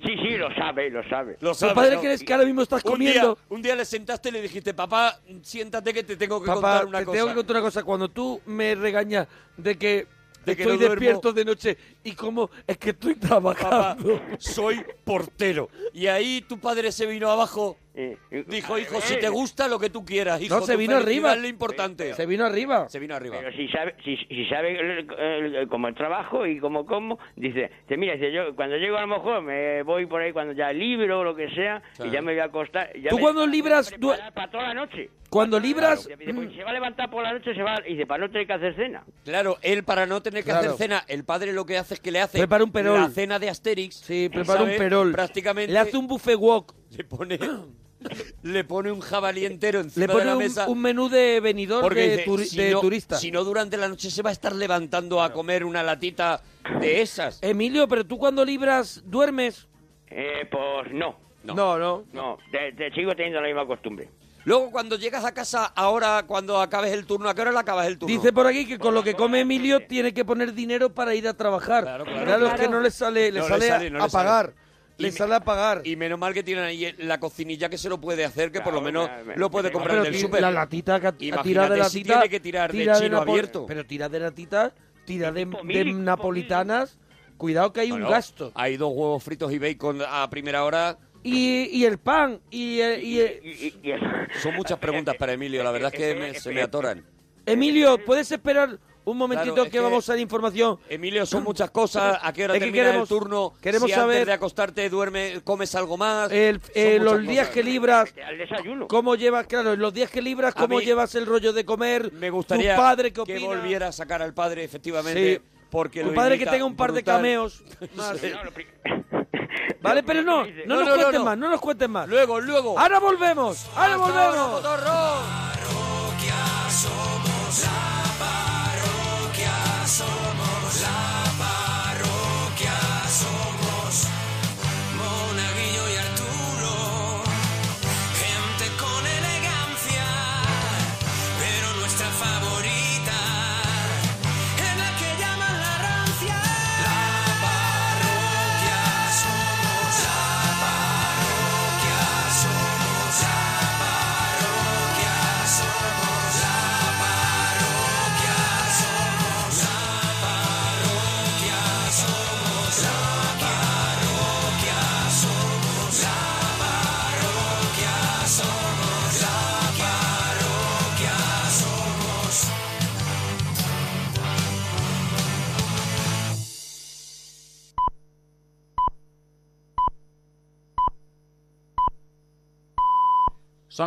Speaker 9: Sí, sí, lo sabe, lo sabe.
Speaker 4: Lo
Speaker 2: Tu
Speaker 4: sabes,
Speaker 2: padre
Speaker 4: ¿no?
Speaker 2: crees que ahora mismo estás
Speaker 4: Un
Speaker 2: comiendo.
Speaker 4: día, un día le sentaste y le dijiste, papá, siéntate que te tengo que
Speaker 2: Papá,
Speaker 4: contar una
Speaker 2: te
Speaker 4: cosa.
Speaker 2: tengo que contar una cosa. Cuando tú me regañas de que
Speaker 4: De que
Speaker 2: estoy
Speaker 4: no duermo.
Speaker 2: despierto de noche y como es que estoy <laughs>
Speaker 4: Papá,
Speaker 2: trabajando.
Speaker 4: soy portero. Y ahí tu padre se vino abajo.
Speaker 9: Eh, eh,
Speaker 4: Dijo,
Speaker 9: a
Speaker 4: hijo,
Speaker 9: ver,
Speaker 4: si te gusta lo que tú quieras,
Speaker 2: No,
Speaker 4: hijo.
Speaker 2: se
Speaker 4: tu
Speaker 2: vino
Speaker 4: felicidad
Speaker 2: arriba.
Speaker 4: Es lo importante.
Speaker 2: Se vino arriba.
Speaker 4: Se vino arriba.
Speaker 9: Pero si sabe, si, si sabe el- el- el- cómo trabajo y cómo como, dice, dice, mira, dice, yo cuando llego a lo mejor me voy por ahí cuando ya libro o lo que sea
Speaker 4: Claro.
Speaker 9: y ya me voy a acostar. ya
Speaker 2: Tú
Speaker 9: me-
Speaker 2: cuando libras,
Speaker 9: preparar Para toda la noche.
Speaker 2: Cuando libras, mm,
Speaker 9: Dice, pues, se va a levantar por la noche, se va, y dice, para no tener que hacer cena.
Speaker 4: Claro, él para no tener que
Speaker 2: Claro.
Speaker 4: hacer cena, el padre lo que hace es que le hace
Speaker 2: Prepara un perol.
Speaker 4: la cena de Asterix.
Speaker 2: sí, prepara un
Speaker 4: ¿sabe?
Speaker 2: perol.
Speaker 4: Prácticamente
Speaker 2: Le hace un buffet wok.
Speaker 4: le pone <coughs> le pone un jabalí entero
Speaker 2: Le
Speaker 4: encima de
Speaker 2: pone
Speaker 4: la
Speaker 2: un,
Speaker 4: mesa.
Speaker 2: un menú de venidor
Speaker 4: Porque
Speaker 2: de,
Speaker 4: dice,
Speaker 2: turi-
Speaker 4: si
Speaker 2: de
Speaker 4: no-
Speaker 2: turista.
Speaker 4: Si no, durante la noche se va a estar levantando a comer una latita de esas.
Speaker 2: Emilio, pero tú cuando libras, ¿duermes?
Speaker 9: Eh, pues no,
Speaker 4: No.
Speaker 2: no. no.
Speaker 9: no, te, te sigo teniendo la misma costumbre.
Speaker 4: Luego, cuando llegas a casa, ahora, cuando acabes el turno, ¿a qué hora le acabas el turno?
Speaker 2: Dice por aquí que con lo que
Speaker 9: Bueno,
Speaker 2: come
Speaker 9: bueno,
Speaker 2: Emilio
Speaker 9: sí.
Speaker 2: tiene que poner dinero para ir a trabajar.
Speaker 4: Claro,
Speaker 2: Claro,
Speaker 4: claro.
Speaker 2: es que no le sale, le
Speaker 4: No le
Speaker 2: sale,
Speaker 4: sale, no
Speaker 2: a
Speaker 4: le sale.
Speaker 2: pagar.
Speaker 4: Y
Speaker 2: Le
Speaker 4: me-
Speaker 2: sale a pagar.
Speaker 4: Y menos mal que tienen ahí la cocinilla que se lo puede hacer, que por lo
Speaker 9: Claro,
Speaker 4: menos
Speaker 9: me- me-
Speaker 4: lo puede
Speaker 9: me-
Speaker 4: comprar
Speaker 2: Pero
Speaker 4: del
Speaker 2: ti-
Speaker 4: súper.
Speaker 2: La latita que ha- ha
Speaker 4: Imagínate
Speaker 2: tirado de la
Speaker 4: si
Speaker 2: tita,
Speaker 4: tiene que tirar de chino
Speaker 2: Napo-
Speaker 4: abierto.
Speaker 2: Pero tira de latita, tira de,
Speaker 9: Tipo
Speaker 2: de
Speaker 9: mil, tipo
Speaker 2: napolitanas. Cuidado que hay un
Speaker 4: Bueno,
Speaker 2: gasto.
Speaker 4: Hay dos huevos fritos y bacon a primera hora.
Speaker 2: Y, y el pan, y, eh, y, eh,
Speaker 9: Y- y- y-
Speaker 4: Son muchas preguntas para Emilio, la verdad es que me- se me atoran.
Speaker 9: Eh,
Speaker 2: Emilio, ¿puedes esperar un momentito
Speaker 4: Claro, es
Speaker 2: que,
Speaker 4: que-
Speaker 2: vamos a la información?
Speaker 4: Emilio, son muchas cosas. ¿A qué hora
Speaker 2: Es que
Speaker 4: termina
Speaker 2: queremos-
Speaker 4: el turno?
Speaker 2: queremos
Speaker 4: si
Speaker 2: saber-
Speaker 4: antes de acostarte duerme, comes algo más.
Speaker 2: El-
Speaker 4: Son
Speaker 2: eh, los
Speaker 4: muchas
Speaker 2: días
Speaker 4: cosas.
Speaker 2: que libras,
Speaker 9: Al desayuno.
Speaker 2: ¿cómo llevas? Claro, en los días que libras,
Speaker 4: A
Speaker 2: ¿cómo
Speaker 4: mí-
Speaker 2: llevas el rollo de comer?
Speaker 4: Me gustaría
Speaker 2: ¿Tu padre qué
Speaker 4: que
Speaker 2: opina?
Speaker 4: volviera a sacar al padre, efectivamente.
Speaker 2: Sí.
Speaker 4: Porque
Speaker 2: Tu
Speaker 4: lo
Speaker 2: padre que
Speaker 4: imita
Speaker 2: tenga un par de
Speaker 4: brutal. <laughs>
Speaker 2: cameos. más.
Speaker 9: No, lo pri-
Speaker 2: Vale, pero no,
Speaker 9: dice-
Speaker 2: no
Speaker 4: No,
Speaker 2: nos
Speaker 4: no, no,
Speaker 2: cuentes
Speaker 4: no.
Speaker 2: más, no nos cuentes más.
Speaker 4: Luego, luego.
Speaker 2: Ahora volvemos, ahora
Speaker 4: Hasta ahora,
Speaker 2: volvemos.
Speaker 4: cotorro.
Speaker 1: Parroquia somos, la parroquia somos, la parroquia somos. Monaguillo y Arturo, gente con elegancia, pero nuestra favorita es la que llaman la rancia. La parroquia somos, la parroquia somos, la parroquia somos, la parroquia somos, la parroquia somos, la parroquia somos, la parroquia somos, la parroquia somos.
Speaker 10: Son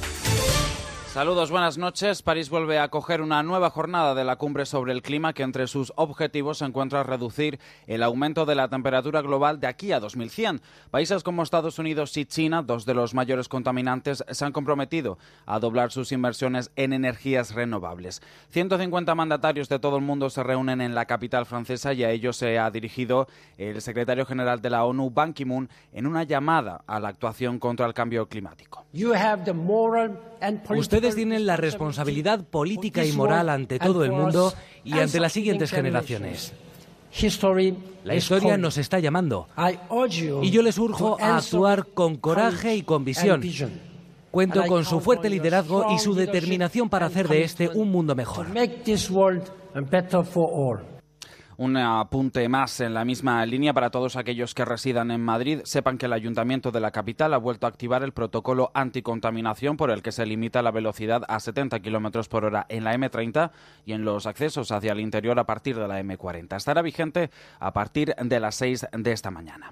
Speaker 10: Saludos, buenas noches. París vuelve a acoger una nueva jornada de la cumbre sobre el clima que entre sus objetivos se encuentra reducir el aumento de la temperatura global de aquí a 2100. Países como Estados Unidos y China, dos de los mayores contaminantes, se han comprometido a doblar sus inversiones en energías renovables. 150 mandatarios de todo el mundo se reúnen en la capital francesa y a ellos se ha dirigido el secretario general de la ONU, Ban Ki-moon, en una llamada a la actuación contra el cambio climático.
Speaker 8: Ustedes tienen la responsabilidad política y moral ante todo el mundo y ante las siguientes generaciones. La historia nos está llamando y yo les urjo a actuar con coraje y con visión. Cuento con su fuerte liderazgo y su determinación para hacer de este un mundo mejor.
Speaker 10: Un apunte más en la misma línea para todos aquellos que residan en Madrid. Sepan que el Ayuntamiento de la capital ha vuelto a activar el protocolo anticontaminación por el que se limita la velocidad a 70 kilómetros por hora en la M30 y en los accesos hacia el interior a partir de la M40. Estará vigente a partir de las 6 de esta mañana.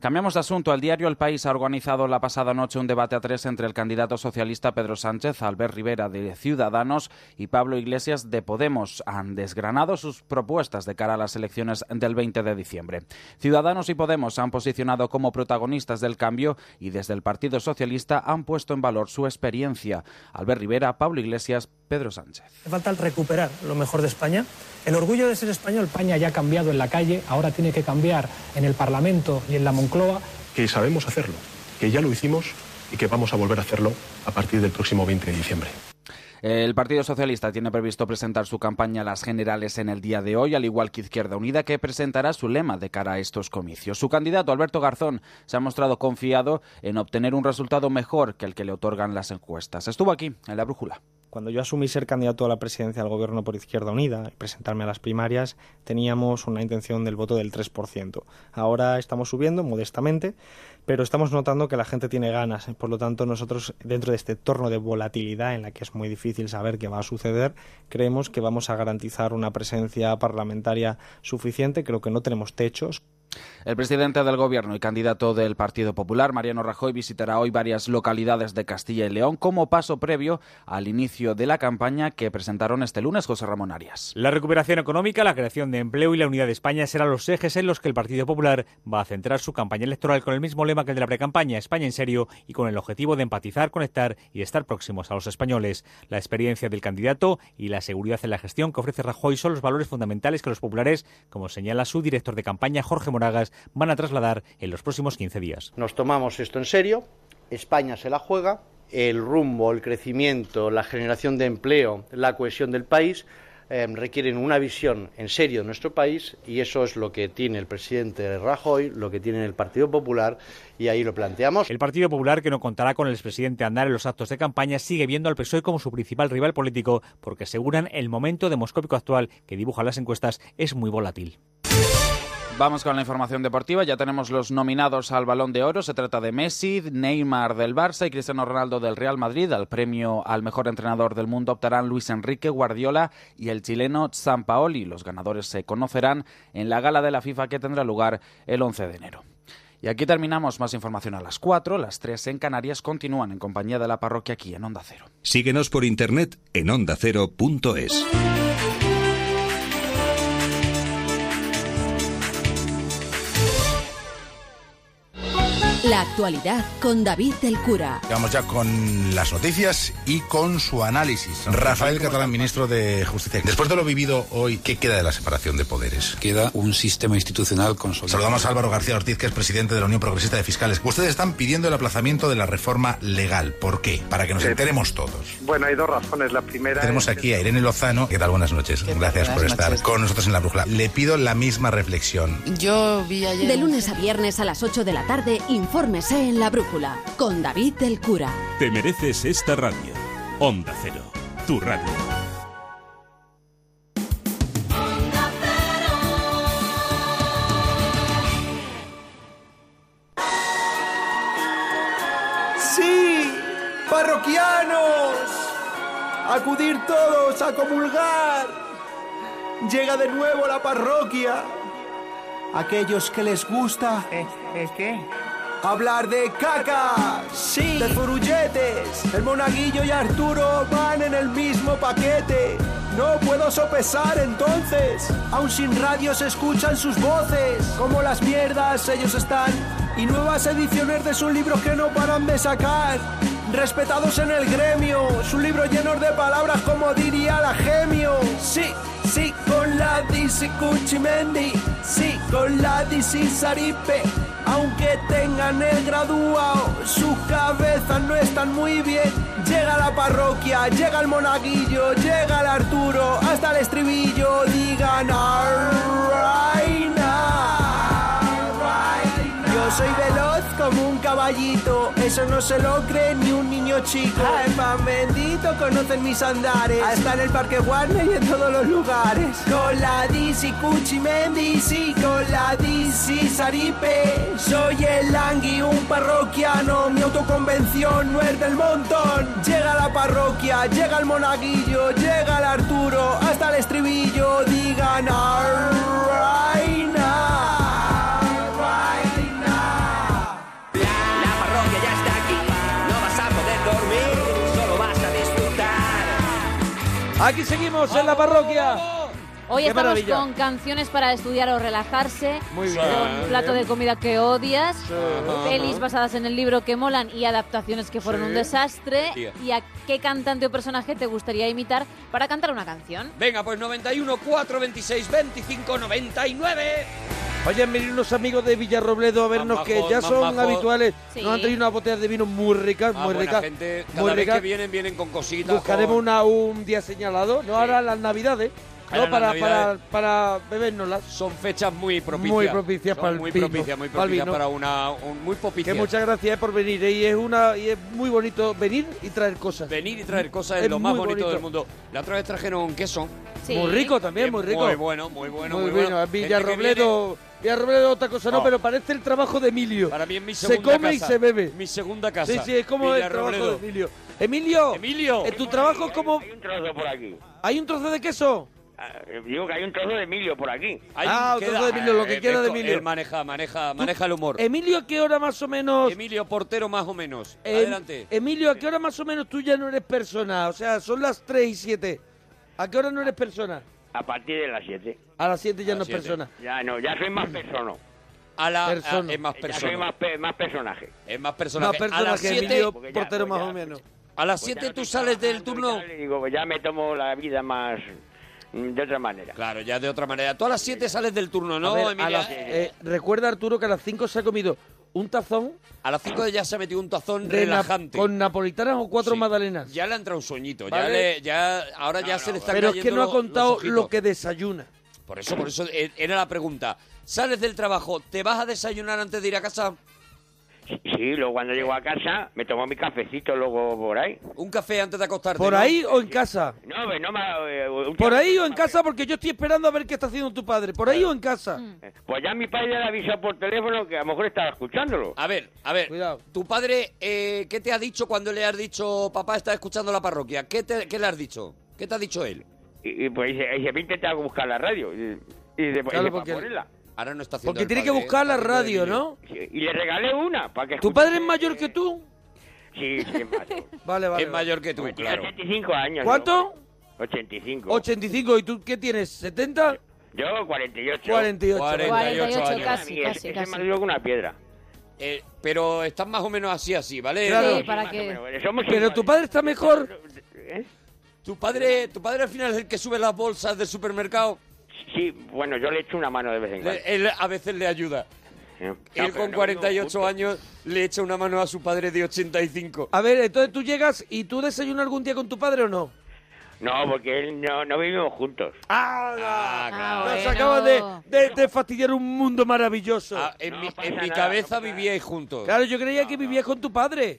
Speaker 10: Cambiamos de asunto. El diario El País ha organizado la pasada noche un debate a tres entre el candidato socialista Pedro Sánchez, Albert Rivera de Ciudadanos y Pablo Iglesias de Podemos. Han desgranado sus propuestas de cara a las elecciones del 20 de diciembre. Ciudadanos y Podemos se han posicionado como protagonistas del cambio y desde el Partido Socialista han puesto en valor su experiencia. Albert Rivera, Pablo Iglesias, Pedro Sánchez.
Speaker 11: Hace falta el recuperar lo mejor de España. El orgullo de ser español. España ya ha cambiado en la calle, ahora tiene que cambiar en el Parlamento y en la Moncloa.
Speaker 12: que sabemos hacerlo, que ya lo hicimos y que vamos a volver a hacerlo a partir del próximo 20 de diciembre.
Speaker 10: El Partido Socialista tiene previsto presentar su campaña a las generales en el día de hoy, al igual que Izquierda Unida, que presentará su lema de cara a estos comicios. Su candidato, Alberto Garzón, se ha mostrado confiado en obtener un resultado mejor que el que le otorgan las encuestas. Estuvo aquí, en la brújula.
Speaker 5: Cuando yo asumí ser candidato a la presidencia del gobierno por Izquierda Unida y presentarme a las primarias, teníamos una intención del voto del 3%. Ahora estamos subiendo modestamente, pero estamos notando que la gente tiene ganas. Por lo tanto, nosotros, dentro de este torno de volatilidad en la que es muy difícil saber qué va a suceder, creemos que vamos a garantizar una presencia parlamentaria suficiente. Creo que no tenemos techos.
Speaker 10: El presidente del Gobierno y candidato del Partido Popular, Mariano Rajoy, visitará hoy varias localidades de Castilla y León como paso previo al inicio de la campaña que presentaron este lunes José Ramón Arias.
Speaker 13: La recuperación económica, la creación de empleo y la unidad de España serán los ejes en los que el Partido Popular va a centrar su campaña electoral con el mismo lema que el de la precampaña España en serio y con el objetivo de empatizar, conectar y estar próximos a los españoles. La experiencia del candidato y la seguridad en la gestión que ofrece Rajoy son los valores fundamentales que los populares, como señala su director de campaña Jorge Moragas, van a trasladar en los próximos 15 días.
Speaker 14: Nos tomamos esto en serio, España se la juega, el rumbo, el crecimiento, la generación de empleo, la cohesión del país eh, requieren una visión en serio de nuestro país y eso es lo que tiene el presidente Rajoy, lo que tiene el Partido Popular y ahí lo planteamos.
Speaker 13: El Partido Popular, que no contará con el expresidente Andar en los actos de campaña, sigue viendo al PSOE como su principal rival político porque aseguran el momento demoscópico actual que dibujan las encuestas es muy volátil.
Speaker 10: Vamos con la información deportiva. Ya tenemos los nominados al Balón de Oro. Se trata de Messi, Neymar del Barça y Cristiano Ronaldo del Real Madrid. Al premio al mejor entrenador del mundo optarán Luis Enrique Guardiola y el chileno Sampaoli. Los ganadores se conocerán en la gala de la FIFA que tendrá lugar el 11 de enero. Y aquí terminamos. Más información a las 4. Las 3 en Canarias continúan en compañía de la parroquia aquí en Onda Cero.
Speaker 15: Síguenos por internet en ondacero.es.
Speaker 3: La actualidad con David del Cura.
Speaker 16: Vamos ya con las noticias y con su análisis.
Speaker 17: Rafael Catalán, ministro de Justicia. Después de lo vivido hoy, ¿qué queda de la separación de poderes?
Speaker 18: Queda un sistema institucional consolidado.
Speaker 17: Saludamos a Álvaro García Ortiz, que es presidente de la Unión Progresista de Fiscales. Ustedes están pidiendo el aplazamiento de la reforma legal. ¿Por qué? Para que nos enteremos todos.
Speaker 19: Bueno, hay dos razones. La primera. es-
Speaker 17: Tenemos aquí a Irene Lozano. ¿Qué tal? Buenas noches. Gracias por
Speaker 3: Buenas
Speaker 17: estar
Speaker 3: noches.
Speaker 17: con nosotros en la brújula. Le pido la misma reflexión.
Speaker 3: Yo vi ayer. De lunes a viernes a las 8 de la tarde, infórmese en la brújula con David del Cura.
Speaker 15: Te mereces esta radio. Onda Cero, tu radio.
Speaker 6: Sí, parroquianos, acudir todos a comulgar. Llega de nuevo la parroquia. Aquellos que les gusta hablar de caca, sí. de furulletes. El monaguillo y Arturo van en el mismo paquete. No puedo sopesar entonces, aún sin radio se escuchan sus voces. Como las mierdas ellos están y nuevas ediciones de sus libros que no paran de sacar. Respetados en el gremio, sus libros llenos de palabras como diría la gemio. Sí, sí, con la DC Cuchimendi, sí, con la DC Saripe. Aunque tengan el graduado, sus cabezas no están muy bien. Llega la parroquia, llega el monaguillo, llega el Arturo, hasta el estribillo, digan alright yo soy veloz como un caballito, eso no se lo cree ni un niño chico. Ay, pan bendito, conocen mis andares, hasta en el parque Warner y en todos los lugares. Con la DC Cuchi Mendy, sí, con la DC Saripe. Soy el Langui, un parroquiano, mi autoconvención no es del montón. Llega la parroquia, llega el monaguillo, llega el Arturo, hasta el estribillo, digan alright now.
Speaker 1: La parroquia ya está aquí, no vas a poder dormir, solo vas a disfrutar.
Speaker 2: Aquí seguimos en la parroquia.
Speaker 3: Hoy
Speaker 2: Qué
Speaker 3: estamos
Speaker 2: maravilla.
Speaker 3: con canciones para estudiar o relajarse,
Speaker 2: Muy bien.
Speaker 3: con plato de comida que odias,
Speaker 2: Ajá.
Speaker 3: pelis basadas en el libro que molan y adaptaciones que fueron
Speaker 4: Sí.
Speaker 3: un desastre.
Speaker 4: Tía.
Speaker 3: ¿Y a qué cantante o personaje te gustaría imitar para cantar una canción?
Speaker 4: Venga, pues 91, 4, 26, 25, 99.
Speaker 2: Ah, Vayan a venir unos amigos de Villarrobledo a vernos
Speaker 4: majos,
Speaker 2: que ya
Speaker 4: más
Speaker 2: son
Speaker 4: majos.
Speaker 2: habituales.
Speaker 4: Sí.
Speaker 2: Nos han traído unas botellas de vino muy ricas,
Speaker 4: Ah,
Speaker 2: muy
Speaker 4: buena
Speaker 2: ricas.
Speaker 4: gente. Cada
Speaker 2: muy
Speaker 4: vez
Speaker 2: ricas.
Speaker 4: que vienen, vienen con cositas.
Speaker 2: Buscaremos
Speaker 4: con-
Speaker 2: una, un día señalado, no ahora las navidades,
Speaker 4: Ahora
Speaker 2: no
Speaker 4: las
Speaker 2: para,
Speaker 4: Navidades.
Speaker 2: para, para bebérnoslas.
Speaker 4: Son fechas muy propicias.
Speaker 2: Muy propicias
Speaker 4: Son
Speaker 2: para el
Speaker 4: muy
Speaker 2: vino,
Speaker 4: propicias, muy
Speaker 2: para el
Speaker 4: propicias
Speaker 2: vino.
Speaker 4: para una... un- muy
Speaker 2: Que
Speaker 4: propicias.
Speaker 2: muchas gracias eh, por venir eh, y es una y es muy bonito venir y traer cosas.
Speaker 4: Venir y traer cosas es, lo más
Speaker 2: muy
Speaker 4: bonito, del mundo. La otra vez trajeron un queso.
Speaker 2: Sí. Muy rico también,
Speaker 4: Eh,
Speaker 2: muy rico.
Speaker 4: Muy bueno, muy bueno, muy,
Speaker 2: Muy
Speaker 4: bueno.
Speaker 2: bueno, en
Speaker 4: Gente que
Speaker 2: Villarrobledo, Villarrobledo otra cosa no,
Speaker 4: Oh.
Speaker 2: pero parece el trabajo de Emilio.
Speaker 4: Para mí es mi
Speaker 2: se
Speaker 4: segunda
Speaker 2: come y
Speaker 4: casa.
Speaker 2: se bebe.
Speaker 4: viene- Mi segunda casa.
Speaker 2: Sí, sí, es como el trabajo de
Speaker 4: Villarrobledo.
Speaker 2: Emilio. Emilio,
Speaker 4: Emilio.
Speaker 2: en tu trabajo es como...
Speaker 9: Un trozo por aquí.
Speaker 2: ¿Hay un trozo de queso?
Speaker 9: Ah, eh, Digo que hay un trozo de Emilio por aquí.
Speaker 4: Ahí
Speaker 2: Ah, un
Speaker 4: queda-
Speaker 2: trozo de Emilio, lo que
Speaker 4: Eh,
Speaker 2: quiera de
Speaker 4: esto,
Speaker 2: Emilio. eh,
Speaker 4: Él maneja, maneja, maneja el humor.
Speaker 2: Emilio, ¿a qué hora más o menos?
Speaker 4: Emilio Portero más o menos.
Speaker 2: Em-
Speaker 4: Adelante.
Speaker 2: Emilio, ¿a qué hora más o menos tú ya no eres persona? O sea, son las 3 y 7. ¿A qué hora no eres persona?
Speaker 9: A partir de las 7.
Speaker 2: A las 7 ya no es
Speaker 9: siete.
Speaker 2: persona.
Speaker 9: Ya no, ya soy más persona.
Speaker 4: A la,
Speaker 2: Persona.
Speaker 4: a- es más
Speaker 9: Ya
Speaker 4: persona.
Speaker 9: soy más, pe- más personaje.
Speaker 4: Es más personaje.
Speaker 2: Más persona
Speaker 4: a las
Speaker 2: que
Speaker 4: 7
Speaker 2: Emilio Portero más o menos.
Speaker 4: a las
Speaker 9: Pues ya
Speaker 4: 7
Speaker 9: no
Speaker 4: tú
Speaker 9: estoy
Speaker 4: sales del turno.
Speaker 9: Le digo, pues ya me tomo la vida más mm, de otra manera.
Speaker 4: Claro, ya de otra manera. Tú a las 7 sales del turno, ¿no,
Speaker 2: a ver, a
Speaker 4: Emilio?
Speaker 2: las- eh, recuerda, Arturo, que a las 5 se ha comido un tazón
Speaker 4: A las 5 ya se ha metido un tazón
Speaker 2: de na-
Speaker 4: relajante.
Speaker 2: con napolitanas o cuatro
Speaker 4: Sí.
Speaker 2: magdalenas.
Speaker 4: Ya le ha entrado un sueñito. Ya
Speaker 2: Vale.
Speaker 4: le, ya, ahora ya se le está
Speaker 2: Pero es que
Speaker 4: cayendo
Speaker 2: no ha
Speaker 4: lo-
Speaker 2: contado
Speaker 4: los ojitos.
Speaker 2: lo que desayuna.
Speaker 4: Por eso, por eso eh, era la pregunta. Sales del trabajo, ¿te vas a desayunar antes de ir a casa?
Speaker 9: Sí, luego cuando llego a casa me tomo mi cafecito luego por ahí.
Speaker 4: ¿Un café antes de acostarte?
Speaker 2: ¿Por
Speaker 4: no?
Speaker 2: ahí o en casa?
Speaker 9: No, pues no me... eh, un
Speaker 2: ¿Por
Speaker 9: día-
Speaker 2: ahí o en casa? Porque yo estoy esperando a ver qué está haciendo tu padre. ¿Por ahí o en casa?
Speaker 9: Pues ya mi padre le avisó por teléfono que a lo mejor estaba escuchándolo.
Speaker 4: A ver, a ver. ¿Tu padre eh, qué te ha dicho cuando le has dicho, papá, está escuchando la parroquia? ¿Qué, te- qué le has dicho? ¿Qué te ha dicho él?
Speaker 9: Y, y pues dice, dice, voy a intentar buscar la radio. Y, y dice, pues,
Speaker 4: Claro,
Speaker 9: dice,
Speaker 4: porque-
Speaker 9: "Pa' ponerla".
Speaker 4: Ahora no está haciendo
Speaker 2: Porque
Speaker 4: el
Speaker 2: tiene que
Speaker 4: padre,
Speaker 2: buscar la
Speaker 4: está haciendo el
Speaker 2: radio,
Speaker 4: Emilio.
Speaker 2: ¿no?
Speaker 9: Y le regalé una para que
Speaker 2: ¿Tu padre es mayor que tú?
Speaker 9: Sí, sí, es mayor.
Speaker 2: <laughs> Vale, vale.
Speaker 4: Es mayor que tú, Eh, claro.
Speaker 9: 85 años.
Speaker 2: ¿Cuánto?
Speaker 9: yo. 85.
Speaker 2: 85. ¿Y tú qué tienes?
Speaker 9: Eh,
Speaker 2: ¿70?
Speaker 9: Yo 48.
Speaker 2: 48.
Speaker 4: 48 años.
Speaker 9: Y es- ese es más duro que una piedra.
Speaker 4: Eh, pero estás más o menos así, así, ¿vale?
Speaker 2: Claro.
Speaker 9: para que... Eh, Somos
Speaker 2: Pero
Speaker 9: iguales.
Speaker 2: tu padre está mejor.
Speaker 4: ¿Tu padre, ¿Tu padre al final es el que sube las bolsas del supermercado?
Speaker 9: Sí, bueno, yo le echo una mano de vez en cuando.
Speaker 4: Le- él a veces le ayuda.
Speaker 9: Eh,
Speaker 4: Él
Speaker 9: pero
Speaker 4: con
Speaker 9: no
Speaker 4: 48 años le echa una mano a su padre de 85.
Speaker 2: A ver, entonces tú llegas y tú desayunas algún día con tu padre o no?
Speaker 9: No, porque él no, no vivimos juntos.
Speaker 2: ¡Ah!
Speaker 4: claro.
Speaker 2: Nos
Speaker 4: bueno.
Speaker 2: acabas de, de- de fastidiar un mundo maravilloso.
Speaker 4: Ah, en, mi, en mi cabeza vivíais juntos.
Speaker 2: Claro, yo creía que vivías con tu padre.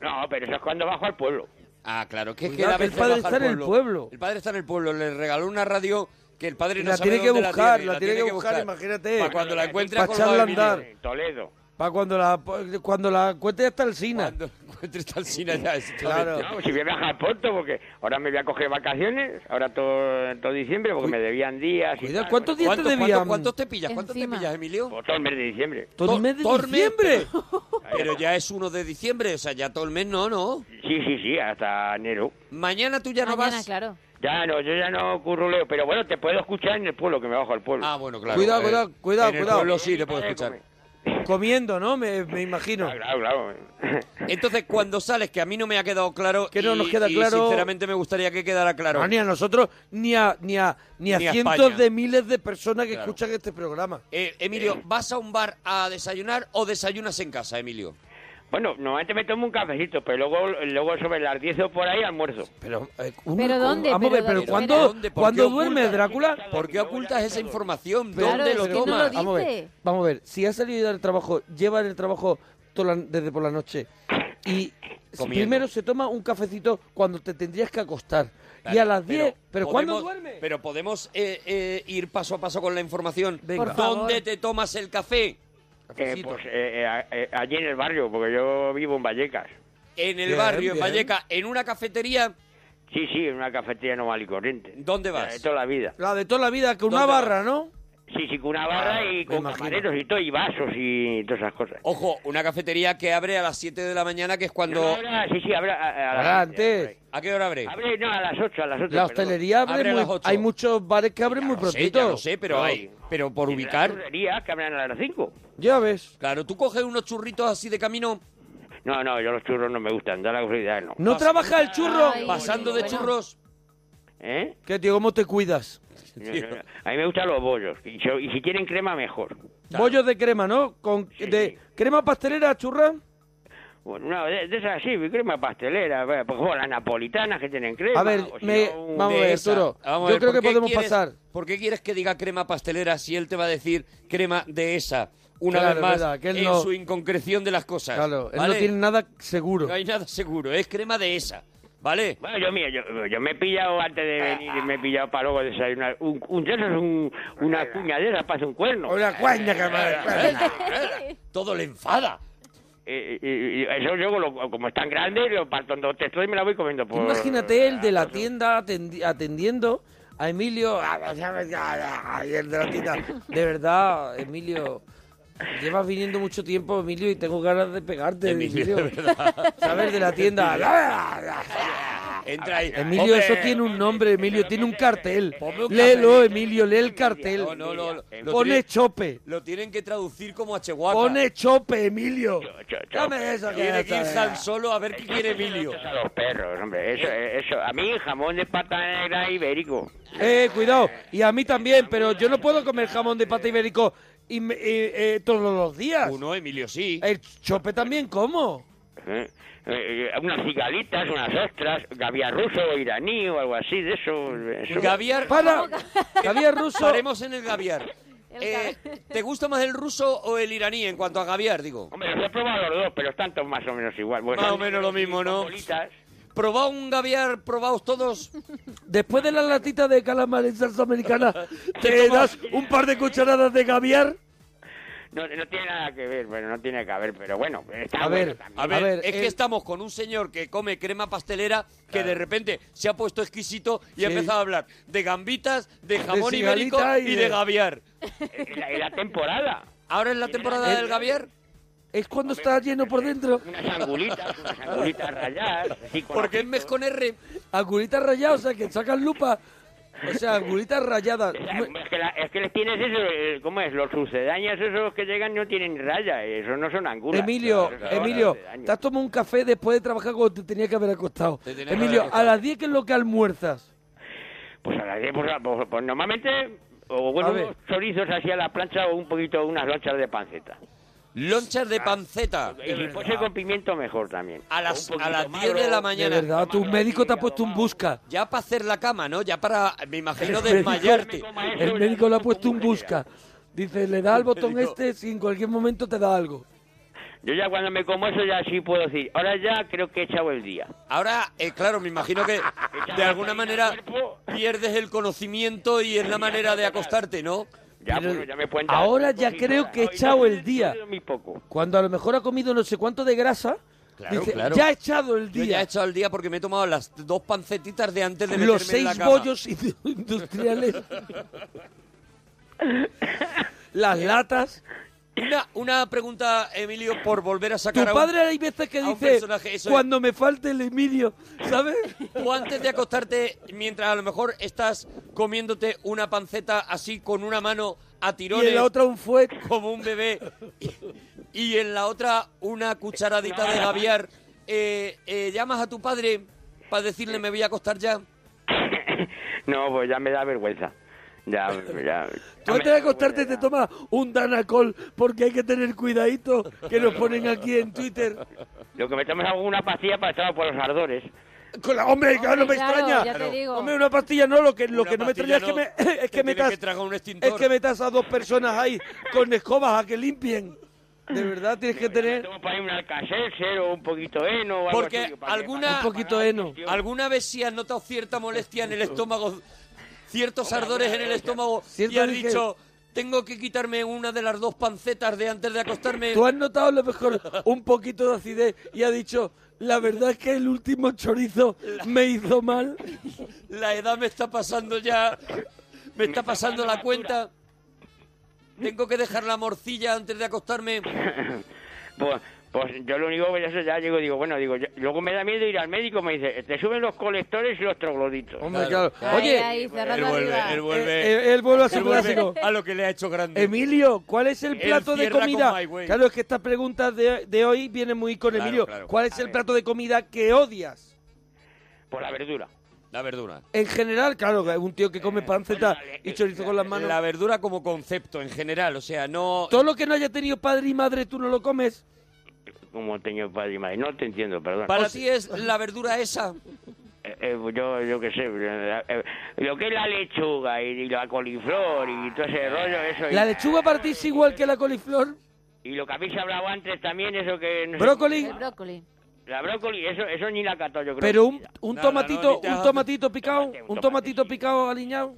Speaker 9: No, pero eso es cuando bajo al pueblo.
Speaker 4: Ah, claro, que es que,
Speaker 2: Cuidado,
Speaker 4: la
Speaker 2: que el
Speaker 4: vez
Speaker 2: padre
Speaker 4: baja
Speaker 2: está
Speaker 4: al
Speaker 2: en el pueblo.
Speaker 4: El padre está en el pueblo, le regaló una radio que el padre
Speaker 2: Y
Speaker 4: no
Speaker 2: la
Speaker 4: sabe
Speaker 2: tiene que
Speaker 4: dónde
Speaker 2: buscar,
Speaker 4: tiene,
Speaker 2: la tiene que buscar, imagínate.
Speaker 4: Para cuando la encuentre
Speaker 2: Pa' echarla a andar.
Speaker 9: En Toledo.
Speaker 2: Para cuando la, cuando la encuentres hasta el Sina.
Speaker 4: encuentre esta alcina ya.
Speaker 2: Claro.
Speaker 9: No, si voy a viajar pronto, porque ahora me voy a coger vacaciones, ahora todo, todo diciembre, porque me debían días. y
Speaker 2: Cuidado,
Speaker 9: tal.
Speaker 2: ¿cuántos días te
Speaker 4: ¿Cuántos,
Speaker 2: debían?
Speaker 4: cuántos te pillas? ¿Cuántos te pillas, Emilio?
Speaker 9: Pues todo el mes de diciembre.
Speaker 2: ¿Todo el mes de
Speaker 4: Torme-
Speaker 2: diciembre?
Speaker 9: <laughs>
Speaker 4: Pero ya es 1 de diciembre, o sea, ya todo el mes no, ¿no?
Speaker 9: Sí, sí, sí, hasta enero.
Speaker 4: Mañana tú ya no
Speaker 3: Mañana,
Speaker 4: vas.
Speaker 3: claro.
Speaker 9: Ya no, yo ya no curruleo, pero bueno, te puedo escuchar en el pueblo, que me bajo al pueblo. Ah,
Speaker 4: bueno,
Speaker 2: Cuidado, cuidado, cuidado,
Speaker 4: en el
Speaker 2: cuidado. Eh,
Speaker 4: pueblo sí te puedo escuchar.
Speaker 2: Comiendo, ¿no? Me, me imagino.
Speaker 9: Claro, claro. <laughs>
Speaker 4: Entonces, cuando sales, que a mí no me ha quedado claro.
Speaker 2: Que no
Speaker 4: y-
Speaker 2: nos queda
Speaker 4: y
Speaker 2: claro.
Speaker 4: sinceramente me gustaría que quedara claro.
Speaker 2: No, ni a nosotros, ni a, ni a, ni a
Speaker 4: Ni a
Speaker 2: cientos
Speaker 4: España.
Speaker 2: de miles de personas que
Speaker 4: Claro.
Speaker 2: escuchan este programa.
Speaker 4: Eh, Emilio, ¿vas a un bar a desayunar o desayunas en casa, Emilio?
Speaker 9: Bueno, normalmente me tomo un cafecito, pero luego, luego sobre las 10 o por ahí almuerzo.
Speaker 4: Pero,
Speaker 3: ¿Pero dónde?
Speaker 2: eh, Vamos a ver, pero
Speaker 3: ¿Pero dónde?
Speaker 2: ¿cuándo,
Speaker 3: ¿Dónde? ¿Por
Speaker 2: ¿cuándo
Speaker 3: qué
Speaker 2: duermes, Drácula?
Speaker 4: ¿Por qué ocultas esa información?
Speaker 2: Pero-
Speaker 4: ¿Dónde
Speaker 2: pero-
Speaker 4: lo
Speaker 2: pero-
Speaker 4: tomas?
Speaker 2: Vamos a ver,
Speaker 3: dice.
Speaker 2: vamos a ver, si has salido del trabajo, lleva el trabajo toda la- desde por la noche y
Speaker 4: Comiendo.
Speaker 2: primero se toma un cafecito cuando te tendrías que acostar y a las 10, pero, ¿cuándo
Speaker 4: podemos-
Speaker 2: duermes?
Speaker 4: Pero podemos eh, eh, ir paso a paso con la información.
Speaker 2: Venga. Por favor.
Speaker 4: ¿Dónde te tomas el café?
Speaker 9: Eh, pues eh, eh, a- eh, allí en el barrio, porque yo vivo en Vallecas.
Speaker 4: En el
Speaker 9: Bien,
Speaker 4: barrio, en
Speaker 9: bien.
Speaker 4: Valleca, en una cafetería.
Speaker 9: Sí, sí, en una cafetería normal y corriente.
Speaker 4: ¿Dónde
Speaker 9: vas? De toda la vida.
Speaker 2: La de toda la vida, con una barra, ¿no?
Speaker 9: Sí, sí, con una barra
Speaker 2: Ah,
Speaker 9: y con camareros y todo, y vasos y todas esas cosas.
Speaker 2: Oh,
Speaker 4: Ojo, una cafetería que abre a las 7 de la mañana, que es cuando...
Speaker 9: Ahora, sí, sí, abre a, a- a
Speaker 2: Ahora,
Speaker 9: las siete,
Speaker 2: antes.
Speaker 4: ¿A qué hora abre?
Speaker 9: Abre, no, a las 8, a las 8.
Speaker 2: La hostelería abre,
Speaker 4: Abre a
Speaker 2: muy-
Speaker 4: las ocho.
Speaker 2: hay muchos bares que abren muy
Speaker 4: No sé,
Speaker 2: prontito.
Speaker 4: ya lo sé, pero hay... Pero por
Speaker 9: Las
Speaker 4: ubicar...
Speaker 9: churrerías que abren a las 5.
Speaker 2: Ya ves.
Speaker 4: Claro, tú coges unos churritos así de camino...
Speaker 9: No, no, yo los churros no me gustan, da la casualidad, no.
Speaker 2: ¿No trabaja el churro?
Speaker 4: Pasando de churros... <laughs>
Speaker 9: ¿Eh?
Speaker 2: ¿Qué, tío? ¿Cómo te cuidas?
Speaker 9: No, no, no. A mí me gustan los bollos, y, yo- y si tienen crema, mejor.
Speaker 2: Bollos de crema, ¿no? Con, de crema pastelera, churra.
Speaker 9: Bueno, no, de, de esas sí, crema pastelera, pues bueno, las napolitanas que tienen crema.
Speaker 2: A ver,
Speaker 9: o si
Speaker 2: me-
Speaker 9: no, un-
Speaker 2: vamos a
Speaker 4: de
Speaker 2: ver,
Speaker 4: esa.
Speaker 2: Arturo,
Speaker 4: Vamos a
Speaker 2: yo
Speaker 4: ver,
Speaker 2: creo
Speaker 4: ¿por
Speaker 2: que
Speaker 4: qué
Speaker 2: podemos
Speaker 4: quieres-
Speaker 2: pasar.
Speaker 4: ¿Por qué quieres que diga crema pastelera si él te va a decir crema de esa? Una
Speaker 2: Claro,
Speaker 4: vez más,
Speaker 2: es verdad, que él
Speaker 4: en
Speaker 2: no-
Speaker 4: su inconcreción de las cosas.
Speaker 2: Claro, él
Speaker 4: ¿vale?
Speaker 2: no tiene nada seguro.
Speaker 4: No hay nada seguro, es crema de esa, ¿vale?
Speaker 9: Bueno, yo, mira, yo, yo me he pillado antes de venir, me he pillado para luego desayunar. Un, un de esos, un- una cuña de esas, pasa un cuerno.
Speaker 2: Una cuña que
Speaker 4: Todo le enfada.
Speaker 9: Eh, eh, eh, eso yo, lo- como es tan grande, lo parto en dos textos y me la voy comiendo por...
Speaker 2: Imagínate el de la tienda atendi- atendiendo a Emilio. <laughs> Y el de la tienda. De verdad, Emilio. Llevas viniendo mucho tiempo, Emilio, y tengo ganas de pegarte.
Speaker 4: Emilio,
Speaker 2: <laughs>
Speaker 4: de verdad.
Speaker 2: ¿Sabes? De
Speaker 9: <laughs>
Speaker 2: la tienda.
Speaker 4: Entra ahí.
Speaker 2: Emilio, eso tiene un nombre, Emilio. Tiene un cartel. Léelo, Emilio, lee el cartel.
Speaker 4: No, no, no, lo
Speaker 2: Pone
Speaker 4: tiene-
Speaker 2: chope.
Speaker 4: Lo tienen que traducir como a Chehuaca.
Speaker 9: <laughs>
Speaker 2: Pone chope, Emilio.
Speaker 9: cho-
Speaker 2: Dame eso que
Speaker 4: Tiene que ir
Speaker 2: esta-
Speaker 4: Han Solo a ver qué quiere Emilio. Eh.
Speaker 9: A los perros, hombre, eso, eh, eso. A mí jamón de pata negra ibérico.
Speaker 2: Eh, cuidado. Y a mí también, pero yo no puedo comer jamón de pata ibérico y me- eh, eh, todos los días.
Speaker 4: Uno, Emilio, sí.
Speaker 2: El chope también, ¿cómo?
Speaker 9: ¿eh? Eh, eh, unas cigalitas, unas ostras, gaviar ruso o iraní o algo así de eso. eso.
Speaker 4: Gaviar.
Speaker 2: Para. Gaviar ruso.
Speaker 4: Paremos en el Gaviar. Eh, ¿Te gusta más el ruso o el iraní en cuanto a Gaviar, digo?
Speaker 9: Hombre, los he probado los dos, pero están todos más o menos igual. Bueno,
Speaker 4: Más o menos lo mismo, ¿no? ¿Probado un Gaviar, probados todos?
Speaker 2: Después de la latita de calamar en salsa
Speaker 4: <laughs>
Speaker 2: americana, ¿te das un par de cucharadas de gaviar?
Speaker 9: No, no tiene nada que ver, bueno, no tiene que haber, pero bueno. Está
Speaker 2: A
Speaker 9: bueno
Speaker 2: ver,
Speaker 9: también.
Speaker 4: A ver,
Speaker 2: A ver,
Speaker 4: es
Speaker 2: eh,
Speaker 4: que estamos con un señor que come crema pastelera que de repente se ha puesto exquisito y
Speaker 2: Sí.
Speaker 4: ha empezado a hablar de gambitas, de jamón ibérico
Speaker 2: cigalita
Speaker 4: y,
Speaker 2: y
Speaker 4: de
Speaker 2: de-
Speaker 4: gaviar.
Speaker 9: Es la, es la temporada.
Speaker 4: ¿Ahora es la temporada
Speaker 2: Eh,
Speaker 4: del gaviar?
Speaker 2: Es cuando está lleno por dentro.
Speaker 9: Unas angulitas, unas angulitas rayadas. así con
Speaker 4: Porque es mes con R.
Speaker 2: Anguritas rayadas, o sea, que sacan lupa. O sea, anguritas rayadas.
Speaker 9: Es que, la- es que les tienes eso, eh, ¿cómo es? Los sucedáneos esos que llegan no tienen raya, eso no son angulas.
Speaker 2: Emilio,
Speaker 9: Eso son
Speaker 2: Emilio,
Speaker 9: sucedáneos.
Speaker 2: te has tomado un café después de trabajar cuando te tenía que haber acostado.
Speaker 4: Te tenía que haber
Speaker 2: Emilio, a
Speaker 4: acostado.
Speaker 2: las 10, ¿qué es lo que almuerzas?
Speaker 9: Pues a las 10, pues, pues- pues normalmente, o
Speaker 2: A
Speaker 9: bueno,
Speaker 2: ver.
Speaker 9: unos chorizos así a la plancha o un poquito, unas lonchas de panceta. Ah,
Speaker 4: Lonchas de panceta.
Speaker 9: Y si fuese con pimiento mejor también.
Speaker 4: A
Speaker 9: O
Speaker 4: las,
Speaker 9: un
Speaker 4: a las
Speaker 9: poquito
Speaker 4: 10 de
Speaker 9: magro.
Speaker 2: De
Speaker 4: la mañana.
Speaker 2: verdad, tu médico te ha puesto un busca.
Speaker 4: Ya para hacer la cama, ¿no? Ya para,
Speaker 9: <laughs>
Speaker 4: me imagino,
Speaker 2: médico-
Speaker 4: desmayarte.
Speaker 2: El médico le ha puesto un busca. Dice, le da al botón este si en cualquier momento te da algo.
Speaker 9: Yo ya cuando me como eso ya sí puedo decir, ahora ya creo que he echado el día.
Speaker 4: Ahora, eh, claro, me imagino
Speaker 9: <laughs>
Speaker 4: que de alguna manera pierdes el conocimiento y es la manera de acostarte, ¿no?
Speaker 9: Ya, bueno, ya me pueden dar
Speaker 2: Ahora
Speaker 9: cinco
Speaker 2: ya
Speaker 9: cositas.
Speaker 2: creo que he
Speaker 9: Hoy no
Speaker 2: echado
Speaker 9: he
Speaker 2: el día.
Speaker 9: comido Muy poco.
Speaker 2: Cuando a lo mejor ha comido no sé cuánto de grasa,
Speaker 4: Claro,
Speaker 2: dice,
Speaker 4: claro.
Speaker 2: ya ha echado el
Speaker 4: Yo ya he
Speaker 2: día.
Speaker 4: echado el día porque me he tomado las dos pancetitas de antes de meterme
Speaker 2: Los
Speaker 4: en la
Speaker 2: seis
Speaker 4: cama.
Speaker 2: bollos <laughs> indu-
Speaker 4: <laughs>
Speaker 2: industriales, las latas.
Speaker 4: Una, una pregunta, Emilio, por volver a sacar
Speaker 2: Tu
Speaker 4: a un-
Speaker 2: padre hay veces que
Speaker 4: a un
Speaker 2: dice,
Speaker 4: personaje, eso es.
Speaker 2: cuando me falte el Emilio, ¿sabes?
Speaker 4: Tú antes de acostarte, mientras a lo mejor estás comiéndote una panceta así con una mano a tirones.
Speaker 2: Y en la otra un fuet.
Speaker 4: Como un bebé. Y, y en la otra una cucharadita de gaviar. Eh, eh, ¿Llamas a tu padre para decirle me voy a acostar ya?
Speaker 9: No, pues ya me da vergüenza.
Speaker 2: <laughs>
Speaker 9: Ya, ya.
Speaker 2: Tú antes de acostarte te tomas un Danacol porque hay que tener cuidadito que nos ponen aquí en Twitter.
Speaker 9: Lo que me tomo es alguna pastilla para echar por los ardores.
Speaker 2: Con la- hombre, claro, no me
Speaker 9: Claro,
Speaker 2: extraña.
Speaker 9: ya te digo.
Speaker 2: Hombre, una pastilla no, lo que, lo que no me
Speaker 4: pastilla
Speaker 2: extraña es que, me, es que metas,
Speaker 4: extintor.
Speaker 2: es que metas a dos personas ahí con escobas a que limpien. De verdad tienes que tener
Speaker 9: Para ir un alcacelser o un poquito heno o algo así,
Speaker 4: Porque
Speaker 9: para que-
Speaker 4: alguna,
Speaker 2: un poquito heno.
Speaker 4: alguna vez sí has notado cierta molestia en el estómago, ciertos ardores en el estómago y
Speaker 2: Cierto
Speaker 4: has
Speaker 2: de que-
Speaker 4: dicho, tengo que quitarme una de las dos pancetas de antes de acostarme.
Speaker 2: Tú has notado a lo mejor un poquito de acidez y ha dicho, la verdad es que el último chorizo me hizo mal.
Speaker 4: <laughs> La edad me está pasando ya, me está pasando la cuenta. Tengo que dejar la morcilla antes de acostarme.
Speaker 9: Pues, pues yo lo único que ya sé, ya digo, digo, bueno, digo, yo- luego me da miedo ir al médico, me dice, te suben los colectores y los trogloditos.
Speaker 2: Hombre, claro. Oye,
Speaker 4: él vuelve, él vuelve.
Speaker 2: Eh, eh, él vuelve a su
Speaker 4: Él vuelve
Speaker 2: clásico.
Speaker 4: a lo que le ha hecho grande.
Speaker 2: Emilio, ¿cuál es el
Speaker 4: Él
Speaker 2: plato de
Speaker 4: cierra con
Speaker 2: comida?
Speaker 4: My Way.
Speaker 2: Claro, es que esta pregunta de, de hoy viene muy con
Speaker 4: Claro,
Speaker 2: Emilio.
Speaker 4: claro.
Speaker 2: ¿Cuál es el plato de comida que odias?
Speaker 9: Por la verdura.
Speaker 4: La verdura.
Speaker 2: En general, claro, un tío que come panceta y chorizo con las manos.
Speaker 4: Eh, La verdura como concepto en general, o sea, no...
Speaker 2: Todo lo que no haya tenido padre y madre, tú no lo comes.
Speaker 9: Como tengo padre y madre, no te entiendo, perdón.
Speaker 4: Para ti es la verdura esa.
Speaker 9: Eh, eh, yo, yo qué sé, eh, eh, lo que es la lechuga y, y la coliflor y todo ese rollo, eso. y-
Speaker 2: ¿La lechuga partís igual que la coliflor?
Speaker 9: Y, lo que habéis hablado antes también, eso que... no sé-
Speaker 2: Brócoli.
Speaker 3: brócoli.
Speaker 9: La brócoli, eso, eso ni la cato, yo creo.
Speaker 2: Pero un, un
Speaker 9: No, no, no,
Speaker 2: tomatito,
Speaker 9: ni te
Speaker 2: un
Speaker 9: hagas-
Speaker 2: tomatito picado, un tomatito picado aliñado.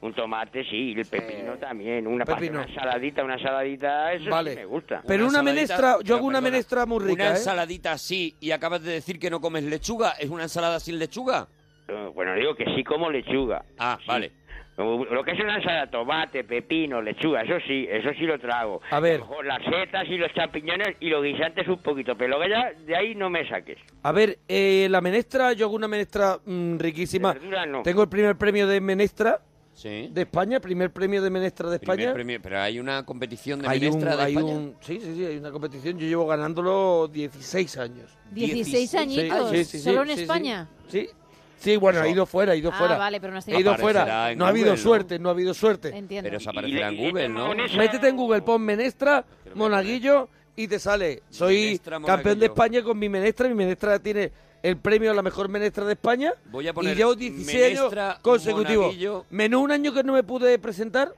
Speaker 9: Un tomate, sí, y el pepino también. Una, pa-
Speaker 2: Eh, pepino.
Speaker 9: una saladita, una saladita, eso sí
Speaker 4: Vale.
Speaker 9: me gusta.
Speaker 2: Pero una menestra, yo hago una menestra muy rica,
Speaker 4: Una
Speaker 2: ¿eh?
Speaker 4: ensaladita así y acabas de decir que no comes lechuga. ¿Es una ensalada sin lechuga?
Speaker 9: Eh, Bueno, digo que sí como lechuga.
Speaker 4: Ah, vale.
Speaker 9: Lo que es una ensalada, tomate, pepino, lechuga, eso sí, eso sí lo trago.
Speaker 2: A ver.
Speaker 9: lo mejor las setas y los champiñones y los guisantes un poquito, pero que ya de ahí no me saques.
Speaker 2: A ver, eh, la menestra, yo hago una menestra mm, riquísima.
Speaker 9: verdura no.
Speaker 2: Tengo el primer premio de menestra de España, primer premio de menestra de
Speaker 4: Primer
Speaker 2: España.
Speaker 4: premio, pero hay una competición de
Speaker 2: Hay un-
Speaker 4: menestra de
Speaker 2: hay
Speaker 4: España.
Speaker 2: un- sí, sí, sí, hay una competición. Yo llevo ganándolo 16 años.
Speaker 3: 16
Speaker 2: Sí,
Speaker 3: añitos,
Speaker 2: sí, sí, sí,
Speaker 3: solo en
Speaker 2: sí, sí.
Speaker 3: España.
Speaker 2: Sí, sí, bueno, he ido fuera, he ido
Speaker 3: Ah,
Speaker 2: fuera.
Speaker 3: vale, pero no has
Speaker 2: He ido
Speaker 3: tenido-
Speaker 4: Aparecerá
Speaker 2: fuera.
Speaker 4: en
Speaker 2: No ha habido
Speaker 4: Google, ¿no?
Speaker 2: suerte, no ha habido suerte.
Speaker 3: Entiendo.
Speaker 4: Pero se aparecerá en Google, ¿no?
Speaker 2: Métete en Google, pon menestra, monaguillo y te sale. Soy
Speaker 4: Menestra,
Speaker 2: campeón de
Speaker 4: Monaguillo.
Speaker 2: España con mi menestra. Mi menestra tiene el premio a la mejor menestra de España.
Speaker 4: Voy a poner
Speaker 2: y llevo 16
Speaker 4: menestra,
Speaker 2: años consecutivos.
Speaker 4: Monaguillo.
Speaker 2: Menos un año que no me pude presentar.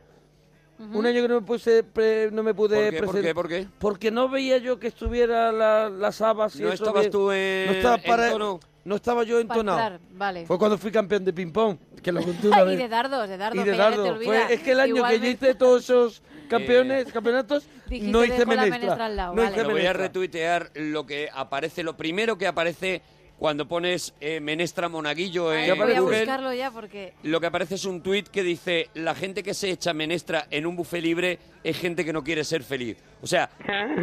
Speaker 2: Un año que no me, puse pre- no me pude
Speaker 4: ¿Por qué, por qué,
Speaker 2: presentar.
Speaker 4: por qué?
Speaker 2: Porque no veía yo que estuviera la- las habas. y
Speaker 4: No
Speaker 2: eso
Speaker 4: estabas
Speaker 2: bien.
Speaker 4: tú en-
Speaker 2: No estaba,
Speaker 4: en
Speaker 2: para-
Speaker 4: tono.
Speaker 2: no estaba yo
Speaker 3: Para
Speaker 2: entonado.
Speaker 3: entrar, vale.
Speaker 2: Fue cuando fui campeón de ping-pong. Que lo
Speaker 3: <laughs>
Speaker 2: conté una
Speaker 3: Y
Speaker 2: vez
Speaker 3: de dardos, de dardos,
Speaker 2: y de
Speaker 3: que ya no te
Speaker 2: dardo.
Speaker 3: olvidas.
Speaker 2: Fue- es que el año que yo
Speaker 3: Igualmente.
Speaker 2: hice todos
Speaker 4: <laughs>
Speaker 2: esos campeones, campeonatos,
Speaker 3: Dijiste,
Speaker 2: no hice
Speaker 3: dejo la
Speaker 2: menestra.
Speaker 3: menestra al lado,
Speaker 2: no
Speaker 3: vale.
Speaker 2: hice
Speaker 4: Lo voy a
Speaker 2: menestra.
Speaker 4: retuitear lo que aparece, lo primero que aparece cuando pones eh, menestra monaguillo en
Speaker 3: Voy a
Speaker 4: Google.
Speaker 3: buscarlo ya porque...
Speaker 4: Lo que aparece es un tuit que dice, la gente que se echa menestra en un buffet libre es gente que no quiere ser feliz.
Speaker 2: <laughs>
Speaker 4: O sea,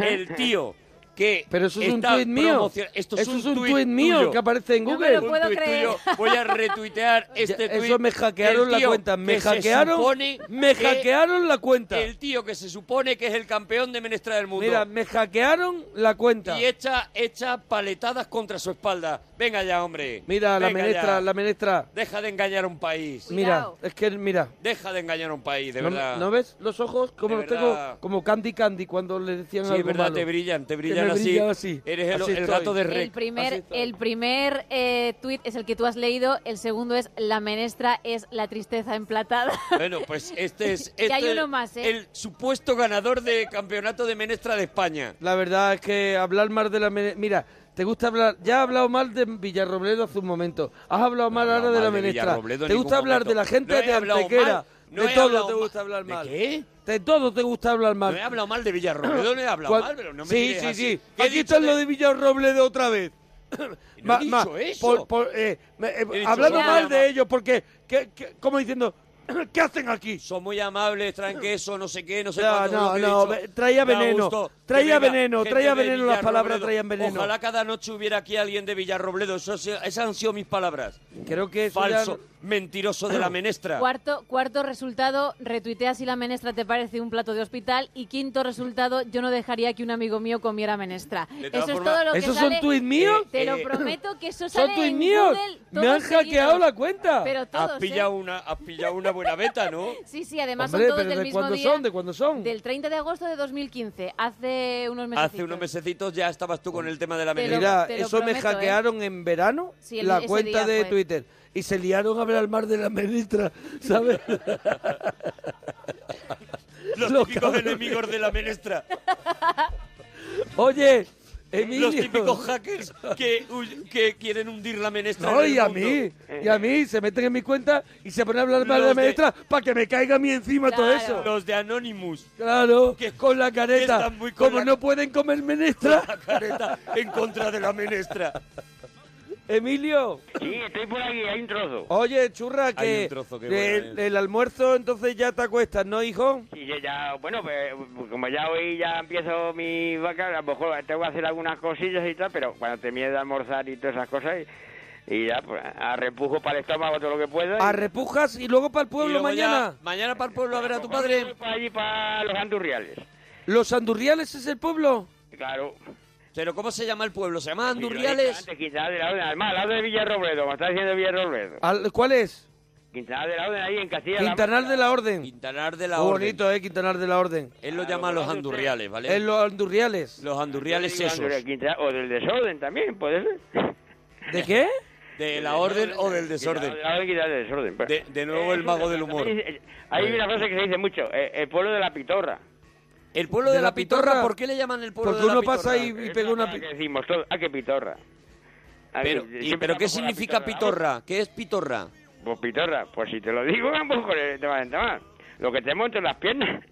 Speaker 4: el tío que...
Speaker 2: Pero eso es un
Speaker 4: está
Speaker 2: tuit mío.
Speaker 4: promocion- Esto
Speaker 2: Eso es un
Speaker 4: tuit
Speaker 2: tuit mío
Speaker 4: tuyo.
Speaker 2: que aparece en No Google. me lo
Speaker 4: Un
Speaker 2: puedo
Speaker 4: tuit
Speaker 2: creer. <laughs>
Speaker 4: tuyo. <laughs> Voy a retuitear este
Speaker 2: Ya,
Speaker 4: tuit.
Speaker 2: eso me hackearon
Speaker 4: del
Speaker 2: la
Speaker 4: tío
Speaker 2: cuenta, me
Speaker 4: que se
Speaker 2: hackearon-
Speaker 4: supone
Speaker 2: me
Speaker 4: que-
Speaker 2: hackearon la cuenta.
Speaker 4: El tío que se supone que es el campeón de menestra del mundo.
Speaker 2: Mira, me hackearon la cuenta.
Speaker 4: y echa, echa paletadas contra su espalda. Venga ya, hombre.
Speaker 2: Mira, la
Speaker 4: Venga
Speaker 2: menestra,
Speaker 4: ya.
Speaker 2: la menestra.
Speaker 4: Deja de engañar a un país.
Speaker 2: Mira, es que mira.
Speaker 4: Deja de engañar a un país, de
Speaker 2: ¿No,
Speaker 4: verdad.
Speaker 2: no ves los ojos? Como
Speaker 4: De
Speaker 2: los tengo
Speaker 4: verdad.
Speaker 2: como Candy Candy cuando le decían
Speaker 4: Sí,
Speaker 2: algo
Speaker 4: es verdad,
Speaker 2: malo.
Speaker 4: te brillan, te
Speaker 2: Que me
Speaker 4: brillan así.
Speaker 2: brillan así.
Speaker 4: Eres el-
Speaker 2: Así
Speaker 4: el
Speaker 2: estoy.
Speaker 4: gato de
Speaker 3: El primer, el primer eh, tuit es el que tú has leído, el segundo es la menestra es la tristeza emplatada.
Speaker 4: Bueno,
Speaker 2: <laughs>
Speaker 4: pues este es
Speaker 3: Y
Speaker 4: este
Speaker 3: hay
Speaker 4: es
Speaker 3: uno más, ¿eh?
Speaker 4: el supuesto ganador de campeonato de menestra de España.
Speaker 2: La verdad es que hablar mal de la menestra... Mira, te gusta hablar... Ya has hablado mal de Villarrobledo hace un momento. Has hablado mal ahora de la
Speaker 4: mal de
Speaker 2: menestra.
Speaker 4: Villarrobledo en
Speaker 2: te gusta
Speaker 4: ningún
Speaker 2: hablar de la
Speaker 4: momento.
Speaker 2: gente
Speaker 4: No he
Speaker 2: de
Speaker 4: hablado
Speaker 2: Antequera.
Speaker 4: mal, no
Speaker 2: de
Speaker 4: he
Speaker 2: todo
Speaker 4: hablado
Speaker 2: te
Speaker 4: mal.
Speaker 2: gusta hablar
Speaker 4: ¿De
Speaker 2: mal.
Speaker 4: qué?
Speaker 2: De todo te gusta hablar mal.
Speaker 4: No he hablado mal de Villarrobledo, no he hablado
Speaker 2: Cuan-
Speaker 4: mal, pero no me
Speaker 2: Sí,
Speaker 4: mires
Speaker 2: sí,
Speaker 4: así.
Speaker 2: sí.
Speaker 4: ¿Qué he
Speaker 2: Aquí
Speaker 4: dicho
Speaker 2: está lo de Villarrobledo otra vez.
Speaker 4: No
Speaker 2: Ma-
Speaker 4: he
Speaker 2: ma-
Speaker 4: dicho eso.
Speaker 2: por- por, eh, me- eh,
Speaker 4: dicho
Speaker 2: hablando
Speaker 4: eso.
Speaker 2: mal de ellos, porque que- que- como diciendo, <clears throat> ¿Qué hacen aquí?
Speaker 4: Son muy amables, traen queso, no sé qué, no sé
Speaker 2: No,
Speaker 4: cuánto,
Speaker 2: no,
Speaker 4: lo que he
Speaker 2: no,
Speaker 4: dicho.
Speaker 2: ve- traía
Speaker 4: Me da
Speaker 2: veneno,
Speaker 4: gusto que
Speaker 2: traía
Speaker 4: venga
Speaker 2: veneno,
Speaker 4: gente
Speaker 2: traía
Speaker 4: de
Speaker 2: veneno, las
Speaker 4: Villarrobledo.
Speaker 2: palabras traían veneno.
Speaker 4: Ojalá cada noche hubiera aquí alguien de Villarrobledo. Eso, ha sido- esas han sido mis palabras.
Speaker 2: Creo que eso ya
Speaker 4: Falso,
Speaker 2: <clears throat>
Speaker 4: mentiroso de la menestra.
Speaker 3: Cuarto, cuarto resultado, retuitea si la menestra te parece un plato de hospital. Y quinto resultado, yo no dejaría que un amigo mío comiera menestra.
Speaker 2: De
Speaker 3: Eso
Speaker 2: todas
Speaker 3: es
Speaker 2: formas-
Speaker 3: todo lo que
Speaker 2: ¿Esos son
Speaker 3: sale.
Speaker 2: tuits míos?
Speaker 3: Te
Speaker 2: Eh,
Speaker 3: lo prometo que eso
Speaker 2: ¿Son
Speaker 3: sale
Speaker 2: tuits
Speaker 3: en
Speaker 2: míos?
Speaker 3: Google
Speaker 2: Me
Speaker 3: todo
Speaker 2: han hackeado
Speaker 3: seguido.
Speaker 2: la cuenta.
Speaker 3: Pero
Speaker 4: has,
Speaker 3: todos,
Speaker 4: pillado
Speaker 3: ¿eh?
Speaker 4: una, has pillado una buena beta, ¿no?
Speaker 3: Sí, sí, <laughs> además
Speaker 4: Hombre,
Speaker 3: son todos
Speaker 4: pero
Speaker 3: del
Speaker 4: ¿de
Speaker 3: mismo
Speaker 4: cuándo
Speaker 3: día.
Speaker 4: son? ¿De
Speaker 2: cuándo son?
Speaker 3: Del 30 de agosto de 2015, hace unos meses.
Speaker 4: Hace unos mesecitos ya estabas tú con el tema de la
Speaker 3: Te lo- ¿eh?
Speaker 4: menestra.
Speaker 2: Mira, eso me hackearon en verano
Speaker 3: Sí, el-
Speaker 2: la
Speaker 3: ese
Speaker 2: cuenta
Speaker 3: día
Speaker 2: de
Speaker 3: fue.
Speaker 2: Twitter. Y se liaron a ver al mar de la ministra,
Speaker 4: <laughs>
Speaker 2: ¿sabes?
Speaker 4: Los,
Speaker 2: Los
Speaker 4: típicos
Speaker 2: cabrones.
Speaker 4: enemigos de la menestra.
Speaker 2: Oye, Emilio.
Speaker 4: Eh, Los
Speaker 2: <laughs>
Speaker 4: típicos hackers que, huy- que quieren hundir la menestra.
Speaker 2: No,
Speaker 4: en el
Speaker 2: y a
Speaker 4: mundo.
Speaker 2: mí, y a mí, se meten en mi cuenta y se ponen a hablar mal de la
Speaker 4: Los de-
Speaker 2: maestra para que me caiga a mí encima todo
Speaker 4: Claro.
Speaker 2: eso.
Speaker 4: Los de Anonymous.
Speaker 2: Claro, que con la
Speaker 4: que
Speaker 2: careta.
Speaker 4: están muy con
Speaker 2: Como
Speaker 4: la-
Speaker 2: no pueden comer menestra.
Speaker 4: La careta en contra de la menestra.
Speaker 2: Emilio.
Speaker 9: Sí, estoy por aquí, hay un trozo.
Speaker 2: Oye, churra,
Speaker 9: Hay
Speaker 2: que,
Speaker 9: un trozo que
Speaker 2: el,
Speaker 4: eh.
Speaker 9: bueno,
Speaker 2: el almuerzo entonces ya te acuestas, ¿no, hijo?
Speaker 9: Y yo ya, bueno, pues, como ya hoy ya empiezo mi vaca, a lo mejor tengo que hacer algunas cosillas y tal, pero cuando termine de almorzar y todas esas cosas, y, y ya, pues, a repujo para el estómago todo lo que pueda. y-
Speaker 2: A repujas y luego para el pueblo
Speaker 9: luego ya-
Speaker 2: mañana.
Speaker 4: Mañana para el pueblo a ver a tu padre.
Speaker 9: Para allí, para los andurriales.
Speaker 2: ¿Los andurriales es el pueblo?
Speaker 9: Claro.
Speaker 4: Pero ¿cómo se llama el pueblo? ¿Se llama
Speaker 9: Andurriales. Quintana de la Orden, además, al lado de Villarrobledo, como está diciendo Villarrobledo.
Speaker 2: Al- ¿Cuál es?
Speaker 9: Quintana de la Orden, ahí en Castilla.
Speaker 2: Quintanar de la Orden.
Speaker 4: Quintanar de
Speaker 2: Muy
Speaker 4: la Orden.
Speaker 2: bonito, ¿eh? Quintanar de la Orden.
Speaker 4: Él lo llama los andurriales, ¿vale?
Speaker 2: Es los andurriales.
Speaker 4: Los andurriales
Speaker 9: Yo digo
Speaker 4: esos.
Speaker 9: Andurria- Quintana- o del desorden también, puede ser. <laughs>
Speaker 2: ¿De qué?
Speaker 4: De la orden o del desorden.
Speaker 9: Quintana- Quintana del desorden. pues. eh,
Speaker 4: De, de nuevo el mago del humor.
Speaker 9: Hay una frase que se dice mucho, eh, el pueblo de la pitorra.
Speaker 4: El pueblo de, la pitorra, ¿por qué le llaman el pueblo
Speaker 9: Porque
Speaker 4: de la
Speaker 9: uno
Speaker 4: pitorra?
Speaker 9: pasa y- y pega una pi- Decimos todos, ¿a qué pitorra? A
Speaker 4: Pero,
Speaker 9: ver,
Speaker 4: y-
Speaker 9: siempre
Speaker 4: pero ¿qué
Speaker 9: estamos con la
Speaker 4: significa
Speaker 9: pitorra,
Speaker 4: pitorra? ¿Qué es pitorra?
Speaker 9: Pues pitorra, pues si te lo digo, <laughs> vamos con el tema del tema. Lo que te monto en las piernas.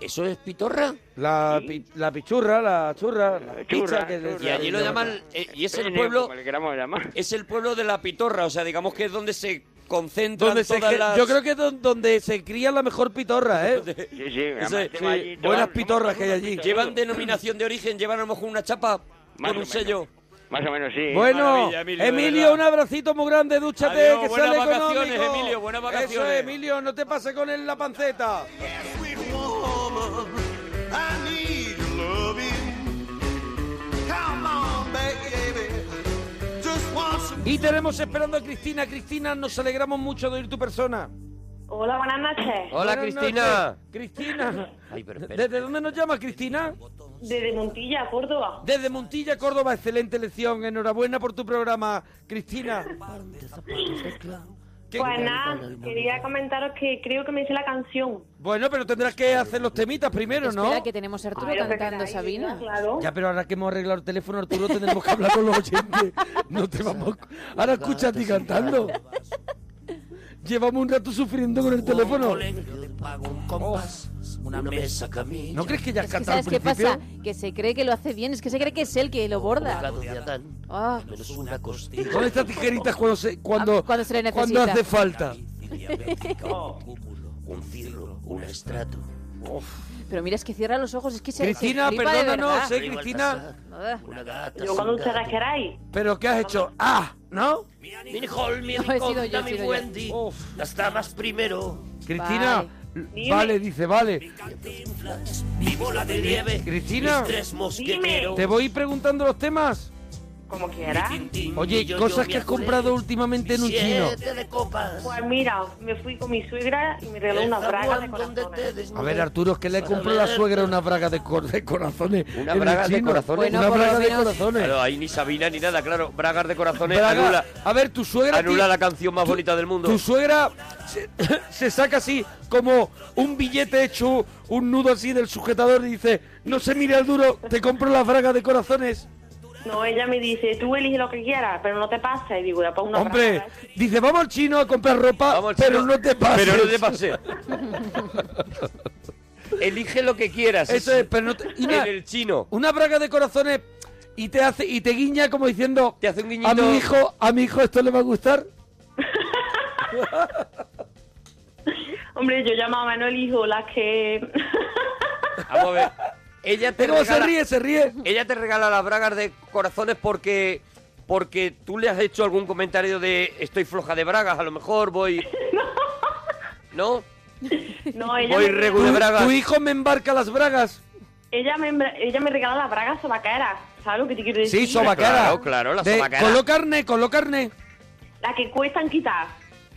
Speaker 4: ¿Eso es pitorra?
Speaker 2: La, pi- la pichurra, la churra, la picha.
Speaker 9: Churra,
Speaker 2: Que
Speaker 9: churra.
Speaker 4: Y allí lo llaman, eh, y es el pueblo,
Speaker 9: Como le queramos llamar.
Speaker 4: es el pueblo de la pitorra, o sea, digamos que es donde se concentran
Speaker 2: Donde se
Speaker 4: todas
Speaker 2: cre-
Speaker 4: las...
Speaker 2: Yo creo que es don- donde se cría la mejor pitorra,
Speaker 4: <laughs>
Speaker 2: ¿eh?
Speaker 9: Sí, sí, además
Speaker 2: Eso es,
Speaker 9: tengo
Speaker 2: sí,
Speaker 9: allí todo-
Speaker 2: buenas pitorras que hay allí.
Speaker 4: Llevan denominación de origen, llevan a lo mejor una chapa con un sello.
Speaker 9: Más o menos, sí.
Speaker 2: Bueno,
Speaker 4: Maravilla,
Speaker 2: Emilio,
Speaker 4: Emilio, de verdad.
Speaker 2: un abracito muy grande, dúchate,
Speaker 4: Adiós,
Speaker 2: que
Speaker 4: buenas
Speaker 2: sale
Speaker 4: vacaciones,
Speaker 2: económico.
Speaker 4: Emilio, buenas
Speaker 2: Eso
Speaker 4: vacaciones.
Speaker 2: es, Emilio, no te pases con él la panceta.
Speaker 1: I need loving. Come on, baby. Just once
Speaker 2: Y tenemos esperando a Cristina. Cristina, nos alegramos mucho de oír tu persona.
Speaker 7: Hola, buenas noches.
Speaker 2: Buenas noches, Cristina. ¿Desde dónde nos llama Cristina?
Speaker 7: Desde Montilla, Córdoba.
Speaker 2: Desde Montilla, Córdoba. Excelente elección. Enhorabuena por tu programa, Cristina. ¿Qué-
Speaker 7: Pues nada, quería comentaros que creo que me hice la canción.
Speaker 2: Bueno, pero tendrás que hacer los temitas primero, ¿no?
Speaker 3: Espera, que tenemos a Arturo cantando Sabina.
Speaker 2: Ya, pero ahora que hemos arreglado el teléfono, Arturo, tendremos que hablar con los oyentes. No te vamos. Ahora escucha a ti cantando. Llevamos un rato sufriendo con el teléfono.
Speaker 1: Una mesa camino.
Speaker 2: ¿No crees que ya has cantado al
Speaker 3: ¿Sabes qué
Speaker 2: principio?
Speaker 3: pasa? Que se cree que lo hace bien, es que se cree que es él que lo borda. Ah.
Speaker 1: una costilla.
Speaker 2: ¿Dónde estas tijeritas cuando se, cuando,
Speaker 3: Cuando se le necesita.
Speaker 2: cuando hace falta?
Speaker 3: <laughs>
Speaker 4: Oh.
Speaker 1: Un cirro, un estrato.
Speaker 3: Pero mira, es que cierra los ojos, es que se.
Speaker 2: Cristina,
Speaker 3: se flipa de
Speaker 2: perdónanos,
Speaker 3: verdad.
Speaker 2: eh, Cristina.
Speaker 3: Ah.
Speaker 7: Yo cuando ustedes queráis.
Speaker 2: ¿Pero qué has hecho? ¡Ah! ¿No?
Speaker 1: Mi hall, mi
Speaker 3: No, he sido
Speaker 1: conda,
Speaker 3: yo, he
Speaker 1: mi
Speaker 3: sido yo.
Speaker 1: Wendy. Las damas primero.
Speaker 2: Cristina.
Speaker 1: Dime.
Speaker 2: Vale, dice, vale.
Speaker 1: Mi bola de nieve.
Speaker 2: Cristina.
Speaker 1: Mis tres mosqueteros.
Speaker 2: Te voy preguntando los temas.
Speaker 7: Como quieras.
Speaker 2: Oye,
Speaker 1: yo, yo,
Speaker 2: cosas
Speaker 1: mi
Speaker 2: que has
Speaker 1: abuelo,
Speaker 2: comprado últimamente en un chino.
Speaker 7: Pues mira, me fui con mi suegra y me regaló una braga de corazones.
Speaker 2: A ver, Arturo, es que le compró la suegra una braga de, cor- de corazones.
Speaker 4: Una
Speaker 2: en el
Speaker 4: braga de
Speaker 2: chino.
Speaker 4: corazones.
Speaker 2: una braga de corazones.
Speaker 4: Claro, ahí ni Sabina ni nada, claro. Bragas de corazones
Speaker 2: Braga-
Speaker 4: anula,
Speaker 2: a ver, tu suegra.
Speaker 4: anula
Speaker 2: ti-
Speaker 4: la canción más
Speaker 2: tu-
Speaker 4: bonita del mundo.
Speaker 2: Tu suegra se, <laughs> se saca así, como un billete hecho, un nudo así del sujetador y dice: No se mire al duro, te compro la braga de corazones.
Speaker 7: No, ella me dice, tú elige lo que quieras, pero no te pases. Y digo, ya para una
Speaker 2: Hombre, dice: Vamos al chino a comprar ropa, pero no te pases.
Speaker 4: Pero no te pases.
Speaker 2: <laughs>
Speaker 4: Elige lo que quieras.
Speaker 2: Eso es, pero no te- y una-
Speaker 4: En el chino.
Speaker 2: Una braga de corazones y te hace y te guiña como diciendo
Speaker 4: Te hace un
Speaker 2: a
Speaker 7: <laughs>
Speaker 4: guiñito.
Speaker 2: mi hijo a mi hijo esto le va a gustar
Speaker 20: Hombre, yo llamaba a Manuel y dijo, las que...
Speaker 2: <laughs>
Speaker 4: Vamos a ver. Ella te
Speaker 20: Pero se
Speaker 2: ríe, se ríe.
Speaker 4: Ella te regala las bragas de corazones porque porque tú le has hecho algún comentario de estoy floja de bragas, a lo mejor voy ¿No?
Speaker 20: No, ella
Speaker 4: Voy
Speaker 20: me-
Speaker 4: regu de bragas.
Speaker 2: Tu hijo me embarca las bragas.
Speaker 20: Ella me, ella me regala las bragas sobaqueras. ¿Sabes lo que te quiero decir?
Speaker 2: Sí, sobacara.
Speaker 4: Claro, claro, la
Speaker 2: De-
Speaker 4: sobacara.
Speaker 2: Coló carne, coló carne.
Speaker 20: Las que cuestan quitar.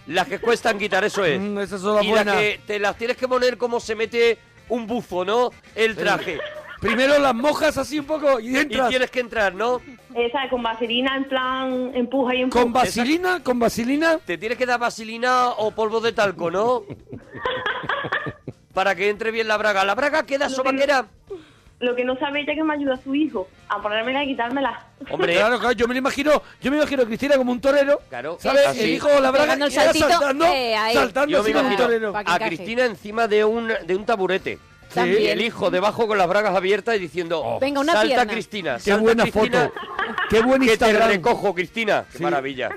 Speaker 4: Las que cuestan quitar, eso es.
Speaker 2: Mm, esas son las
Speaker 4: y
Speaker 2: buenas.
Speaker 4: Las que te las tienes que poner como se mete un bufo, ¿no? El traje.
Speaker 2: Primero las mojas así un poco y entras.
Speaker 4: Y tienes que entrar, ¿no?
Speaker 20: Esa con vaselina, en plan, empuja y empuja.
Speaker 2: ¿Con vaselina? ¿Con vaselina?
Speaker 4: Te tienes que dar vaselina o polvo de
Speaker 2: <laughs>
Speaker 4: talco, ¿no? Para que entre bien la braga. La braga queda
Speaker 20: Lo
Speaker 4: sobaquera.
Speaker 20: Lo que no sabe ella que me ayuda a su hijo a ponérmela y quitármela.
Speaker 4: Hombre,
Speaker 2: claro, claro, yo me lo imagino, yo me imagino a Cristina como un torero.
Speaker 4: Claro,
Speaker 2: ¿Sabes?
Speaker 4: así.
Speaker 2: El hijo con la braga
Speaker 3: Pegando el
Speaker 2: y ella
Speaker 3: saltito,
Speaker 2: saltando,
Speaker 3: eh, ahí.
Speaker 2: saltando
Speaker 4: Yo
Speaker 2: así
Speaker 4: me
Speaker 2: como un
Speaker 4: imagino
Speaker 2: torero.
Speaker 3: Pa' que
Speaker 4: a
Speaker 3: encaje.
Speaker 4: Cristina encima de un, de un taburete.
Speaker 3: También.
Speaker 4: Y el hijo debajo con las bragas abiertas y diciendo,
Speaker 3: Venga, una
Speaker 4: salta
Speaker 3: pierna".
Speaker 4: Cristina.
Speaker 2: Oh. Qué
Speaker 4: salta
Speaker 2: buena
Speaker 4: Cristina,
Speaker 2: foto. Qué buen
Speaker 4: que te
Speaker 2: Instagram.
Speaker 4: recojo, Cristina. Qué maravilla.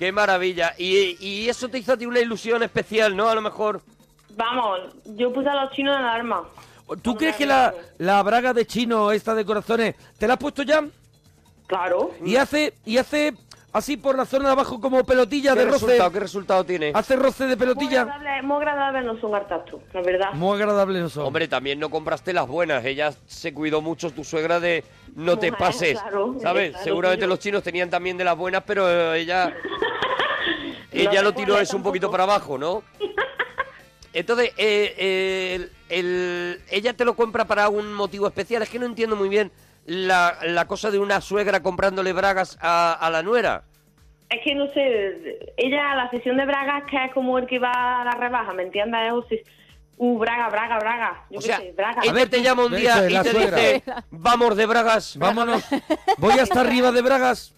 Speaker 4: Qué maravilla. Y, y eso te hizo a ti una ilusión especial, ¿no? A lo mejor.
Speaker 20: Vamos, yo puse a los chinos en alarma.
Speaker 2: ¿Tú crees que la, la braga de chino, esta de corazones, te la has puesto ya?
Speaker 20: Claro.
Speaker 2: Y hace, y hace así por la zona de abajo como pelotilla
Speaker 4: ¿Qué
Speaker 2: de roce.
Speaker 4: resultado, ¿Qué resultado tiene?
Speaker 2: Hace roce de
Speaker 20: Muy
Speaker 2: pelotilla.
Speaker 20: agradable, muy agradable no son hartastro, la verdad.
Speaker 2: Muy agradable eso.
Speaker 4: Hombre, también no compraste las buenas. Ella se cuidó mucho, tu suegra, de no te
Speaker 20: Mujer,
Speaker 4: pases.
Speaker 20: claro, eh,
Speaker 4: ¿Sabes?
Speaker 20: claro,
Speaker 4: Seguramente
Speaker 20: tío.
Speaker 4: los chinos tenían también de las buenas, pero
Speaker 20: <laughs>
Speaker 4: eh, ella. ella lo tiró eso un poquito para abajo, ¿no? Entonces, eh, eh, el- el- ella te lo compra para un motivo especial. Es que no entiendo muy bien la, la cosa de una suegra comprándole bragas a, a la nuera.
Speaker 20: Es que no sé, ella, la sesión de bragas, que es como el que va a la rebaja, ¿me entiendes? Es, o sea, uh, braga, braga, braga. Yo
Speaker 4: O
Speaker 20: qué
Speaker 4: sea,
Speaker 20: sé, braga.
Speaker 4: ella te llama un
Speaker 2: Eso
Speaker 4: día
Speaker 2: es,
Speaker 4: y
Speaker 2: la
Speaker 4: te
Speaker 2: suegra.
Speaker 4: dice, vamos de bragas.
Speaker 2: Vámonos. Voy hasta arriba de bragas.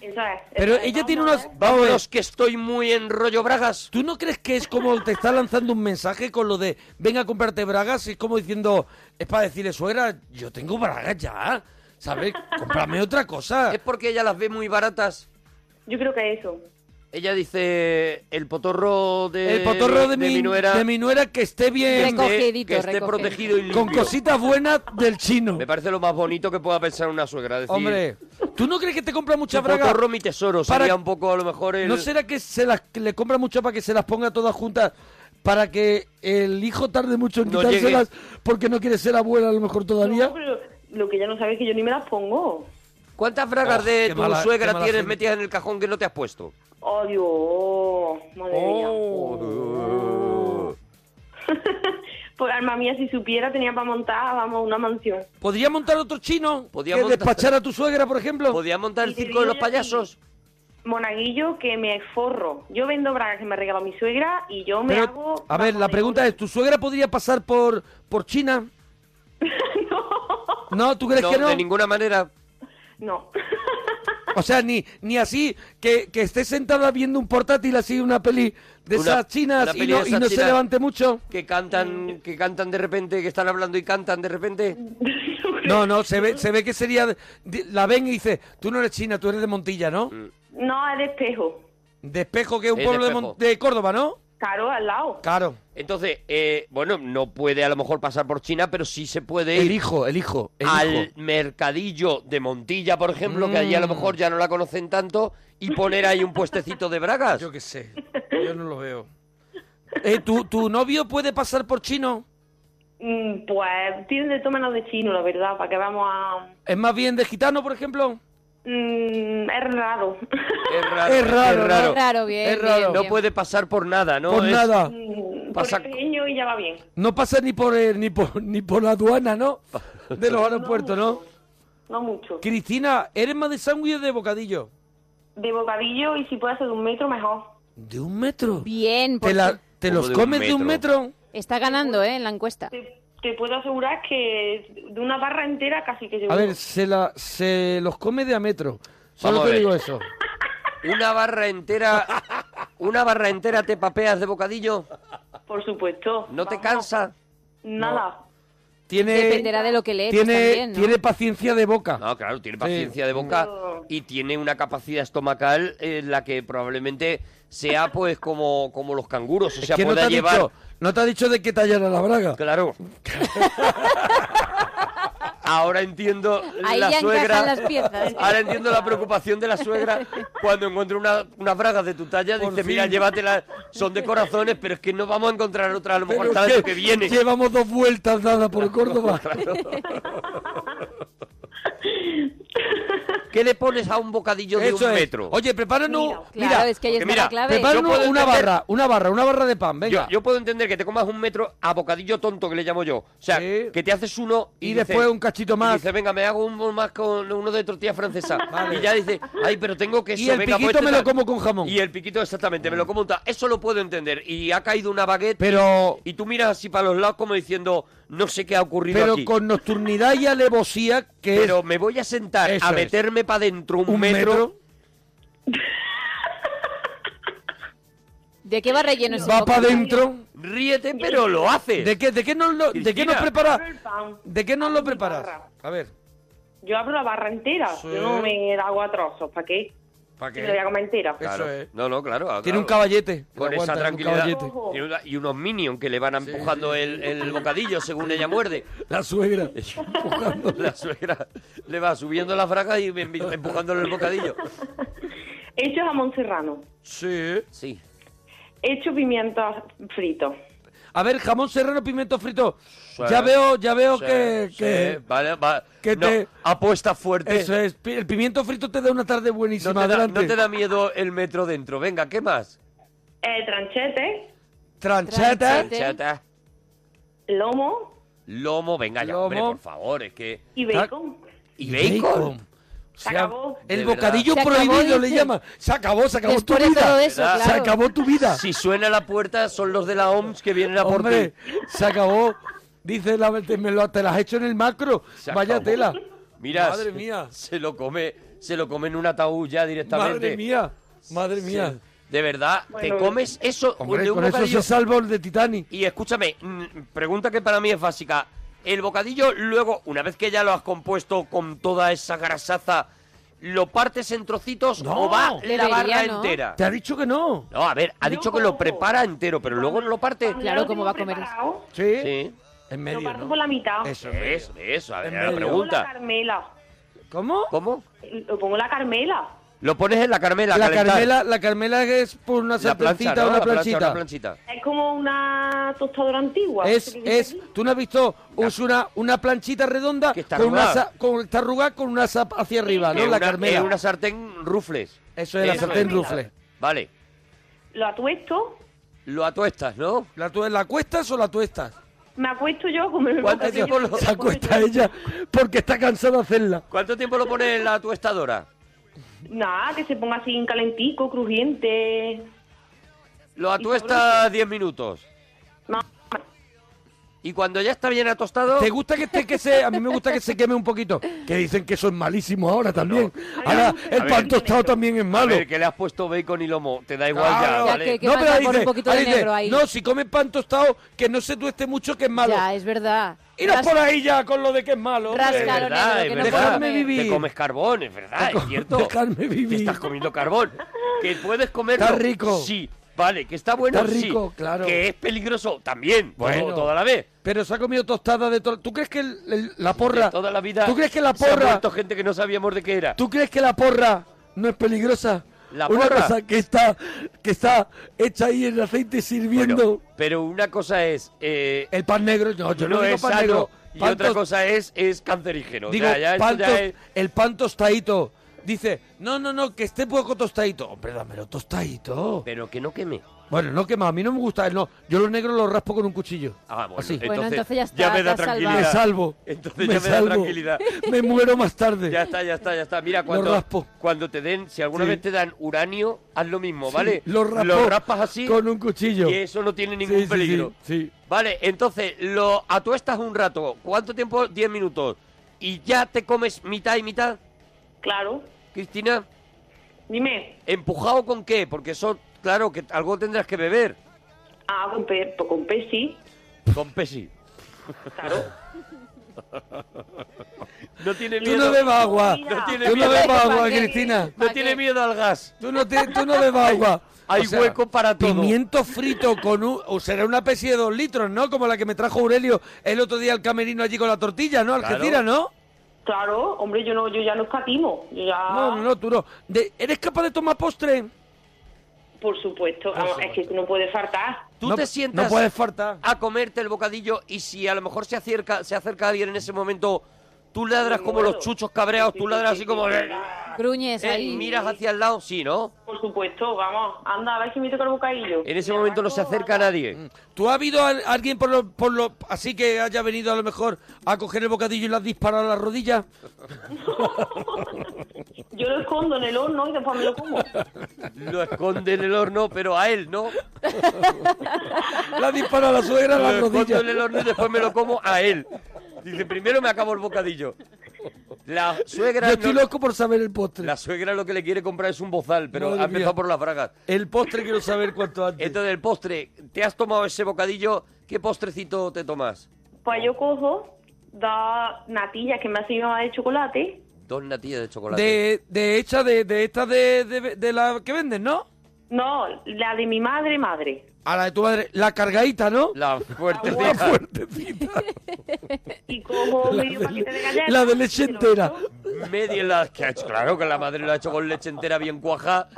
Speaker 20: Eso es.
Speaker 2: Pero ella tiene unas...
Speaker 4: Vámonos, que estoy muy en rollo bragas.
Speaker 2: ¿Tú no crees que es como te está lanzando un mensaje con lo de venga a comprarte bragas? Es como diciendo, es para decirle, suegra, yo tengo bragas ya. ¿Sabes? Cómprame otra cosa.
Speaker 4: Es porque ella las ve muy baratas.
Speaker 20: Yo creo que eso.
Speaker 4: Ella dice el potorro de
Speaker 2: El potorro de, mi,
Speaker 4: nuera
Speaker 2: de mi nuera que esté
Speaker 4: que
Speaker 2: bien.
Speaker 4: esté- que esté protegido y limpio.
Speaker 2: Con cositas buenas del chino.
Speaker 4: Me parece lo más bonito que pueda pensar una suegra. Decir,
Speaker 2: Hombre, ¿tú no crees que te compra mucha
Speaker 4: "Tu
Speaker 2: braga?
Speaker 4: potorro mi tesoro
Speaker 2: Para-
Speaker 4: sería un poco a lo mejor el
Speaker 2: ¿No será que se las que le compra mucho para que se las ponga todas juntas? Para que el hijo tarde mucho en
Speaker 4: No
Speaker 2: quitárselas porque no quiere ser abuela a lo mejor todavía.
Speaker 20: No, pero lo que ella no sabe es que yo ni me las pongo.
Speaker 4: ¿Cuántas bragas
Speaker 2: Oh,
Speaker 4: de
Speaker 2: qué
Speaker 4: tu
Speaker 2: mala- qué
Speaker 4: suegra
Speaker 2: mala
Speaker 4: tienes
Speaker 2: gente.
Speaker 4: metidas en el cajón que no te has puesto?
Speaker 20: Oh, Dios, oh, madre
Speaker 2: Oh.
Speaker 20: mía. Por Pues, alma mía, si supiera, tenía para montar, vamos, una mansión.
Speaker 2: ¿Podría montar otro chino?
Speaker 4: Podía
Speaker 2: que
Speaker 4: montar-
Speaker 2: despachar a tu suegra, por ejemplo?
Speaker 4: ¿Podías montar
Speaker 20: Y
Speaker 4: el
Speaker 20: te
Speaker 4: circo de
Speaker 20: digo
Speaker 4: los
Speaker 20: yo a ti.
Speaker 4: payasos?
Speaker 20: Monaguillo, que me forro. Yo vendo bragas que me regaló mi suegra y yo me
Speaker 2: Pero,
Speaker 20: hago...
Speaker 2: a ver, la pregunta es, ¿tu suegra podría pasar por, por
Speaker 20: <laughs>
Speaker 2: China? no. ¿tú crees
Speaker 4: No,
Speaker 2: que no?
Speaker 4: de ninguna manera.
Speaker 20: No,
Speaker 2: O sea, ni, ni así, que, que esté sentada viendo un portátil así, una peli de
Speaker 4: Una-
Speaker 2: esas
Speaker 4: una
Speaker 2: chinas y
Speaker 4: peli
Speaker 2: no,
Speaker 4: de
Speaker 2: y
Speaker 4: esas
Speaker 2: no se
Speaker 4: chinas.
Speaker 2: levante mucho.
Speaker 4: Que cantan, que cantan de repente, que están hablando y cantan de repente.
Speaker 2: No, no, se ve, se ve que sería... de- La ven y dice, tú no eres china, tú eres de Montilla, ¿no?
Speaker 4: Mm.
Speaker 20: no, es de espejo.
Speaker 2: De Espejo, que es un
Speaker 4: Es de
Speaker 2: pueblo de,
Speaker 4: Espejo.
Speaker 2: Mon- de Córdoba, ¿no?
Speaker 20: Claro, al lado. <laughs>
Speaker 2: Claro.
Speaker 4: Entonces, eh, bueno, no puede a lo mejor pasar por China, pero sí se puede
Speaker 2: El
Speaker 4: ir
Speaker 2: hijo, el hijo, el
Speaker 4: al
Speaker 2: hijo. Mm.
Speaker 4: mercadillo de Montilla, por ejemplo, que allí a lo mejor ya no la conocen tanto, y poner ahí un puestecito de bragas.
Speaker 2: Yo qué sé, yo no lo veo. Eh, ¿tu, ¿Tu novio puede pasar por chino?
Speaker 20: Mm, Pues tienen de tómanos de chino, la verdad, para que vamos a...
Speaker 2: ¿Es más bien de gitano, por ejemplo?
Speaker 20: Mm, es raro.
Speaker 4: Es raro.
Speaker 2: Es raro,
Speaker 4: es
Speaker 2: ¿no?
Speaker 4: raro.
Speaker 2: Es raro,
Speaker 3: bien,
Speaker 2: Es raro. bien,
Speaker 4: No
Speaker 3: bien.
Speaker 4: puede pasar por nada, ¿no?
Speaker 2: por
Speaker 4: Es-
Speaker 2: nada.
Speaker 20: Mm,
Speaker 4: Pasa-
Speaker 20: Por el pequeño y ya va bien.
Speaker 2: No pasa ni por, eh, ni por <laughs> ni por la aduana, ¿no? De
Speaker 4: <laughs>
Speaker 2: los aeropuertos, ¿no?
Speaker 20: No mucho.
Speaker 2: Cristina, ¿eres más de sándwich o de bocadillo?
Speaker 20: De bocadillo y si puede ser de un metro, mejor.
Speaker 2: ¿De un metro?
Speaker 3: Bien,
Speaker 2: ¿Te,
Speaker 3: porque
Speaker 2: la- te
Speaker 4: ¿Cómo
Speaker 2: los
Speaker 4: de un
Speaker 2: comes de un metro?
Speaker 3: está ganando, ¿eh? En la encuesta.
Speaker 20: Te, te puedo asegurar que de una barra entera casi que seguro.
Speaker 2: A ver, se, la, se los come de a metro.
Speaker 4: Vamos
Speaker 2: Solo
Speaker 4: a
Speaker 2: te
Speaker 4: ver.
Speaker 2: digo eso.
Speaker 4: Una barra entera. Una barra entera te papeas de bocadillo.
Speaker 20: Por supuesto.
Speaker 4: ¿No te
Speaker 20: Vamos,
Speaker 4: cansa?
Speaker 20: Nada.
Speaker 2: tiene,
Speaker 3: Dependerá de lo que le eches
Speaker 2: tiene,
Speaker 3: también, ¿no?
Speaker 2: tiene paciencia de boca.
Speaker 4: No, claro, tiene paciencia de boca y tiene una capacidad estomacal en la que probablemente sea pues como, como los canguros, o sea,
Speaker 2: que no te,
Speaker 4: pueda
Speaker 2: ha
Speaker 4: llevar...
Speaker 2: dicho, no te ha dicho de qué tallara la braga.
Speaker 4: Claro. Ahora entiendo
Speaker 1: Ahí
Speaker 4: la
Speaker 1: ya
Speaker 4: suegra.
Speaker 1: encajan las piezas.
Speaker 4: <laughs> Ahora entiendo la preocupación de la suegra cuando encuentra una, unas bragas de tu talla. dice, mira, llévatelas. Son de corazones, pero es que no vamos a encontrar otra a lo mejor
Speaker 2: Pero
Speaker 4: tal
Speaker 2: es
Speaker 4: vez que viene.
Speaker 2: Llevamos dos vueltas dadas por
Speaker 4: <laughs>
Speaker 2: Córdoba.
Speaker 4: ¿Qué le pones a un bocadillo de
Speaker 2: Eso
Speaker 4: un
Speaker 2: es.
Speaker 4: metro?
Speaker 2: Oye, prepáranos.
Speaker 3: Claro,
Speaker 2: mira,
Speaker 3: es que ahí está
Speaker 4: mira,
Speaker 3: la clave.
Speaker 2: prepáranos
Speaker 4: Yo puedo
Speaker 2: una
Speaker 4: entender-
Speaker 2: barra, una barra, una barra de pan, venga.
Speaker 4: Yo, yo puedo entender que te comas un metro a bocadillo tonto, que le llamo yo. O sea, que te haces uno
Speaker 2: Y
Speaker 4: y, dices-
Speaker 2: después un cachito
Speaker 4: y
Speaker 2: más.
Speaker 4: dices, venga, me hago un bol más con uno de tortilla francesa.
Speaker 2: <laughs> Vale.
Speaker 4: Y ya dices, ay, pero tengo queso.
Speaker 2: Y el
Speaker 4: venga,
Speaker 2: piquito
Speaker 4: pues este
Speaker 2: me lo
Speaker 4: tal.
Speaker 2: como con jamón.
Speaker 4: Y el piquito, exactamente, me lo como un tal. Eso lo puedo entender. Y ha caído una baguette.
Speaker 2: Pero-
Speaker 4: Y tú miras así para los lados como diciendo, no sé qué ha ocurrido
Speaker 2: pero
Speaker 4: aquí.
Speaker 2: con nocturnidad y alevosía que
Speaker 4: Pero
Speaker 2: es-
Speaker 4: me voy a sentar
Speaker 2: Eso
Speaker 4: a
Speaker 2: es.
Speaker 4: meterme para dentro un,
Speaker 2: ¿Un metro?
Speaker 3: ¿De qué va relleno ese
Speaker 2: va
Speaker 3: bocata?
Speaker 2: para adentro.
Speaker 4: Ríete, pero lo haces.
Speaker 2: ¿De qué, de qué nos lo, de qué nos
Speaker 4: Cristina.
Speaker 2: preparas?
Speaker 7: El pan.
Speaker 2: ¿De qué nos lo preparas? A ver,
Speaker 7: Yo abro la barra entera, yo no me la hago a trozos, ¿para qué?
Speaker 2: ¿para
Speaker 7: Yo la voy a comer entera.
Speaker 4: Claro. No, no, claro.
Speaker 2: Tiene
Speaker 4: claro.
Speaker 2: un caballete.
Speaker 4: Con
Speaker 2: Lo aguanta,
Speaker 4: esa
Speaker 2: un
Speaker 4: tranquilidad.
Speaker 2: caballete.
Speaker 4: Y, una- y unos minions que le van empujando el, el bocadillo según ella muerde.
Speaker 2: <laughs> La
Speaker 4: <laughs>
Speaker 2: suegra.
Speaker 4: La suegra le va subiendo las bragas y emp- empujándole
Speaker 2: <laughs>
Speaker 4: el bocadillo.
Speaker 7: Hecho jamón serrano,
Speaker 2: Sí.
Speaker 4: Sí.
Speaker 7: hecho pimientos fritos.
Speaker 2: A ver, jamón serrano, pimiento frito.
Speaker 4: Sí.
Speaker 2: Ya veo, ya veo
Speaker 4: Sí,
Speaker 2: que,
Speaker 4: sí,
Speaker 2: que-
Speaker 4: vale, va.
Speaker 2: que
Speaker 4: No,
Speaker 2: te-
Speaker 4: apuesta fuerte.
Speaker 2: Eso es. Pi- El pimiento frito te da una tarde buenísima.
Speaker 4: No te, da,
Speaker 2: adelante.
Speaker 4: no te da miedo el metro dentro. Venga, ¿qué más?
Speaker 7: Eh, tranchete,
Speaker 2: Trancheta.
Speaker 4: Trancheta,
Speaker 7: lomo
Speaker 4: Lomo, venga ya, hombre,
Speaker 2: Lomo.
Speaker 4: por favor, es que...
Speaker 7: y bacon.
Speaker 4: Y bacon.
Speaker 7: Se acabó.
Speaker 2: El
Speaker 4: De
Speaker 2: bocadillo
Speaker 7: verdad. Se acabó, este.
Speaker 2: prohibido le
Speaker 7: dice.
Speaker 2: llama. Se acabó, se acabó
Speaker 7: Después
Speaker 2: tu
Speaker 7: de
Speaker 2: vida.
Speaker 7: todo eso,
Speaker 2: Se
Speaker 7: claro.
Speaker 2: acabó tu vida.
Speaker 4: Si suena la puerta, son los de la OMS que vienen a por
Speaker 2: Hombre,
Speaker 4: ti.
Speaker 2: se acabó. Dice la te, me lo, te las has hecho en el macro.
Speaker 4: Se
Speaker 2: Vaya
Speaker 4: acabó.
Speaker 2: tela.
Speaker 4: Mira,
Speaker 2: Madre
Speaker 4: se-
Speaker 2: mía.
Speaker 4: Se lo come, se lo come en un ataúd ya directamente.
Speaker 2: Madre mía. Madre mía.
Speaker 4: De verdad,
Speaker 2: Bueno.
Speaker 4: te comes eso
Speaker 2: Hombre,
Speaker 4: de un
Speaker 2: con eso
Speaker 4: bocadillo.
Speaker 2: se salva el de Titanic.
Speaker 4: Y escúchame, mm, pregunta que para mí es básica. El bocadillo, luego, una vez que ya lo has compuesto con toda esa grasaza, ¿lo partes en trocitos o va la barra entera?
Speaker 2: Te ha dicho que no.
Speaker 4: No, a ver, ha dicho que lo prepara entero, pero luego no lo parte.
Speaker 3: Claro, ¿cómo va a comer eso?
Speaker 2: Sí.
Speaker 4: En
Speaker 7: Lo parto por la mitad.
Speaker 2: Eso,
Speaker 4: eso, eso, a ver,
Speaker 2: En
Speaker 4: a la
Speaker 2: medio.
Speaker 7: Pongo la
Speaker 4: pregunta.
Speaker 7: Carmela.
Speaker 2: ¿Cómo?
Speaker 4: ¿Cómo?
Speaker 7: Lo pongo la Carmela.
Speaker 4: Lo pones en la Carmela, a
Speaker 2: La
Speaker 4: calentar.
Speaker 2: Carmela, la Carmela es por una
Speaker 4: La plancha,
Speaker 2: serpentita
Speaker 4: ¿no?
Speaker 2: o una
Speaker 4: La plancha,
Speaker 2: planchita.
Speaker 4: una planchita.
Speaker 7: Es como una tostadora antigua.
Speaker 2: Es,
Speaker 7: ¿Qué dice
Speaker 2: es, tú no has visto, es una, una planchita redonda con una,
Speaker 4: arrugada.
Speaker 2: sa- con, está arrugada con una sap hacia arriba, ¿no?
Speaker 4: Es
Speaker 2: la
Speaker 4: una-
Speaker 2: Carmela.
Speaker 4: es una sartén rufles.
Speaker 2: Eso es, la sartén
Speaker 4: es.
Speaker 2: rufles.
Speaker 4: Vale.
Speaker 7: Lo atuesto,
Speaker 4: Lo atuestas, ¿no?
Speaker 2: ¿La, tu- ¿La cuestas o la tuestas?
Speaker 7: me acuesto yo como el
Speaker 4: ¿Cuánto
Speaker 7: bocadillo.
Speaker 4: tiempo lo-
Speaker 2: Se acuesta ella porque está cansada de hacerla.
Speaker 4: ¿Cuánto tiempo lo pones en la tuestadora?
Speaker 7: Nada, que se ponga así en calentico, crujiente.
Speaker 4: Lo atuestas 10 minutos.
Speaker 7: No.
Speaker 4: Y cuando ya está bien atostado...
Speaker 2: ¿Te gusta que esté que se a mí me gusta que se queme un poquito? Que dicen que eso es malísimo ahora también. Ahora
Speaker 4: A
Speaker 2: el
Speaker 4: ver.
Speaker 2: pan tostado también es malo.
Speaker 4: A ver, que le has puesto bacon y lomo. Te da igual ya,
Speaker 2: Claro.
Speaker 4: ¿vale?
Speaker 2: no, pero
Speaker 3: manda
Speaker 2: ahí
Speaker 3: por
Speaker 2: dice,
Speaker 3: un poquito
Speaker 2: ahí
Speaker 3: de
Speaker 2: dice,
Speaker 3: negro ahí.
Speaker 2: no, si comes pan tostado, que no se tueste mucho, que es malo.
Speaker 3: Ya, es verdad.
Speaker 2: Iros
Speaker 3: Ras-
Speaker 2: por ahí ya con lo de que es malo. hombre.
Speaker 3: Rasca lo negro, que no puedo
Speaker 2: Dejadme
Speaker 3: comer.
Speaker 2: vivir.
Speaker 4: Te comes carbón, es verdad, es cierto.
Speaker 2: Dejadme vivir.
Speaker 4: Que estás comiendo carbón. Que puedes comerlo.
Speaker 2: Está rico.
Speaker 4: Sí. Vale, que está bueno,
Speaker 2: Está rico,
Speaker 4: sí.
Speaker 2: claro.
Speaker 4: Que es peligroso también.
Speaker 2: Bueno.
Speaker 4: Bueno, toda la vez.
Speaker 2: Pero se ha comido tostada de todo. ¿Tú crees que el- el- la
Speaker 4: De
Speaker 2: porra.
Speaker 4: toda la vida.
Speaker 2: ¿Tú crees que la
Speaker 4: se ha
Speaker 2: porra.
Speaker 4: muerto gente que no sabíamos de qué era.
Speaker 2: ¿Tú crees que la porra no es peligrosa?
Speaker 4: La
Speaker 2: Una
Speaker 4: porra.
Speaker 2: cosa que está, que está hecha ahí en el aceite sirviendo.
Speaker 4: Pero una cosa es. eh,
Speaker 2: el pan negro. No, yo no,
Speaker 4: no
Speaker 2: digo
Speaker 4: es
Speaker 2: pan
Speaker 4: sano
Speaker 2: negro.
Speaker 4: y
Speaker 2: Pan
Speaker 4: otra
Speaker 2: tos-
Speaker 4: cosa es es cancerígeno.
Speaker 2: Digo,
Speaker 4: ya, ya, esto
Speaker 2: pan
Speaker 4: ya
Speaker 2: tos-
Speaker 4: es-
Speaker 2: el pan tostadito. Dice, no, no, no, que esté poco tostadito. Hombre, dámelo tostadito.
Speaker 4: Pero que no queme.
Speaker 2: Bueno, no quema, a mí no me gusta. No, yo los negros los raspo con un cuchillo.
Speaker 4: Ah, bueno,
Speaker 2: Así.
Speaker 4: entonces,
Speaker 3: Bueno, entonces ya está,
Speaker 4: me da
Speaker 3: te has
Speaker 4: tranquilidad.
Speaker 2: Me salvo.
Speaker 4: Entonces
Speaker 2: me
Speaker 4: ya me da
Speaker 2: salvo.
Speaker 4: tranquilidad.
Speaker 2: Me muero más tarde.
Speaker 4: Ya está, ya está, ya está. Mira, cuando,
Speaker 2: raspo.
Speaker 4: cuando te den, si alguna
Speaker 2: Sí.
Speaker 4: vez te dan uranio, haz lo mismo,
Speaker 2: Sí,
Speaker 4: ¿vale?
Speaker 2: lo raspo
Speaker 4: raspas así
Speaker 2: con un cuchillo.
Speaker 4: y eso no tiene
Speaker 2: Sí,
Speaker 4: ningún
Speaker 2: sí, sí,
Speaker 4: peligro.
Speaker 2: sí.
Speaker 4: Vale, entonces lo atuestas un rato. ¿Cuánto tiempo? 10 minutos. ¿Y ya te comes mitad y mitad?
Speaker 7: Claro.
Speaker 4: Cristina,
Speaker 7: Dime,
Speaker 4: ¿empujado con qué? Porque eso, claro, que algo tendrás que beber.
Speaker 7: ah, con, pe- con pez sí.
Speaker 4: Con Pepsi. <laughs> No tiene
Speaker 2: Tú
Speaker 4: miedo.
Speaker 2: no bebas agua.
Speaker 4: No tiene
Speaker 2: Tú no
Speaker 4: miedo.
Speaker 2: bebas agua, Cristina.
Speaker 4: No tiene miedo al gas.
Speaker 2: Tú no, te, tú no bebas agua.
Speaker 4: Hay
Speaker 2: O sea,
Speaker 4: hueco para todo.
Speaker 2: Pimiento frito con un... O será una especie de dos litros, ¿no? Como la que me trajo Aurelio el otro día al camerino allí con la tortilla, ¿no? Algeciras, ¿no?
Speaker 20: Claro, hombre, yo no, yo ya no escatimo. Yo ya...
Speaker 2: No, no, no, tú no. De- ¿Eres capaz de tomar postre?
Speaker 20: Por supuesto,
Speaker 2: Por
Speaker 20: vamos, es
Speaker 2: supuesto.
Speaker 20: que no puede faltar.
Speaker 4: Tú
Speaker 2: No-
Speaker 4: te sientas
Speaker 2: no puedes faltar.
Speaker 4: a comerte el bocadillo y si a lo mejor se acerca, se acerca alguien en ese momento, tú ladras como los chuchos cabreados, tú ladras así como...
Speaker 21: Gruñes
Speaker 4: Eh,
Speaker 21: ahí.
Speaker 4: miras hacia el lado, sí, ¿no?
Speaker 20: Por supuesto, vamos. Anda, a ver si me toca el bocadillo.
Speaker 4: En ese momento no se acerca nadie.
Speaker 2: Mm. ¿Tú has habido a alguien por lo, por lo... Así que haya venido a lo mejor a coger el bocadillo y le has disparado a las rodillas?
Speaker 20: <laughs> Yo lo escondo en el horno y después me lo
Speaker 2: <laughs>
Speaker 20: como.
Speaker 4: Lo esconde en el horno, pero a él, ¿no?
Speaker 2: La dispara a la suegra a las
Speaker 4: Lo escondo
Speaker 2: rodillas.
Speaker 4: en el horno y después me lo como a él. Dice, primero me acabo el bocadillo. La suegra...
Speaker 2: Yo estoy
Speaker 4: no-
Speaker 2: loco por saber el postre.
Speaker 4: La suegra lo que le quiere comprar es un bozal, pero
Speaker 2: Madre
Speaker 4: ha empezado
Speaker 2: mía.
Speaker 4: por las bragas.
Speaker 2: El postre quiero saber cuánto antes.
Speaker 4: Entonces, el postre, ¿te has tomado ese bocadillo? ¿Qué postrecito te tomas?
Speaker 20: Pues yo cojo dos natillas que me ha sido de chocolate.
Speaker 4: Dos natillas de chocolate.
Speaker 2: De, de hecha de, de esta de, de, de la que venden, ¿no?
Speaker 20: No, la de mi madre, madre.
Speaker 2: A la de tu madre, la cargadita, ¿no?
Speaker 4: La fuerte.
Speaker 2: La
Speaker 20: Y
Speaker 2: <laughs>
Speaker 20: cojo medio paquete de galletas.
Speaker 2: la de leche
Speaker 20: se lo
Speaker 2: entera.
Speaker 20: echo.
Speaker 4: Media la que ha hecho, claro que la madre lo ha hecho con leche entera bien cuajada.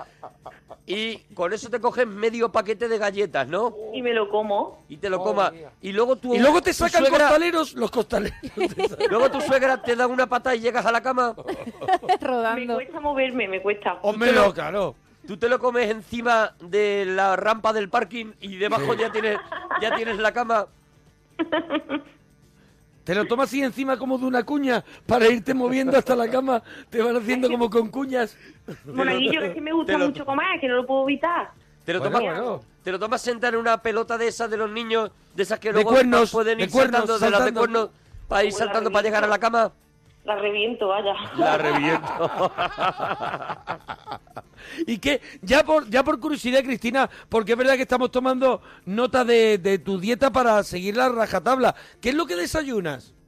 Speaker 4: Y con eso te coges medio paquete de galletas, ¿no?
Speaker 20: Y me lo como.
Speaker 4: Y te lo comas. Y luego tú.
Speaker 2: Y luego te
Speaker 4: tu
Speaker 2: sacan
Speaker 4: suegra-
Speaker 2: costaleros, los costaleros.
Speaker 4: Luego tu suegra te da una pata y llegas a la cama.
Speaker 20: Me cuesta moverme, me cuesta.
Speaker 2: Hombre, no, claro.
Speaker 4: Tú te lo comes encima de la rampa del parking y debajo
Speaker 2: Sí.
Speaker 4: ya tienes ya tienes la cama.
Speaker 2: Te lo tomas así encima como de una cuña para irte moviendo hasta la cama. Te van haciendo como con cuñas.
Speaker 20: Monaguillo, es que me gusta
Speaker 4: te lo-
Speaker 20: mucho comer, que no lo puedo evitar.
Speaker 4: Te lo
Speaker 2: Bueno,
Speaker 4: tomas
Speaker 2: bueno.
Speaker 4: te lo tomas sentar en una pelota de esas de los niños, de esas que
Speaker 2: De
Speaker 4: luego
Speaker 2: cuernos,
Speaker 4: pueden
Speaker 2: de
Speaker 4: ir
Speaker 2: cuernos,
Speaker 4: saltando, de las de
Speaker 2: saltando.
Speaker 4: cuernos para ir saltando para llegar a la cama.
Speaker 20: La reviento, vaya.
Speaker 4: <laughs> La reviento.
Speaker 2: Y que, ya por, ya por curiosidad, Cristina, porque es verdad que estamos tomando nota de, de tu dieta para seguir la rajatabla. ¿Qué es lo que desayunas?
Speaker 20: <laughs>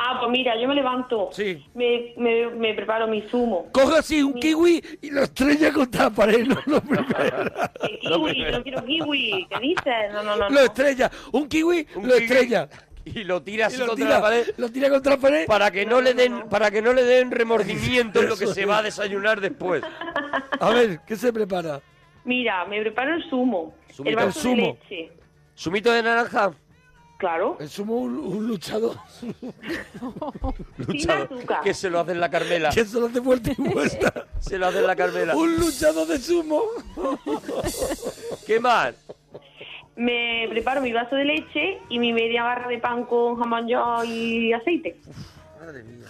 Speaker 20: Ah, pues mira, yo me levanto.
Speaker 2: Sí.
Speaker 20: Me, me, me preparo mi zumo.
Speaker 2: Coge así un kiwi y lo estrella contra la pared. No, lo
Speaker 20: <laughs>
Speaker 2: primero.
Speaker 20: El kiwi, yo no quiero kiwi. ¿Qué dices? No, no, no.
Speaker 2: <laughs> Lo
Speaker 20: no.
Speaker 2: estrella. Un kiwi lo estrella.
Speaker 4: Y lo tiras
Speaker 2: Y
Speaker 4: así
Speaker 2: lo
Speaker 4: contra
Speaker 2: tira,
Speaker 4: la pared
Speaker 2: lo tira contra la pared.
Speaker 4: para que no le den para que no le den remordimiento en lo que se va a desayunar después.
Speaker 2: A ver, ¿qué se prepara?
Speaker 20: Mira, me preparo el zumo.
Speaker 4: Zumito.
Speaker 20: El vaso
Speaker 2: El
Speaker 20: de
Speaker 2: zumo.
Speaker 20: leche.
Speaker 4: Sumito de naranja.
Speaker 20: Claro.
Speaker 2: El zumo un, un luchador.
Speaker 4: <laughs>
Speaker 20: Sin azúcar.
Speaker 4: Que se lo hace en la Carmela.
Speaker 2: Que se lo hace vuelta
Speaker 4: <laughs>
Speaker 2: y vuelta.
Speaker 4: Se lo hace en la Carmela.
Speaker 2: un luchador de zumo.
Speaker 4: <laughs> ¿Qué más?
Speaker 20: Me preparo mi vaso de leche y mi media barra de pan con jamón yo y aceite.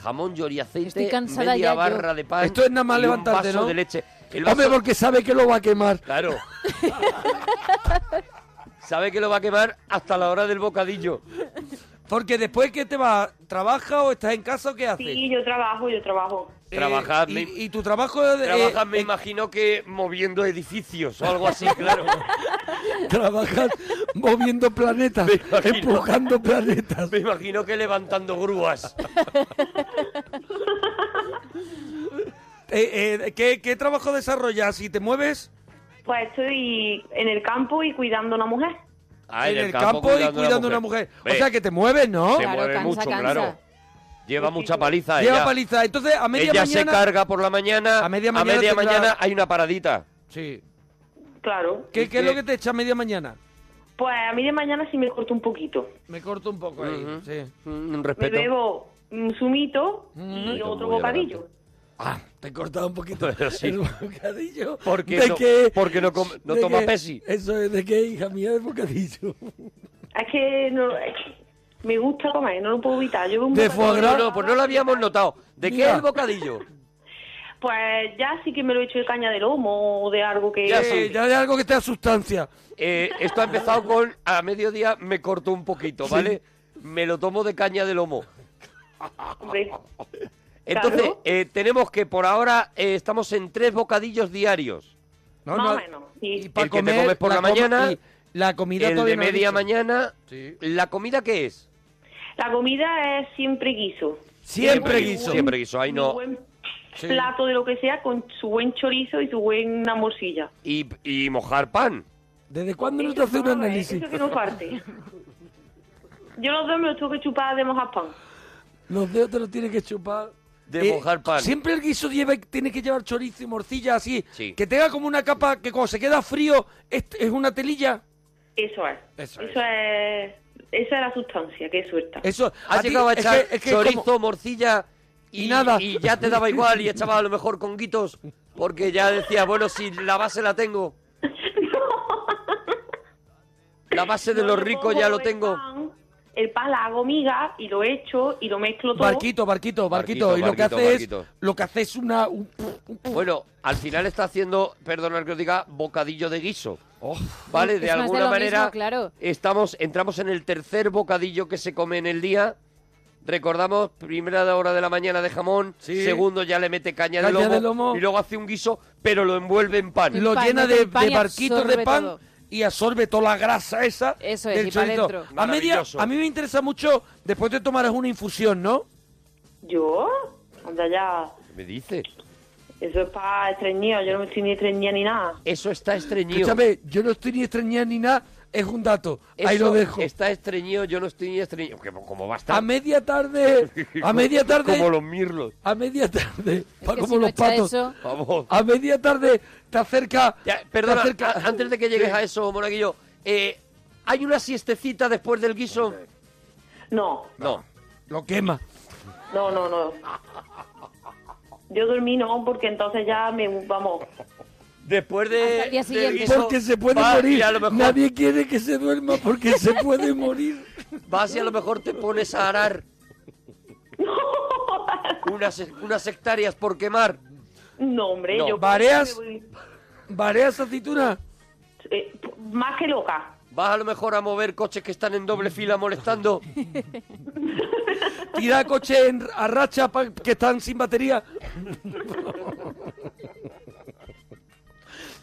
Speaker 4: Jamón, york y aceite,
Speaker 21: Estoy cansada
Speaker 4: media
Speaker 21: ya, yo.
Speaker 4: barra de pan.
Speaker 2: Esto es nada más
Speaker 4: y
Speaker 2: levantarte,
Speaker 4: un vaso
Speaker 2: ¿no?
Speaker 4: de leche. El
Speaker 2: Hombre,
Speaker 4: vaso-
Speaker 2: porque sabe que lo va a quemar. <laughs>
Speaker 4: Claro. Sabe que lo va a quemar hasta la hora del bocadillo.
Speaker 2: Porque después que te vas, ¿trabaja o estás en casa o qué haces?
Speaker 20: Sí, yo trabajo, yo trabajo.
Speaker 2: Eh,
Speaker 4: Trabajar,
Speaker 2: y-
Speaker 4: me-
Speaker 2: y, tu trabajo es de- eh,
Speaker 4: Trabajas, me imagino que moviendo edificios o algo
Speaker 2: <laughs>
Speaker 4: así, claro.
Speaker 2: Trabajas moviendo planetas, empujando planetas.
Speaker 4: Me imagino que levantando grúas.
Speaker 2: Eh, eh, ¿qué, qué trabajo desarrollas? ¿Si te mueves?
Speaker 20: Pues estoy en el campo y cuidando a una mujer.
Speaker 4: Ah,
Speaker 2: en el campo, y cuidando a una mujer. O sea que te mueves, ¿no?
Speaker 4: Se mueve mucho, claro. Lleva mucha paliza.
Speaker 2: Lleva
Speaker 4: ella.
Speaker 2: paliza. Entonces, a media
Speaker 4: ella
Speaker 2: mañana.
Speaker 4: se carga por la mañana. A media
Speaker 2: mañana tendrá-
Speaker 4: mañana hay una paradita.
Speaker 2: Sí.
Speaker 20: Claro.
Speaker 2: ¿Qué, qué es lo
Speaker 4: Este-
Speaker 2: que te echa a media mañana?
Speaker 20: Pues a mí de mañana sí me corto un poquito.
Speaker 2: Me corto un poco ahí.
Speaker 4: Ujú. Mm,
Speaker 2: Sí.
Speaker 4: Un
Speaker 20: Me
Speaker 4: respeto.
Speaker 20: bebo un zumito y
Speaker 4: Zumito
Speaker 20: otro
Speaker 4: Mm. muy
Speaker 20: bocadillo.
Speaker 2: Ah, te he cortado un poquito
Speaker 4: Pero sí.
Speaker 2: el bocadillo.
Speaker 4: ¿Por qué
Speaker 2: ¿De
Speaker 4: no-
Speaker 2: qué?
Speaker 4: por qué no com- no
Speaker 2: ¿De
Speaker 4: toma
Speaker 2: qué?
Speaker 4: Pepsi?
Speaker 2: Eso es de qué, hija mía, de bocadillo.
Speaker 20: Es que no, es que me gusta comer, no lo puedo evitar. Yo veo un bocadillo-
Speaker 4: No, no, pues no lo habíamos notado. ¿De qué
Speaker 2: Mira.
Speaker 4: es el bocadillo?
Speaker 20: Pues ya sí que me lo he hecho de caña de lomo o de algo que...
Speaker 4: Ya
Speaker 2: Eh,
Speaker 4: sí.
Speaker 2: ya de algo que te da sustancia.
Speaker 4: Eh, esto ha empezado con a mediodía me corto un poquito, ¿vale? Me lo tomo de caña de lomo.
Speaker 20: Hombre,
Speaker 4: Entonces,
Speaker 20: Claro.
Speaker 4: eh, tenemos que por ahora eh, estamos en tres bocadillos diarios.
Speaker 2: No,
Speaker 20: más
Speaker 2: no,
Speaker 20: o menos. sí.
Speaker 2: pa'
Speaker 4: El que te comes por la
Speaker 2: coma-
Speaker 4: mañana,
Speaker 2: y la comida
Speaker 4: El
Speaker 2: todavía
Speaker 4: de
Speaker 2: no lo he
Speaker 4: media
Speaker 2: dicho.
Speaker 4: mañana.
Speaker 2: Sí.
Speaker 4: ¿La comida qué es?
Speaker 20: La comida es siempre guiso.
Speaker 4: Siempre
Speaker 20: Tiene
Speaker 4: guiso.
Speaker 20: un
Speaker 4: Siempre guiso, ahí no.
Speaker 20: buen
Speaker 4: Sí.
Speaker 20: Plato de lo que sea con su buen chorizo y su buena morcilla.
Speaker 4: Y, y mojar pan.
Speaker 2: ¿Desde cuándo no te hace un análisis?
Speaker 20: Eso que no parte. Yo los dos me los tengo que chupar de mojar pan.
Speaker 2: Los dedos te los tienes que chupar.
Speaker 4: De mojar pan.
Speaker 2: Eh, Siempre el guiso lleva, tiene que llevar chorizo y morcilla así. Que tenga como una capa que cuando se queda frío es, es una telilla.
Speaker 20: Eso es.
Speaker 2: Eso
Speaker 20: Eso es. Esa es la sustancia, qué suelta.
Speaker 2: Eso.
Speaker 4: Has llegado a
Speaker 2: es
Speaker 4: echar
Speaker 2: que- es que
Speaker 4: chorizo,
Speaker 2: como-
Speaker 4: morcilla y,
Speaker 2: nada.
Speaker 4: Y ya te daba igual y echabas a lo mejor conguitos porque ya decías, bueno, si la base la tengo. La base de
Speaker 20: Yo
Speaker 4: los
Speaker 20: le
Speaker 4: ricos
Speaker 20: pongo
Speaker 4: ya lo
Speaker 20: el
Speaker 4: tengo.
Speaker 20: pan, El pan la hago miga y lo echo y lo mezclo todo.
Speaker 2: Barquito, barquito, barquito. y lo que hace
Speaker 4: barquito, barquito.
Speaker 2: es. Lo que hace es una. un-
Speaker 4: Bueno, al final está haciendo, perdonad que os diga, bocadillo de guiso.
Speaker 2: Oh.
Speaker 4: vale,
Speaker 3: Es
Speaker 4: de
Speaker 3: más de
Speaker 4: alguna
Speaker 3: lo mismo,
Speaker 4: manera
Speaker 3: claro.
Speaker 4: estamos, entramos en el tercer bocadillo que se come en el día. Recordamos, primera hora de la mañana de jamón, segundo ya le mete caña, de,
Speaker 2: Caña
Speaker 4: lomo,
Speaker 2: de lomo.
Speaker 4: y luego hace un guiso, pero lo envuelve en pan.
Speaker 2: lo llena de, de barquitos de pan y absorbe toda la grasa esa
Speaker 4: Eso es,
Speaker 2: del
Speaker 4: y pa'
Speaker 2: chorizo.
Speaker 4: dentro.
Speaker 2: A, media,
Speaker 4: Maravilloso.
Speaker 2: a mí me interesa mucho, después te tomarás una infusión, ¿no?
Speaker 20: ¿Yo? Anda ya.
Speaker 4: Me dice.
Speaker 20: Eso es para estreñido. Yo no me estoy ni estreñida ni nada.
Speaker 4: Eso está estreñido.
Speaker 2: Escúchame, yo no estoy ni estreñida ni nada, es un dato. Ahí
Speaker 4: Eso
Speaker 2: lo dejo.
Speaker 4: Está estreñido, yo no estoy ni estreñido. Que, como va a estar.
Speaker 2: A media
Speaker 4: <laughs>
Speaker 2: tarde, a media tarde,
Speaker 4: Como los mirlos.
Speaker 2: a media tarde, pa-
Speaker 4: que
Speaker 2: como
Speaker 4: si no
Speaker 2: los
Speaker 4: echa
Speaker 2: patos.
Speaker 4: eso- Vamos.
Speaker 2: A media tarde te acerca,
Speaker 4: Perdona,
Speaker 2: te acerca.
Speaker 4: a- antes de que llegues a eso, Monaguillo, eh, ¿hay una siestecita después del guiso?
Speaker 20: No,
Speaker 4: No.
Speaker 2: Lo quema.
Speaker 20: no, no, no. Yo dormí no, porque entonces ya me. Vamos.
Speaker 4: Después de.
Speaker 20: Hasta el día
Speaker 4: del
Speaker 20: siguiente.
Speaker 4: guiso,
Speaker 2: Porque se puede
Speaker 4: vas y
Speaker 2: morir.
Speaker 4: a lo mejor-
Speaker 2: Nadie quiere que se duerma porque se puede morir.
Speaker 4: <laughs> Vas y a lo mejor te pones
Speaker 20: <laughs>
Speaker 4: a arar. unas, unas hectáreas por quemar.
Speaker 20: No, hombre,
Speaker 4: No.
Speaker 20: yo.
Speaker 4: ¿Vareas?
Speaker 20: me voy-
Speaker 2: ¿Vareas aceituna?
Speaker 20: eh, p- más que loca.
Speaker 4: Vas a lo mejor a mover coches que están en doble
Speaker 2: <laughs>
Speaker 4: fila molestando.
Speaker 2: Tira coche en, a racha pa- que están sin batería.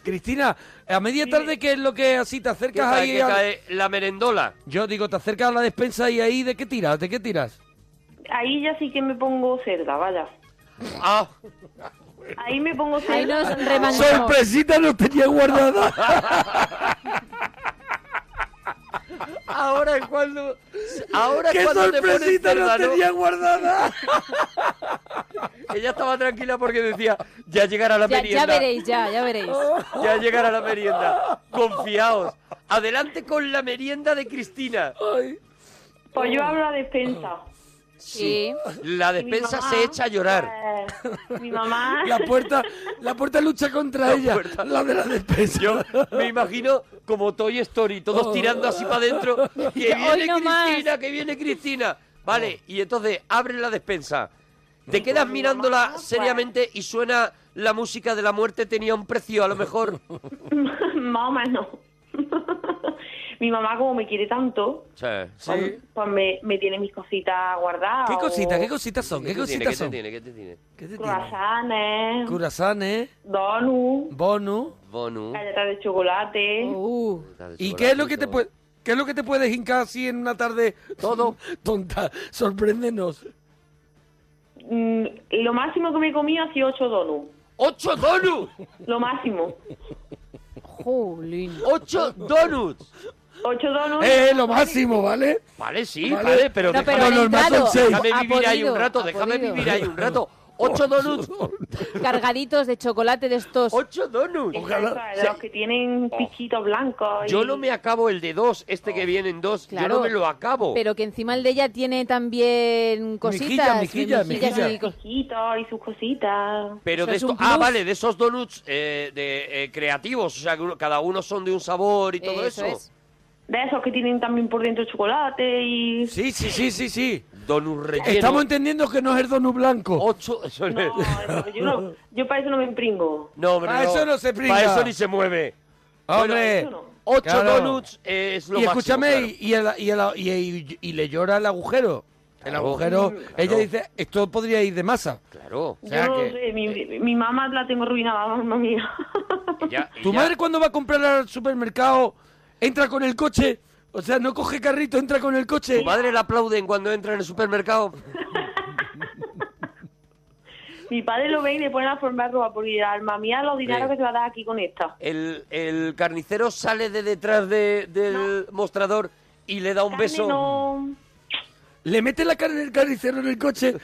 Speaker 2: Cristina, a media tarde, ¿qué es lo que así te
Speaker 4: Que
Speaker 2: acercas
Speaker 4: cae,
Speaker 2: ahí?
Speaker 4: que
Speaker 2: a-
Speaker 4: cae la merendola.
Speaker 2: Yo digo, te acercas a la despensa y ahí, ¿de qué tiras? ¿De qué tiras?
Speaker 20: Ahí ya sí que me pongo cerda, vaya.
Speaker 4: Ah.
Speaker 20: Ahí me pongo cerda.
Speaker 3: Ahí nos remanchamos.
Speaker 2: Sorpresita no tenía guardada.
Speaker 4: <laughs> Ahora es cuando. Ahora es
Speaker 22: ¡Qué
Speaker 4: cuando te pones
Speaker 22: sorpresita no
Speaker 4: cerda,
Speaker 22: tenía
Speaker 2: guardada!
Speaker 4: <laughs> Ella estaba tranquila porque decía, ya llegará la
Speaker 3: Ya, ya
Speaker 4: merienda.
Speaker 3: veréis, ya, ya
Speaker 2: <laughs>
Speaker 3: veréis.
Speaker 4: <laughs> Ya llegará la merienda. Confiaos. Adelante con la merienda de Cristina.
Speaker 20: Pues yo hablo a despensa.
Speaker 3: Sí.
Speaker 4: La despensa se echa a llorar.
Speaker 20: Pues, mi mamá.
Speaker 2: La puerta, la puerta lucha contra ella. La de la despensa. Oh.
Speaker 4: Yo me imagino como Toy Story, todos tirando así para adentro.
Speaker 3: <laughs>
Speaker 4: Que viene Cristina, que viene Cristina.
Speaker 22: Oh.
Speaker 4: Vale, y entonces abres la despensa.
Speaker 22: Mm.
Speaker 4: Te
Speaker 20: Pues
Speaker 4: quedas mirándola seriamente y suena la música de la muerte tenía un precio, a
Speaker 22: <laughs>
Speaker 4: lo mejor.
Speaker 20: <laughs> Más o menos. Mi mamá, como me quiere tanto,
Speaker 4: Sí.
Speaker 20: pues me, me tiene mis cositas guardadas.
Speaker 2: ¿Qué cositas?
Speaker 20: o
Speaker 2: ¿Qué cositas son? ¿Qué
Speaker 4: te tiene?
Speaker 2: cositas son?
Speaker 4: Oh. ¿Qué te tiene? ¿Qué te tiene?
Speaker 20: Croissants,
Speaker 2: Curasanes,
Speaker 20: donuts,
Speaker 2: ¿eh? bonu. Uh.
Speaker 4: Bonu.
Speaker 20: galletas de chocolate.
Speaker 2: Oh. ¿Y qué es lo que te puede, qué es lo que te puedes hincar así en una tarde
Speaker 4: <laughs>
Speaker 2: todo tonta? Sorpréndenos.
Speaker 20: Mm, lo máximo que me he comido ha sido ocho donuts.
Speaker 4: ¡Ocho donuts!
Speaker 20: Lo máximo.
Speaker 3: Jolín.
Speaker 4: ¡Ocho donuts!
Speaker 20: Ocho donuts.
Speaker 2: Eh, lo máximo, ¿vale?
Speaker 4: Vale, sí,
Speaker 2: Vale.
Speaker 4: vale, pero
Speaker 2: No, pero
Speaker 4: déjame,
Speaker 2: lo normal son seis.
Speaker 4: déjame
Speaker 2: Ha
Speaker 4: vivir ahí
Speaker 2: podido,
Speaker 4: un rato,
Speaker 2: ha
Speaker 4: déjame
Speaker 2: podido.
Speaker 4: vivir ahí
Speaker 2: <laughs>
Speaker 4: un rato. Ocho donuts.
Speaker 3: Cargaditos de chocolate de estos.
Speaker 4: Ocho donuts.
Speaker 20: Eso, Los que tienen
Speaker 2: Oh.
Speaker 20: pichitos blancos. y-
Speaker 4: Yo no me acabo el de dos, este que viene en dos, yo
Speaker 3: Claro.
Speaker 4: no me lo acabo.
Speaker 3: Pero que encima el de ella tiene también cositas. mejillas
Speaker 4: mejillas, mejillas.
Speaker 3: y co-
Speaker 20: Pichitos y sus cositas.
Speaker 4: Pero
Speaker 20: Eso
Speaker 4: de
Speaker 20: es un
Speaker 4: esto, ah,
Speaker 20: plus.
Speaker 4: vale, de esos donuts eh, de, eh, creativos, o sea, que uno- cada uno son de un sabor y todo
Speaker 20: Eso
Speaker 4: eso.
Speaker 20: es. De esos que tienen también por dentro chocolate y...
Speaker 2: Sí, sí, sí, sí, sí.
Speaker 4: Donut relleno.
Speaker 2: Estamos entendiendo que no es el donut blanco.
Speaker 4: Ocho. Eso
Speaker 20: No, porque yo, no, yo para eso no me pringo.
Speaker 4: No, hombre,
Speaker 2: Para eso no se pringa.
Speaker 4: Para eso ni se mueve.
Speaker 2: Hombre,
Speaker 4: Bueno, ocho donuts eh, es lo
Speaker 2: Y
Speaker 4: máximo,
Speaker 2: escúchame,
Speaker 4: claro.
Speaker 2: y, el- y el- y- y- y le llora el agujero. El
Speaker 4: Claro.
Speaker 2: agujero,
Speaker 4: Claro.
Speaker 2: ella dice, esto podría ir de masa.
Speaker 4: Claro.
Speaker 2: O sea
Speaker 20: yo no
Speaker 2: que-
Speaker 20: sé, mi, mi mamá la tengo arruinada, mamá mía.
Speaker 2: ¿Tu madre cuando va a comprar al supermercado entra con el coche O sea, no coge carrito, entra con el coche.
Speaker 4: ¿Tu madre le aplauden cuando entra en el supermercado?
Speaker 20: Mi padre lo ve y le pone a formar ropa porque dirá, alma mía, los dineros
Speaker 4: Sí.
Speaker 20: que se va a dar aquí con esta.
Speaker 4: El, el carnicero sale de detrás de- del mostrador y le da un beso.
Speaker 20: No.
Speaker 2: Le mete la carne del carnicero en el
Speaker 4: <laughs>
Speaker 2: coche.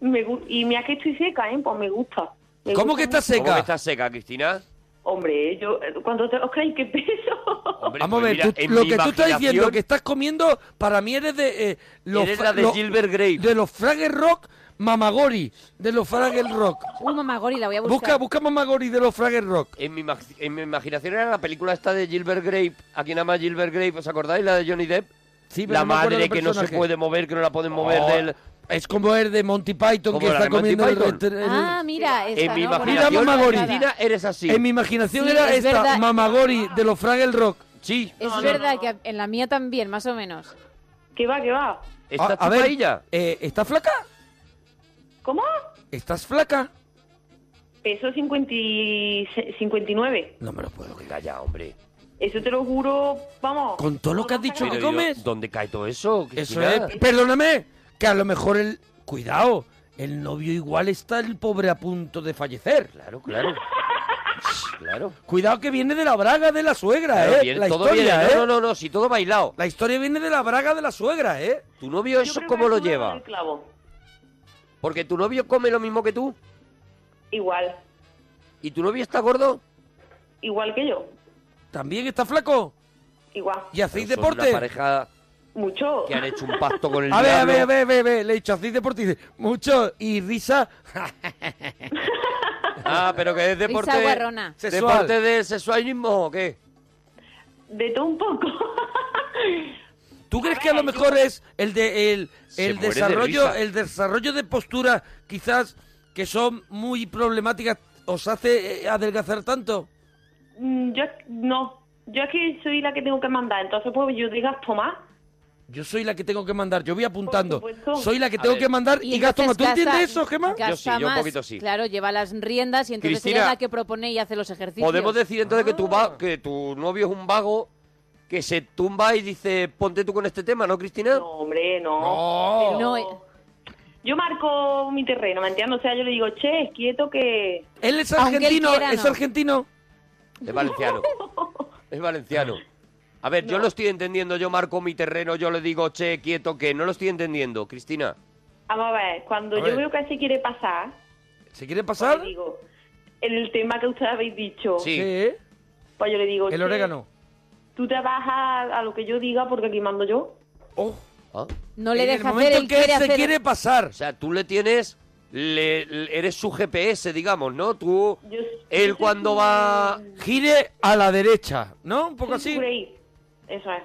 Speaker 20: Me gu- y mira que estoy seca, ¿eh? Pues me gusta. Me gusta mucho.
Speaker 4: ¿Cómo que está seca, Cristina?
Speaker 20: Hombre, yo, cuando te os creéis que peso.
Speaker 4: Hombre,
Speaker 2: Vamos a
Speaker 4: pues
Speaker 2: ver,
Speaker 4: mira,
Speaker 2: tú-
Speaker 4: en
Speaker 2: lo
Speaker 4: mi
Speaker 2: que tú estás
Speaker 4: imaginación-
Speaker 2: diciendo, que estás comiendo, para mí eres de... eh,
Speaker 4: Eres la de Gilbert Grape.
Speaker 2: De los Fraggle Rock, Mamagori, de los Fraggle Rock.
Speaker 3: Uy, mamagori, la voy a
Speaker 2: Busca,
Speaker 3: buscar.
Speaker 2: busca Mamagori de los Fraggle Rock.
Speaker 4: En mi, imag- en mi imaginación era la película esta de Gilbert Grape. ¿A quien ama Gilbert Grape? ¿Os acordáis? La de Johnny Depp.
Speaker 2: Sí, pero
Speaker 4: la
Speaker 2: no me acuerdo
Speaker 4: madre
Speaker 2: del
Speaker 4: que no se
Speaker 2: personaje.
Speaker 4: puede mover, que no la pueden mover
Speaker 2: Oh,
Speaker 4: del...
Speaker 2: Es como el de Monty Python,
Speaker 4: Como
Speaker 2: que
Speaker 4: la
Speaker 2: está
Speaker 4: de Monty
Speaker 2: comiendo el
Speaker 4: Python.
Speaker 2: rete- el-
Speaker 3: Ah, mira, esta,
Speaker 4: En mi
Speaker 3: ¿no? Buena
Speaker 4: imaginación,
Speaker 3: entrada.
Speaker 2: Mamagori.
Speaker 4: Cristina, eres así.
Speaker 2: En mi imaginación
Speaker 3: Sí,
Speaker 2: era
Speaker 3: es
Speaker 2: esta,
Speaker 3: verdad.
Speaker 2: Mamagori de los Fraggle Rock.
Speaker 4: Sí.
Speaker 3: Es verdad que en la mía también, más o menos.
Speaker 20: ¿Qué va, qué va?
Speaker 2: A, a ver, eh, ¿estás flaca?
Speaker 20: ¿Cómo?
Speaker 2: ¿Estás flaca?
Speaker 20: Peso 50 y se- 59.
Speaker 2: No me lo puedo creer.
Speaker 4: Calla, hombre.
Speaker 20: Eso te lo juro, vamos.
Speaker 2: Con todo lo que has dicho que
Speaker 4: Pero, ¿y do-
Speaker 2: comes.
Speaker 4: ¿Dónde cae todo eso?
Speaker 2: Eso
Speaker 4: Cristina?
Speaker 2: es. Perdóname, que a lo mejor el. Cuidado, el novio igual está el pobre a punto de fallecer.
Speaker 4: Claro, claro. Claro.
Speaker 2: Cuidado que viene de la braga de la suegra,
Speaker 4: Claro,
Speaker 2: ¿eh?
Speaker 4: bien,
Speaker 2: la
Speaker 4: todo
Speaker 2: historia,
Speaker 4: bien.
Speaker 2: ¿eh?
Speaker 4: No, no, no, si todo bailado.
Speaker 2: La historia viene de la braga de la suegra, ¿eh?
Speaker 4: ¿Tu novio eso cómo lo lleva? Porque tu novio come lo mismo que tú.
Speaker 20: Igual,
Speaker 4: ¿Y tu novio está gordo?
Speaker 20: igual que yo.
Speaker 2: ¿También está flaco?
Speaker 20: Igual.
Speaker 2: ¿Y hacéis
Speaker 4: Pero son
Speaker 2: deporte?
Speaker 4: Una pareja
Speaker 20: Mucho.
Speaker 4: que han hecho un pacto con el
Speaker 2: A ver, a
Speaker 4: diablo.
Speaker 2: ver, a ver, a ver, a ver, le he dicho, hacéis deporte y dice, mucho, y risa,
Speaker 4: Ah, pero que es deporte...
Speaker 3: Risa guarrona.
Speaker 2: Sexual.
Speaker 4: ¿Deporte de sexualismo o qué?
Speaker 20: <laughs> De todo un poco.
Speaker 2: ¿Tú crees que a lo mejor es el de el,
Speaker 4: Se
Speaker 2: el
Speaker 4: muere de
Speaker 2: desarrollo
Speaker 4: risa.
Speaker 2: el desarrollo de posturas quizás que son muy problemáticas os hace eh, adelgazar tanto?
Speaker 20: Mm, Yo no. Yo es que soy la que tengo que mandar, entonces pues yo digas tomar.
Speaker 2: Yo soy la que tengo que mandar, yo voy apuntando.
Speaker 20: supuesto.
Speaker 2: Soy la que
Speaker 4: A
Speaker 2: tengo
Speaker 4: ver.
Speaker 2: que mandar y, gasto más. ¿Tú
Speaker 3: Entonces gasta-
Speaker 2: entiendes eso, Gemma?
Speaker 3: gasta
Speaker 4: Yo sí, yo un
Speaker 3: más.
Speaker 4: poquito sí.
Speaker 3: Claro, lleva las riendas y entonces
Speaker 4: Cristina,
Speaker 3: ella es la que propone y hace los ejercicios.
Speaker 4: Podemos decir entonces que, tu
Speaker 3: Ah.
Speaker 4: va- que tu novio es un vago que se tumba y dice, ponte tú con este tema, ¿no, Cristina? No,
Speaker 20: hombre, no.
Speaker 2: Oh.
Speaker 4: No.
Speaker 3: No,
Speaker 20: Yo marco mi terreno, ¿me entiendes? O sea, yo le digo, che, quieto que...
Speaker 2: Él es
Speaker 20: Aunque él
Speaker 2: argentino,
Speaker 20: quiera,
Speaker 2: es
Speaker 20: no.
Speaker 2: argentino.
Speaker 4: Es valenciano. Es valenciano. A ver, yo lo estoy entendiendo, yo marco mi terreno, yo le digo, che, quieto, que no lo estoy entendiendo, Cristina.
Speaker 20: Vamos a ver, cuando
Speaker 4: A
Speaker 20: yo
Speaker 4: ver.
Speaker 20: veo que él se quiere pasar, pues,
Speaker 2: ¿Se quiere pasar?
Speaker 20: le digo, en el tema que ustedes habéis dicho,
Speaker 2: Sí.
Speaker 20: pues yo le digo,
Speaker 2: El
Speaker 20: "Che,
Speaker 2: orégano.
Speaker 20: tú te vas a, a lo que yo diga porque aquí mando yo.
Speaker 2: Oh,
Speaker 3: no le
Speaker 2: En el
Speaker 3: deja hacer,
Speaker 2: momento
Speaker 3: él
Speaker 2: en que
Speaker 3: quiere
Speaker 2: él se
Speaker 3: hacer.
Speaker 2: quiere pasar.
Speaker 4: Ah. O sea, tú le tienes, le, le- eres su GPS, digamos, ¿no? Tú,
Speaker 20: Yo,
Speaker 4: él cuando va...
Speaker 2: Gire a la derecha, ¿no? Un poco así.
Speaker 20: Eso es.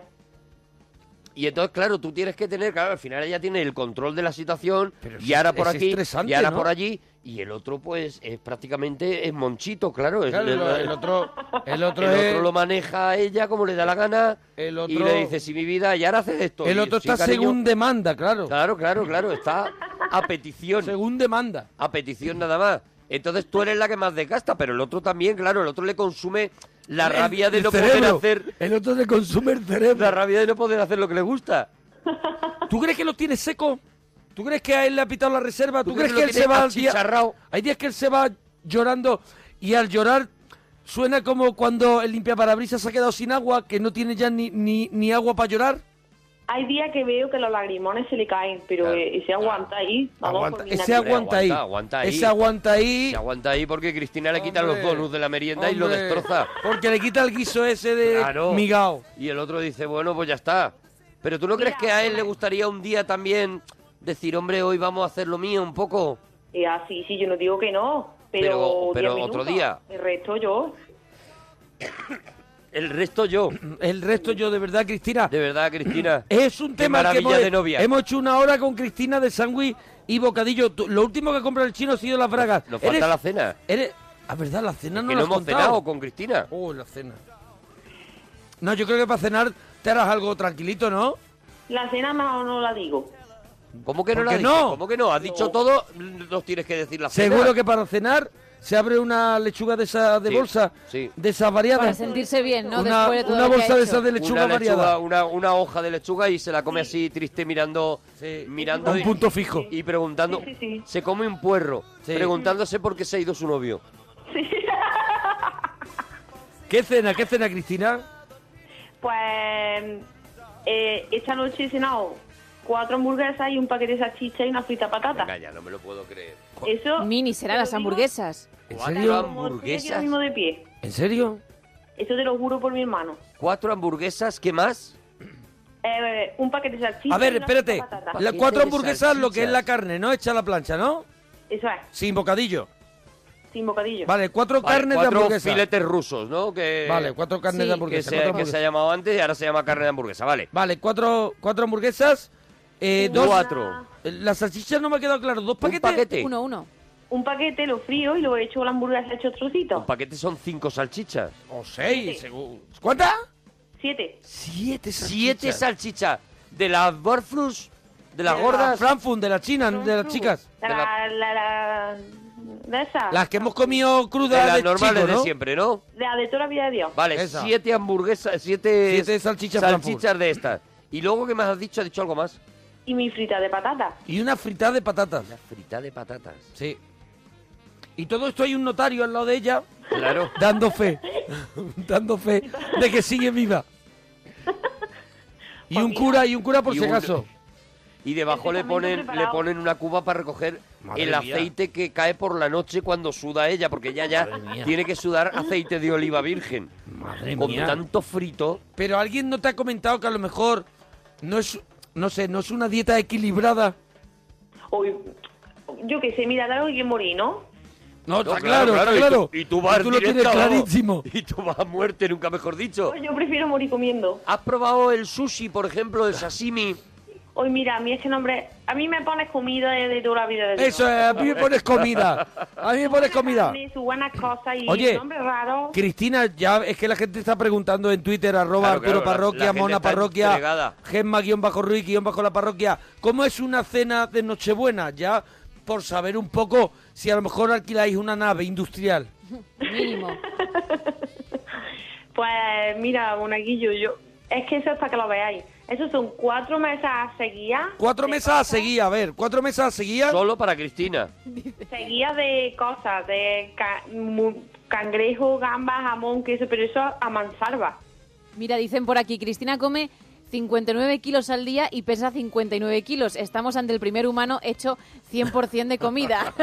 Speaker 4: Y entonces, claro, tú tienes que tener, claro, al final ella tiene el control de la situación, y
Speaker 2: es-
Speaker 4: ahora por
Speaker 2: es
Speaker 4: aquí,
Speaker 2: estresante,
Speaker 4: y ahora
Speaker 2: ¿no?
Speaker 4: por allí, y el otro, pues, es prácticamente es monchito, claro. es-
Speaker 2: Claro, el, el otro,
Speaker 4: <laughs>
Speaker 2: el otro
Speaker 4: el
Speaker 2: es-
Speaker 4: otro lo maneja a ella como le da la gana
Speaker 2: El
Speaker 4: y
Speaker 2: otro-
Speaker 4: le dice, si mi vida, y ahora haces esto.
Speaker 2: el
Speaker 4: Y,
Speaker 2: otro
Speaker 4: "Sí,
Speaker 2: está
Speaker 4: cariño".
Speaker 2: según demanda, claro.
Speaker 4: Claro, claro, claro, está a petición.
Speaker 2: Según demanda.
Speaker 4: A petición nada más. Entonces tú eres la que más desgasta, pero el otro también, claro, el otro le consume la
Speaker 2: El-
Speaker 4: rabia de
Speaker 2: el
Speaker 4: no
Speaker 2: cerebro.
Speaker 4: poder hacer...
Speaker 2: El otro le consume el cerebro.
Speaker 4: La rabia de no poder hacer lo que le gusta.
Speaker 2: <laughs> ¿Tú crees que lo tiene seco? ¿Tú crees que a él le ha pitado la reserva? ¿Tú,
Speaker 4: ¿Tú
Speaker 2: crees
Speaker 4: crees
Speaker 2: que
Speaker 4: que
Speaker 2: él
Speaker 4: lo
Speaker 2: se va
Speaker 4: tiene
Speaker 2: al día?
Speaker 4: achicharrao?
Speaker 2: Hay días que él se va llorando y al llorar suena como cuando el limpiaparabrisas se ha quedado sin agua, que no tiene ya ni, ni, ni agua para llorar.
Speaker 20: Hay días que veo que los lagrimones se le caen, pero eh, se aguanta ahí. Vamos, por mi
Speaker 2: Ese
Speaker 20: nariz.
Speaker 2: aguanta ahí.
Speaker 4: aguanta ahí.
Speaker 2: Ese aguanta ahí.
Speaker 4: Se aguanta ahí porque Cristina le quita los
Speaker 2: Hombre.
Speaker 4: bonus de la merienda y lo
Speaker 2: Hombre.
Speaker 4: destroza.
Speaker 2: Porque le quita el guiso ese de
Speaker 4: Claro.
Speaker 2: migao.
Speaker 4: Y el otro dice, bueno, pues ya está. Pero tú no crees que a él le gustaría un día también decir, hombre, hoy vamos a hacer lo mío un poco.
Speaker 20: Eh, ah, sí, sí, yo no digo que no, pero...
Speaker 4: Pero- pero
Speaker 20: 10
Speaker 4: otro
Speaker 20: minutos.
Speaker 4: día.
Speaker 20: El resto yo.
Speaker 4: El resto yo.
Speaker 2: <clears throat> El resto yo, de verdad, Cristina.
Speaker 4: De verdad, Cristina.
Speaker 2: <clears throat> Es un
Speaker 4: Qué
Speaker 2: tema al que
Speaker 4: maravilla
Speaker 2: hemos,
Speaker 4: de novia.
Speaker 2: hemos hecho una hora con Cristina de sándwich y bocadillo. Tú- Lo último que compra el chino ha sido las bragas.
Speaker 4: Nos falta
Speaker 2: Eres-
Speaker 4: la cena.
Speaker 2: Eres... Ah, verdad, la cena no
Speaker 4: que
Speaker 2: la
Speaker 4: no
Speaker 2: has
Speaker 4: hemos
Speaker 2: contado.
Speaker 4: cenado con Cristina.
Speaker 2: Oh, la cena. No, yo creo que para cenar te harás algo tranquilito, ¿no?
Speaker 20: La cena no, no la digo.
Speaker 4: ¿Cómo que no
Speaker 2: ¿Por
Speaker 4: la
Speaker 2: qué
Speaker 4: has
Speaker 2: no?
Speaker 4: dicho? ¿Cómo que no? Has dicho todo, nos tienes que decir la cena.
Speaker 2: Seguro que para cenar se abre una lechuga de esa de bolsa, de esas variadas.
Speaker 3: Para sentirse bien, ¿no?
Speaker 2: Una-
Speaker 3: Después de todo
Speaker 2: una
Speaker 3: lo que ha
Speaker 2: bolsa de
Speaker 3: hecho.
Speaker 2: esas de lechuga
Speaker 4: una
Speaker 2: variada.
Speaker 4: Una, una hoja de lechuga y se la come así triste mirando, mirando
Speaker 2: A un
Speaker 4: y-
Speaker 2: punto fijo.
Speaker 4: y preguntando.
Speaker 20: Sí, sí,
Speaker 4: Se come un puerro, preguntándose por qué se ha ido su novio.
Speaker 2: ¿Qué cena, qué cena, Cristina?
Speaker 20: <laughs> Pues eh, esta noche he cenado cuatro hamburguesas y un paquete de salchicha y una frita patata.
Speaker 4: Ya no me lo puedo creer.
Speaker 20: Eso.
Speaker 3: Mini serán las hamburguesas.
Speaker 2: ¿En
Speaker 4: ¿Cuatro
Speaker 20: Yo
Speaker 4: hamburguesas?
Speaker 20: mismo de pie.
Speaker 2: ¿En serio?
Speaker 20: Eso te lo juro por mi hermano.
Speaker 4: ¿Cuatro hamburguesas? ¿Qué más?
Speaker 20: Eh, un paquete de salchicha.
Speaker 2: A ver,
Speaker 20: y una
Speaker 2: espérate.
Speaker 20: frita patata.
Speaker 2: Las cuatro hamburguesas, lo que es la carne, ¿no? Hecha a la plancha, ¿no?
Speaker 20: Eso es,
Speaker 2: Sin bocadillo.
Speaker 20: sin bocadillo.
Speaker 2: Vale, cuatro carnes de
Speaker 4: cuatro
Speaker 2: hamburguesa.
Speaker 4: filetes rusos, ¿no? Que,
Speaker 2: Vale, cuatro carnes Sí. de hamburguesa,
Speaker 4: Que se,
Speaker 2: cuatro
Speaker 4: que se
Speaker 2: hamburguesas.
Speaker 4: ha llamado antes y ahora se llama carne de hamburguesa, vale.
Speaker 2: Vale, cuatro, cuatro hamburguesas. eh,
Speaker 4: Una-
Speaker 2: dos,
Speaker 4: Cuatro.
Speaker 2: Eh, La salchicha no me ha quedado claro. ¿Dos paquetes?
Speaker 3: Uno, uno.
Speaker 20: Un paquete lo frío y lo he hecho con la hamburguesa hecho trocitos.
Speaker 4: Un paquete son cinco salchichas.
Speaker 2: O seis, según. ¿Cuántas?
Speaker 20: Siete.
Speaker 2: Siete
Speaker 4: salchichas. Siete salchichas. De las Barflus, de las
Speaker 20: De
Speaker 4: gordas.
Speaker 2: las Frankfurt, de las chinas, de las chicas.
Speaker 20: La, la, la, de esa.
Speaker 2: Las que hemos comido crudas.
Speaker 4: De las
Speaker 2: de
Speaker 4: normales
Speaker 2: chico,
Speaker 4: de
Speaker 2: ¿no?
Speaker 4: siempre, ¿no?
Speaker 20: La de toda la vida de Dios.
Speaker 4: Vale, siete hamburguesas, siete,
Speaker 2: Siete salchichas
Speaker 4: salchichas de estas. Y luego, ¿qué más has dicho? ¿Has dicho algo más?
Speaker 20: Y mi frita de patata.
Speaker 2: Y una fritada de patatas. Una
Speaker 4: fritada de patatas.
Speaker 2: Sí. Y todo esto hay un notario al lado de ella.
Speaker 4: Claro.
Speaker 2: Dando fe. <laughs> dando fe de que sigue viva. Y un cura, y un cura por
Speaker 4: Y
Speaker 2: si
Speaker 4: un-
Speaker 2: acaso.
Speaker 4: Y debajo le ponen, le ponen una cuba para recoger
Speaker 2: Madre
Speaker 4: el
Speaker 2: mía.
Speaker 4: aceite que cae por la noche cuando suda ella, porque ella ya tiene que sudar aceite de oliva virgen.
Speaker 2: Madre
Speaker 4: Con
Speaker 2: mía.
Speaker 4: tanto frito.
Speaker 2: Pero alguien no te ha comentado que a lo mejor no es, no sé, no es una dieta equilibrada.
Speaker 20: Uy, yo qué sé, mira, claro que hay que morir, ¿no?
Speaker 2: No,
Speaker 4: No,
Speaker 2: está claro,
Speaker 4: claro,
Speaker 2: claro.
Speaker 4: y tú- y tú vas
Speaker 2: lo tienes
Speaker 4: directa, vamos.
Speaker 2: clarísimo.
Speaker 4: Y tú vas a muerte, nunca mejor dicho.
Speaker 20: Pues Yo prefiero morir comiendo.
Speaker 4: ¿Has probado el sushi, por ejemplo, el sashimi?
Speaker 20: Hoy mira, a mí ese nombre, a mí me pones comida de, de toda la vida de Dios.
Speaker 2: Eso es, a mí me pones comida. A mí me pones comida.
Speaker 20: Tiene sus buenas cosas y
Speaker 2: Oye,
Speaker 20: nombre raro.
Speaker 2: Cristina, ya es que la gente está preguntando en Twitter, arroba
Speaker 4: Claro,
Speaker 2: Arturo
Speaker 4: claro, la-
Speaker 2: Parroquia,
Speaker 4: la gente
Speaker 2: Mona
Speaker 4: está
Speaker 2: Parroquia,
Speaker 4: entregada.
Speaker 2: Gemma guión bajo Ruiz guión bajo la parroquia. ¿Cómo es una cena de Nochebuena? Ya por saber un poco si a lo mejor alquiláis una nave industrial.
Speaker 3: Mínimo.
Speaker 20: <laughs> Pues mira, monaguillo, yo, es que eso es para que lo veáis. Esos son cuatro mesas seguidas,
Speaker 2: Cuatro mesas a seguir, a ver, cuatro mesas a seguir.
Speaker 4: Solo para Cristina.
Speaker 20: seguidas de cosas, de ca- mu- cangrejo, gamba, jamón, queso, pero eso ah, a mansalva.
Speaker 3: Mira, dicen por aquí, Cristina come 59 kilos al día y pesa 59 kilos. Estamos ante el primer humano hecho 100%
Speaker 2: <laughs>
Speaker 3: de comida.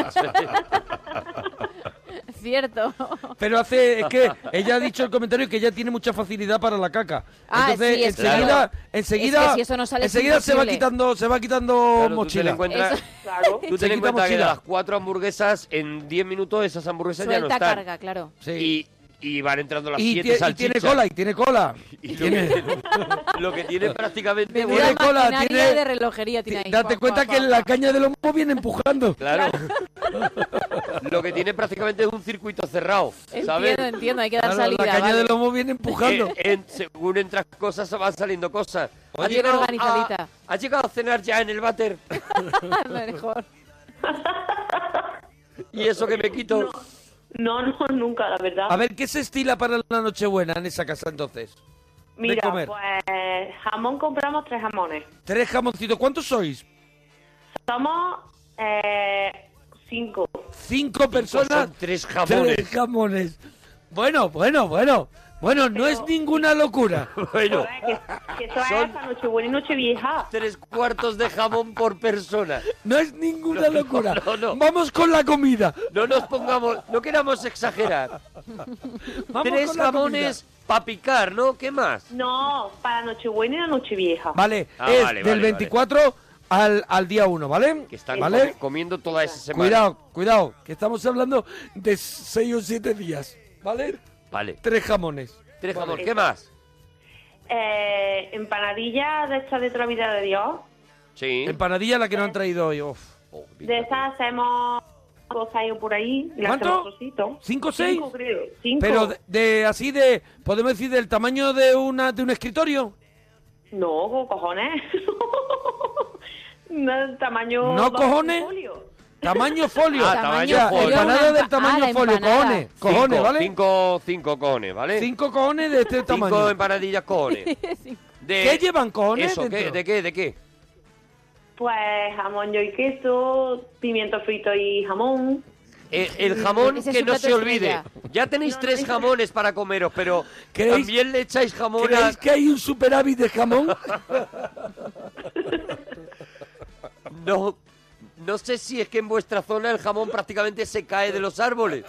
Speaker 3: Cierto.
Speaker 2: Pero hace, es que ella ha dicho el comentario que ella tiene mucha facilidad para la caca.
Speaker 3: Ah,
Speaker 2: Entonces,
Speaker 3: sí, es que
Speaker 2: enseguida,
Speaker 3: claro.
Speaker 2: enseguida,
Speaker 3: Es que si eso no sale es
Speaker 2: enseguida se va
Speaker 3: imposible.
Speaker 2: quitando, se va quitando
Speaker 4: Claro, tú te la
Speaker 2: mochila.
Speaker 4: encuentras- Tú
Speaker 2: Se
Speaker 4: ten en
Speaker 2: quita
Speaker 4: cuenta que de
Speaker 2: mochila.
Speaker 4: las cuatro hamburguesas, en 10 minutos esas
Speaker 2: Pues
Speaker 4: hamburguesas ya no
Speaker 3: Suelta
Speaker 4: están.
Speaker 3: carga, claro.
Speaker 4: Y, y van entrando las
Speaker 2: Y
Speaker 4: siete
Speaker 2: tie- y
Speaker 4: salchichas.
Speaker 2: tiene cola, y tiene cola.
Speaker 4: Y lo, que, <laughs> lo
Speaker 2: <laughs>
Speaker 4: que tiene prácticamente...
Speaker 2: Tiene cola,
Speaker 3: Maquinaria
Speaker 2: tiene-
Speaker 3: de relojería tiene ahí.
Speaker 2: Date cuenta que la caña del lomo viene empujando.
Speaker 4: Claro.
Speaker 2: <laughs>
Speaker 4: lo que tiene prácticamente es un circuito cerrado, ¿sabes?
Speaker 3: Entiendo, entiendo, hay que dar salida.
Speaker 2: la caña
Speaker 3: vale.
Speaker 2: del lomo viene empujando.
Speaker 4: Eh, en- según entras cosas, van saliendo cosas.
Speaker 2: Oye,
Speaker 4: ¿Has llegado,
Speaker 3: organizadita.
Speaker 4: a, ¿Has llegado a cenar ya en el váter?
Speaker 3: <laughs> Mejor.
Speaker 4: ¿Y eso que me quito?
Speaker 20: No, no, nunca, la verdad.
Speaker 2: A ver, ¿qué se estila para la Nochebuena en esa casa entonces?
Speaker 20: Mira,
Speaker 2: de comer.
Speaker 20: pues jamón compramos tres jamones.
Speaker 2: Tres jamoncitos. ¿Cuántos sois?
Speaker 20: Somos eh, cinco.
Speaker 2: Cinco personas.
Speaker 4: son tres jamones.
Speaker 2: Tres jamones. Bueno, bueno, bueno. Bueno, no es ninguna locura.
Speaker 4: <laughs> Bueno.
Speaker 20: Que eso es para Nochebuena y Nochevieja.
Speaker 4: Tres cuartos de jamón por persona.
Speaker 2: No es ninguna locura. Vamos con la comida.
Speaker 4: No nos pongamos, no queramos exagerar.
Speaker 2: Vamos
Speaker 4: Tres
Speaker 2: con la
Speaker 4: jamones para picar, ¿no? ¿Qué más?
Speaker 20: No, para Nochebuena y la Nochevieja.
Speaker 2: Vale,
Speaker 4: Ah,
Speaker 2: es
Speaker 4: vale,
Speaker 2: del
Speaker 4: vale,
Speaker 2: 24 Al, al día 1, ¿vale? Que
Speaker 4: Están
Speaker 2: ¿Vale?
Speaker 4: comi- comiendo toda esa semana.
Speaker 2: Cuidado, cuidado, que estamos hablando de seis o siete días, ¿vale?
Speaker 4: Vale.
Speaker 2: Tres jamones.
Speaker 4: Tres
Speaker 2: Vale.
Speaker 4: jamones, ¿qué más?
Speaker 20: Eh, empanadilla de estas de otra vida de Dios.
Speaker 4: Sí.
Speaker 2: Empanadilla la que nos han traído hoy. uf.
Speaker 20: De estas hacemos dos años por ahí. y las
Speaker 2: ¿Cuánto?
Speaker 20: hacemos trocitos.
Speaker 2: ¿Cinco, seis?
Speaker 20: Cinco, creo. Cinco.
Speaker 2: Pero de, de- así de, podemos decir, del tamaño de una de un escritorio.
Speaker 20: <laughs> No, co- cojones. no, tamaño...
Speaker 2: ¿No,
Speaker 20: bajo
Speaker 2: cojones?
Speaker 20: folio.
Speaker 2: Tamaño folio.
Speaker 4: Ah,
Speaker 2: Tamaño
Speaker 4: tamaño
Speaker 2: folio.
Speaker 4: folio.
Speaker 2: Empanada del tamaño
Speaker 4: Ah, la
Speaker 2: folio,
Speaker 4: empanada.
Speaker 2: cojones. Cojones,
Speaker 4: Cinco-
Speaker 2: ¿vale?
Speaker 4: Cinco, cinco cojones, ¿vale?
Speaker 2: Cinco cojones de este tamaño.
Speaker 4: Cinco empanadillas
Speaker 2: <laughs>
Speaker 4: cojones. De-
Speaker 2: ¿Qué llevan cojones
Speaker 4: Eso,
Speaker 2: dentro?
Speaker 4: ¿qué, ¿de qué? ¿De qué?
Speaker 20: Pues jamón yo y queso, pimiento frito y jamón.
Speaker 4: Eh, el jamón
Speaker 20: Ese es
Speaker 4: que
Speaker 20: su
Speaker 4: no
Speaker 20: plato
Speaker 4: se olvide.
Speaker 20: estrella.
Speaker 4: Ya tenéis tres jamones para comeros, pero
Speaker 2: ¿Creéis-
Speaker 4: también le echáis jamón a...
Speaker 2: ¿Creéis que hay un superávit de jamón?
Speaker 4: <laughs> No, no sé si es que en vuestra zona el jamón prácticamente se cae de los árboles.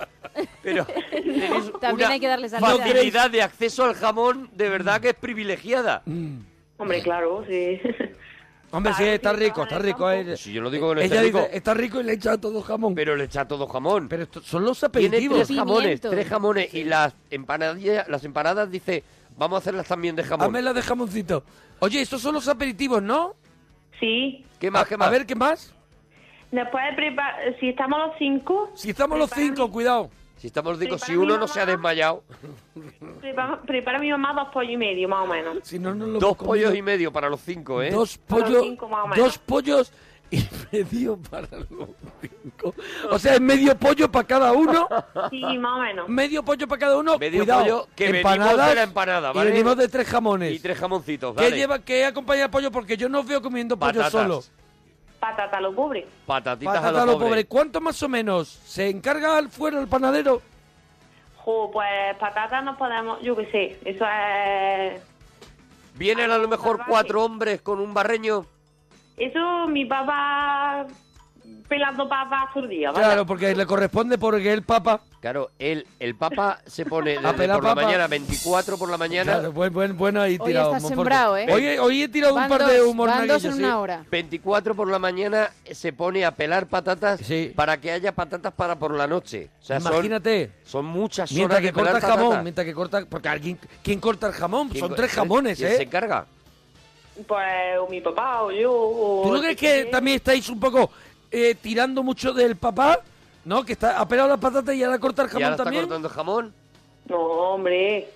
Speaker 4: Pero tenéis
Speaker 3: También
Speaker 4: una
Speaker 3: hay que darles salida.
Speaker 4: facilidad de acceso al jamón de verdad que es privilegiada.
Speaker 2: Mm.
Speaker 20: Hombre, claro, sí. <laughs>
Speaker 2: Hombre, sí, está rico, está rico. eh.
Speaker 4: Si yo no digo que no
Speaker 2: Ella
Speaker 4: esté rico.
Speaker 2: dice, está rico y le echa todo jamón.
Speaker 4: Pero le echa todo jamón.
Speaker 2: Pero esto- son los
Speaker 4: Tiene
Speaker 2: aperitivos.
Speaker 4: tres jamones, tres jamones y las empanadillas, las empanadas dice, vamos a hacerlas también de jamón.
Speaker 2: Hazme la de jamoncito. Oye, estos son los aperitivos, ¿no?
Speaker 20: Sí.
Speaker 4: ¿Qué más,
Speaker 2: A-
Speaker 4: qué más?
Speaker 2: A ver, ¿qué más?
Speaker 20: Después de preparar, si estamos los cinco,
Speaker 2: Si estamos los cinco, cuidado.
Speaker 4: Si estamos los cinco,
Speaker 20: Prepara
Speaker 4: si
Speaker 20: mi
Speaker 4: uno no se
Speaker 2: <laughs>
Speaker 4: ha desmayado,
Speaker 20: prepara, prepara mi mamá dos pollos y medio, más o menos.
Speaker 2: Si no, no lo
Speaker 4: dos
Speaker 2: hemos comido.
Speaker 4: pollos y medio para los cinco, ¿eh?
Speaker 2: Dos
Speaker 20: Para los
Speaker 2: pollos,
Speaker 20: cinco, más o menos.
Speaker 2: dos pollos <laughs> y <laughs> medio para los cinco. O sea, es medio pollo para cada uno.
Speaker 20: <laughs> Sí, más o menos.
Speaker 2: Medio pollo para cada uno.
Speaker 4: Medio
Speaker 2: Cuidado,
Speaker 4: pollo que venimos
Speaker 2: empanadas
Speaker 4: de la empanada,
Speaker 2: y
Speaker 4: ¿vale?
Speaker 2: venimos de tres jamones.
Speaker 4: Y tres jamoncitos,
Speaker 2: ¿Qué
Speaker 4: ¿vale?
Speaker 2: lleva, qué acompaña el pollo? Porque yo no os veo comiendo pollo
Speaker 4: Patatas.
Speaker 2: solo.
Speaker 20: Patata lo pobre.
Speaker 4: Patatitas
Speaker 2: Patata
Speaker 4: a
Speaker 2: a
Speaker 4: los
Speaker 2: lo pobre. ¿Cuánto más o menos se encarga al fuera el panadero?
Speaker 20: Jo, pues patata no podemos, yo qué sé, eso es...
Speaker 4: Vienen a lo mejor cuatro hombres con un barreño.
Speaker 20: Eso mi papá pelando papas zurdía, ¿vale?
Speaker 2: Claro, porque le corresponde porque el papa.
Speaker 4: Claro, el, el papa se
Speaker 2: <laughs>
Speaker 4: pone desde
Speaker 2: A
Speaker 4: por
Speaker 2: pelar
Speaker 4: la
Speaker 2: papa.
Speaker 4: mañana, 24 por la mañana.
Speaker 2: Claro, buen, buen, bueno ahí
Speaker 4: Hoy
Speaker 2: tirado.
Speaker 4: estás
Speaker 2: Monforte.
Speaker 4: sembrado, ¿eh?
Speaker 2: Hoy, hoy he tirado un par de humor naguillo, sí.
Speaker 4: 24 por la mañana se pone a pelar patatas para que haya patatas para por la noche. O sea, son-
Speaker 2: Imagínate.
Speaker 4: Son, muchas horas
Speaker 2: Mientras
Speaker 4: de
Speaker 2: que
Speaker 4: pelar
Speaker 2: corta el jamón,
Speaker 4: patatas.
Speaker 2: mientras que corta. Porque alguien. ¿Quién corta el jamón?
Speaker 4: ¿Quién
Speaker 2: Son
Speaker 4: co-
Speaker 2: tres jamones,
Speaker 4: quién
Speaker 2: ¿eh?
Speaker 4: se encarga?
Speaker 20: Pues o mi papá o yo o...
Speaker 2: ¿Tú no crees que también estáis un poco eh, tirando mucho del papá? ¿No? Que está, ha pelado las patatas y ahora corta el
Speaker 4: y ahora
Speaker 2: jamón
Speaker 4: está
Speaker 2: también.
Speaker 4: cortando jamón.
Speaker 20: No, hombre.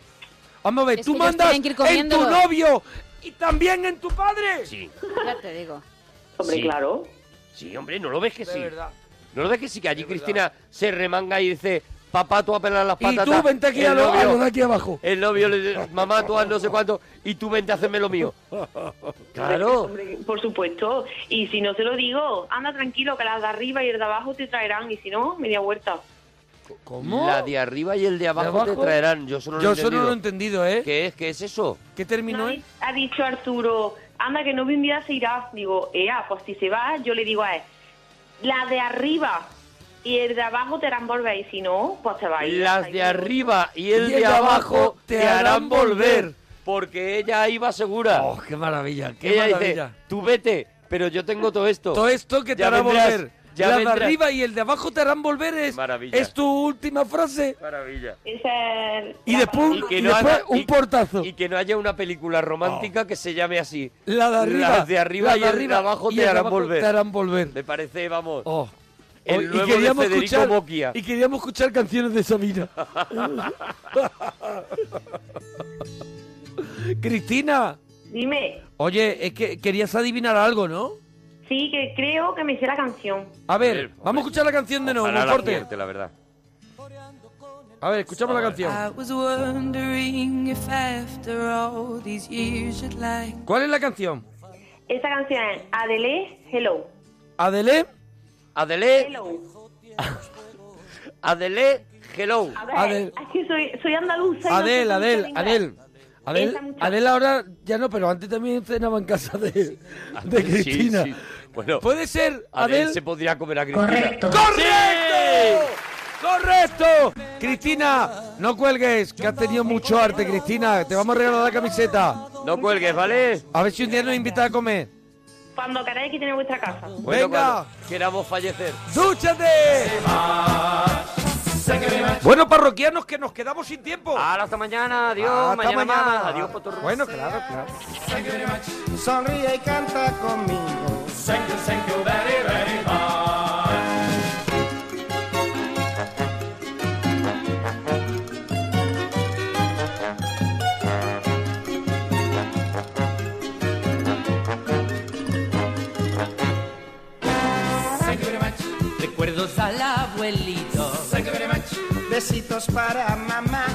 Speaker 2: Vamos a ver,
Speaker 3: Es
Speaker 2: tú
Speaker 3: que ellos
Speaker 2: mandas
Speaker 3: tienen que ir
Speaker 2: en tu
Speaker 3: comiéndolo.
Speaker 2: novio y también en tu padre.
Speaker 4: Sí.
Speaker 3: Ya te digo.
Speaker 20: Hombre,
Speaker 4: Sí.
Speaker 20: claro.
Speaker 4: Sí, hombre, no lo ves que
Speaker 2: De
Speaker 4: sí.
Speaker 2: verdad.
Speaker 4: No lo ves que sí, que allí Cristina se remanga y dice, papá, tú a pelar las
Speaker 2: Y
Speaker 4: patatas.
Speaker 2: tú vente aquí a
Speaker 4: El
Speaker 2: lo, a
Speaker 4: novio-
Speaker 2: lo de aquí abajo.
Speaker 4: El novio le dice, mamá, tú haz no sé cuánto, y tú vente a hacerme
Speaker 2: <laughs>
Speaker 4: lo mío. Claro.
Speaker 20: Hombre, por supuesto. Y si no se lo digo, anda tranquilo que las de arriba y el de abajo te traerán. Y si no, media vuelta.
Speaker 2: ¿Cómo?
Speaker 4: La de arriba y el de abajo, te
Speaker 2: abajo?
Speaker 4: traerán. Yo solo lo
Speaker 2: Yo
Speaker 4: he
Speaker 2: eso
Speaker 4: entendido.
Speaker 2: no lo he entendido, ¿eh?
Speaker 4: ¿Qué es? ¿Qué es eso?
Speaker 2: ¿Qué término
Speaker 20: No,
Speaker 2: es?
Speaker 20: Ha dicho Arturo, anda que no un día se irá. Digo, ea, pues si se va, yo le digo a él, la de arriba y el de abajo te harán volver. Y si no, pues se va a ir.
Speaker 4: Las de arriba y el, de abajo, te harán volver. Porque ella iba segura.
Speaker 2: Oh, qué maravilla, qué
Speaker 4: ella
Speaker 2: maravilla.
Speaker 4: dice, tú vete, pero yo tengo todo esto.
Speaker 2: Todo esto que te
Speaker 4: Ya
Speaker 2: hará
Speaker 4: vendrás,
Speaker 2: volver.
Speaker 4: ya
Speaker 2: Las de
Speaker 4: vendrás.
Speaker 2: arriba y el de abajo te harán volver es,
Speaker 4: Maravilla.
Speaker 2: es tu última frase.
Speaker 4: Maravilla.
Speaker 20: Esa es
Speaker 2: Y después,
Speaker 4: Y que
Speaker 2: y
Speaker 4: no
Speaker 2: después
Speaker 4: haga-
Speaker 2: un
Speaker 4: y-
Speaker 2: portazo. Oh.
Speaker 4: Y que no haya una película romántica que se llame así.
Speaker 2: La de arriba.
Speaker 4: Las de arriba
Speaker 2: la
Speaker 4: y el de abajo
Speaker 2: y
Speaker 4: te
Speaker 2: el de
Speaker 4: harán
Speaker 2: abajo
Speaker 4: volver.
Speaker 2: Te harán volver.
Speaker 4: Me parece, vamos.
Speaker 2: Oh.
Speaker 4: El
Speaker 2: Oh,
Speaker 4: nuevo de Federico
Speaker 2: escuchar,
Speaker 4: Bocchia.
Speaker 2: y queríamos escuchar canciones de
Speaker 4: <laughs>
Speaker 2: Sabina. Cristina,
Speaker 20: Dime,
Speaker 2: oye, es que querías adivinar algo, ¿no?
Speaker 20: sí, que creo que me hice la canción.
Speaker 2: A ver, vamos a escuchar la canción de nuevo,
Speaker 4: Ojalá la
Speaker 2: Monforte.
Speaker 4: acierte, la verdad.
Speaker 2: A ver, escuchamos la
Speaker 20: Ah.
Speaker 23: I
Speaker 2: canción.
Speaker 23: was wondering if after all these years you'd like
Speaker 2: ¿Cuál es la canción?
Speaker 20: Esta canción es Adele, Hello.
Speaker 2: Adele, Eh,
Speaker 4: Adele,
Speaker 20: Hello.
Speaker 4: Adele,
Speaker 2: oh,
Speaker 4: hello.
Speaker 20: A ver, es que soy, soy andaluza. y no sé
Speaker 2: Adel,
Speaker 20: mucho
Speaker 2: Adel,
Speaker 20: de inglés.
Speaker 2: Adel. Adel,
Speaker 20: Esa muchacha.
Speaker 2: Adel ahora ya no, pero antes también cenaba en casa de, <laughs> de
Speaker 4: Sí,
Speaker 2: Cristina.
Speaker 4: sí. Bueno,
Speaker 2: Puede ser,
Speaker 4: Adele
Speaker 2: Adel.
Speaker 4: se podría comer a Cristina.
Speaker 2: ¡Correcto! ¡Correcto! Cristina, no cuelgues, que has tenido mucho arte, Cristina. Te vamos a regalar la camiseta.
Speaker 4: No cuelgues, ¿vale?
Speaker 2: A ver si un día nos invitas a comer.
Speaker 20: Cuando queráis que tiene vuestra casa.
Speaker 4: Bueno,
Speaker 2: Venga.
Speaker 4: cuando Queramos fallecer.
Speaker 2: ¡Dúchate! Bueno, parroquianos, que nos quedamos sin tiempo.
Speaker 1: hasta mañana, adiós,
Speaker 2: Hasta
Speaker 1: mañana, más.
Speaker 2: mañana.
Speaker 1: adiós,
Speaker 2: Bueno, claro, claro.
Speaker 1: Sonríe y canta conmigo. Thank you, thank you very, very much. Thank you very much.
Speaker 2: Recuerdos al abuelito. Thank you very much. Besitos para mamá.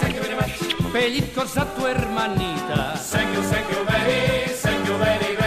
Speaker 2: Thank you very much. Pellizcos a tu hermanita. Thank you, thank you very, thank you very,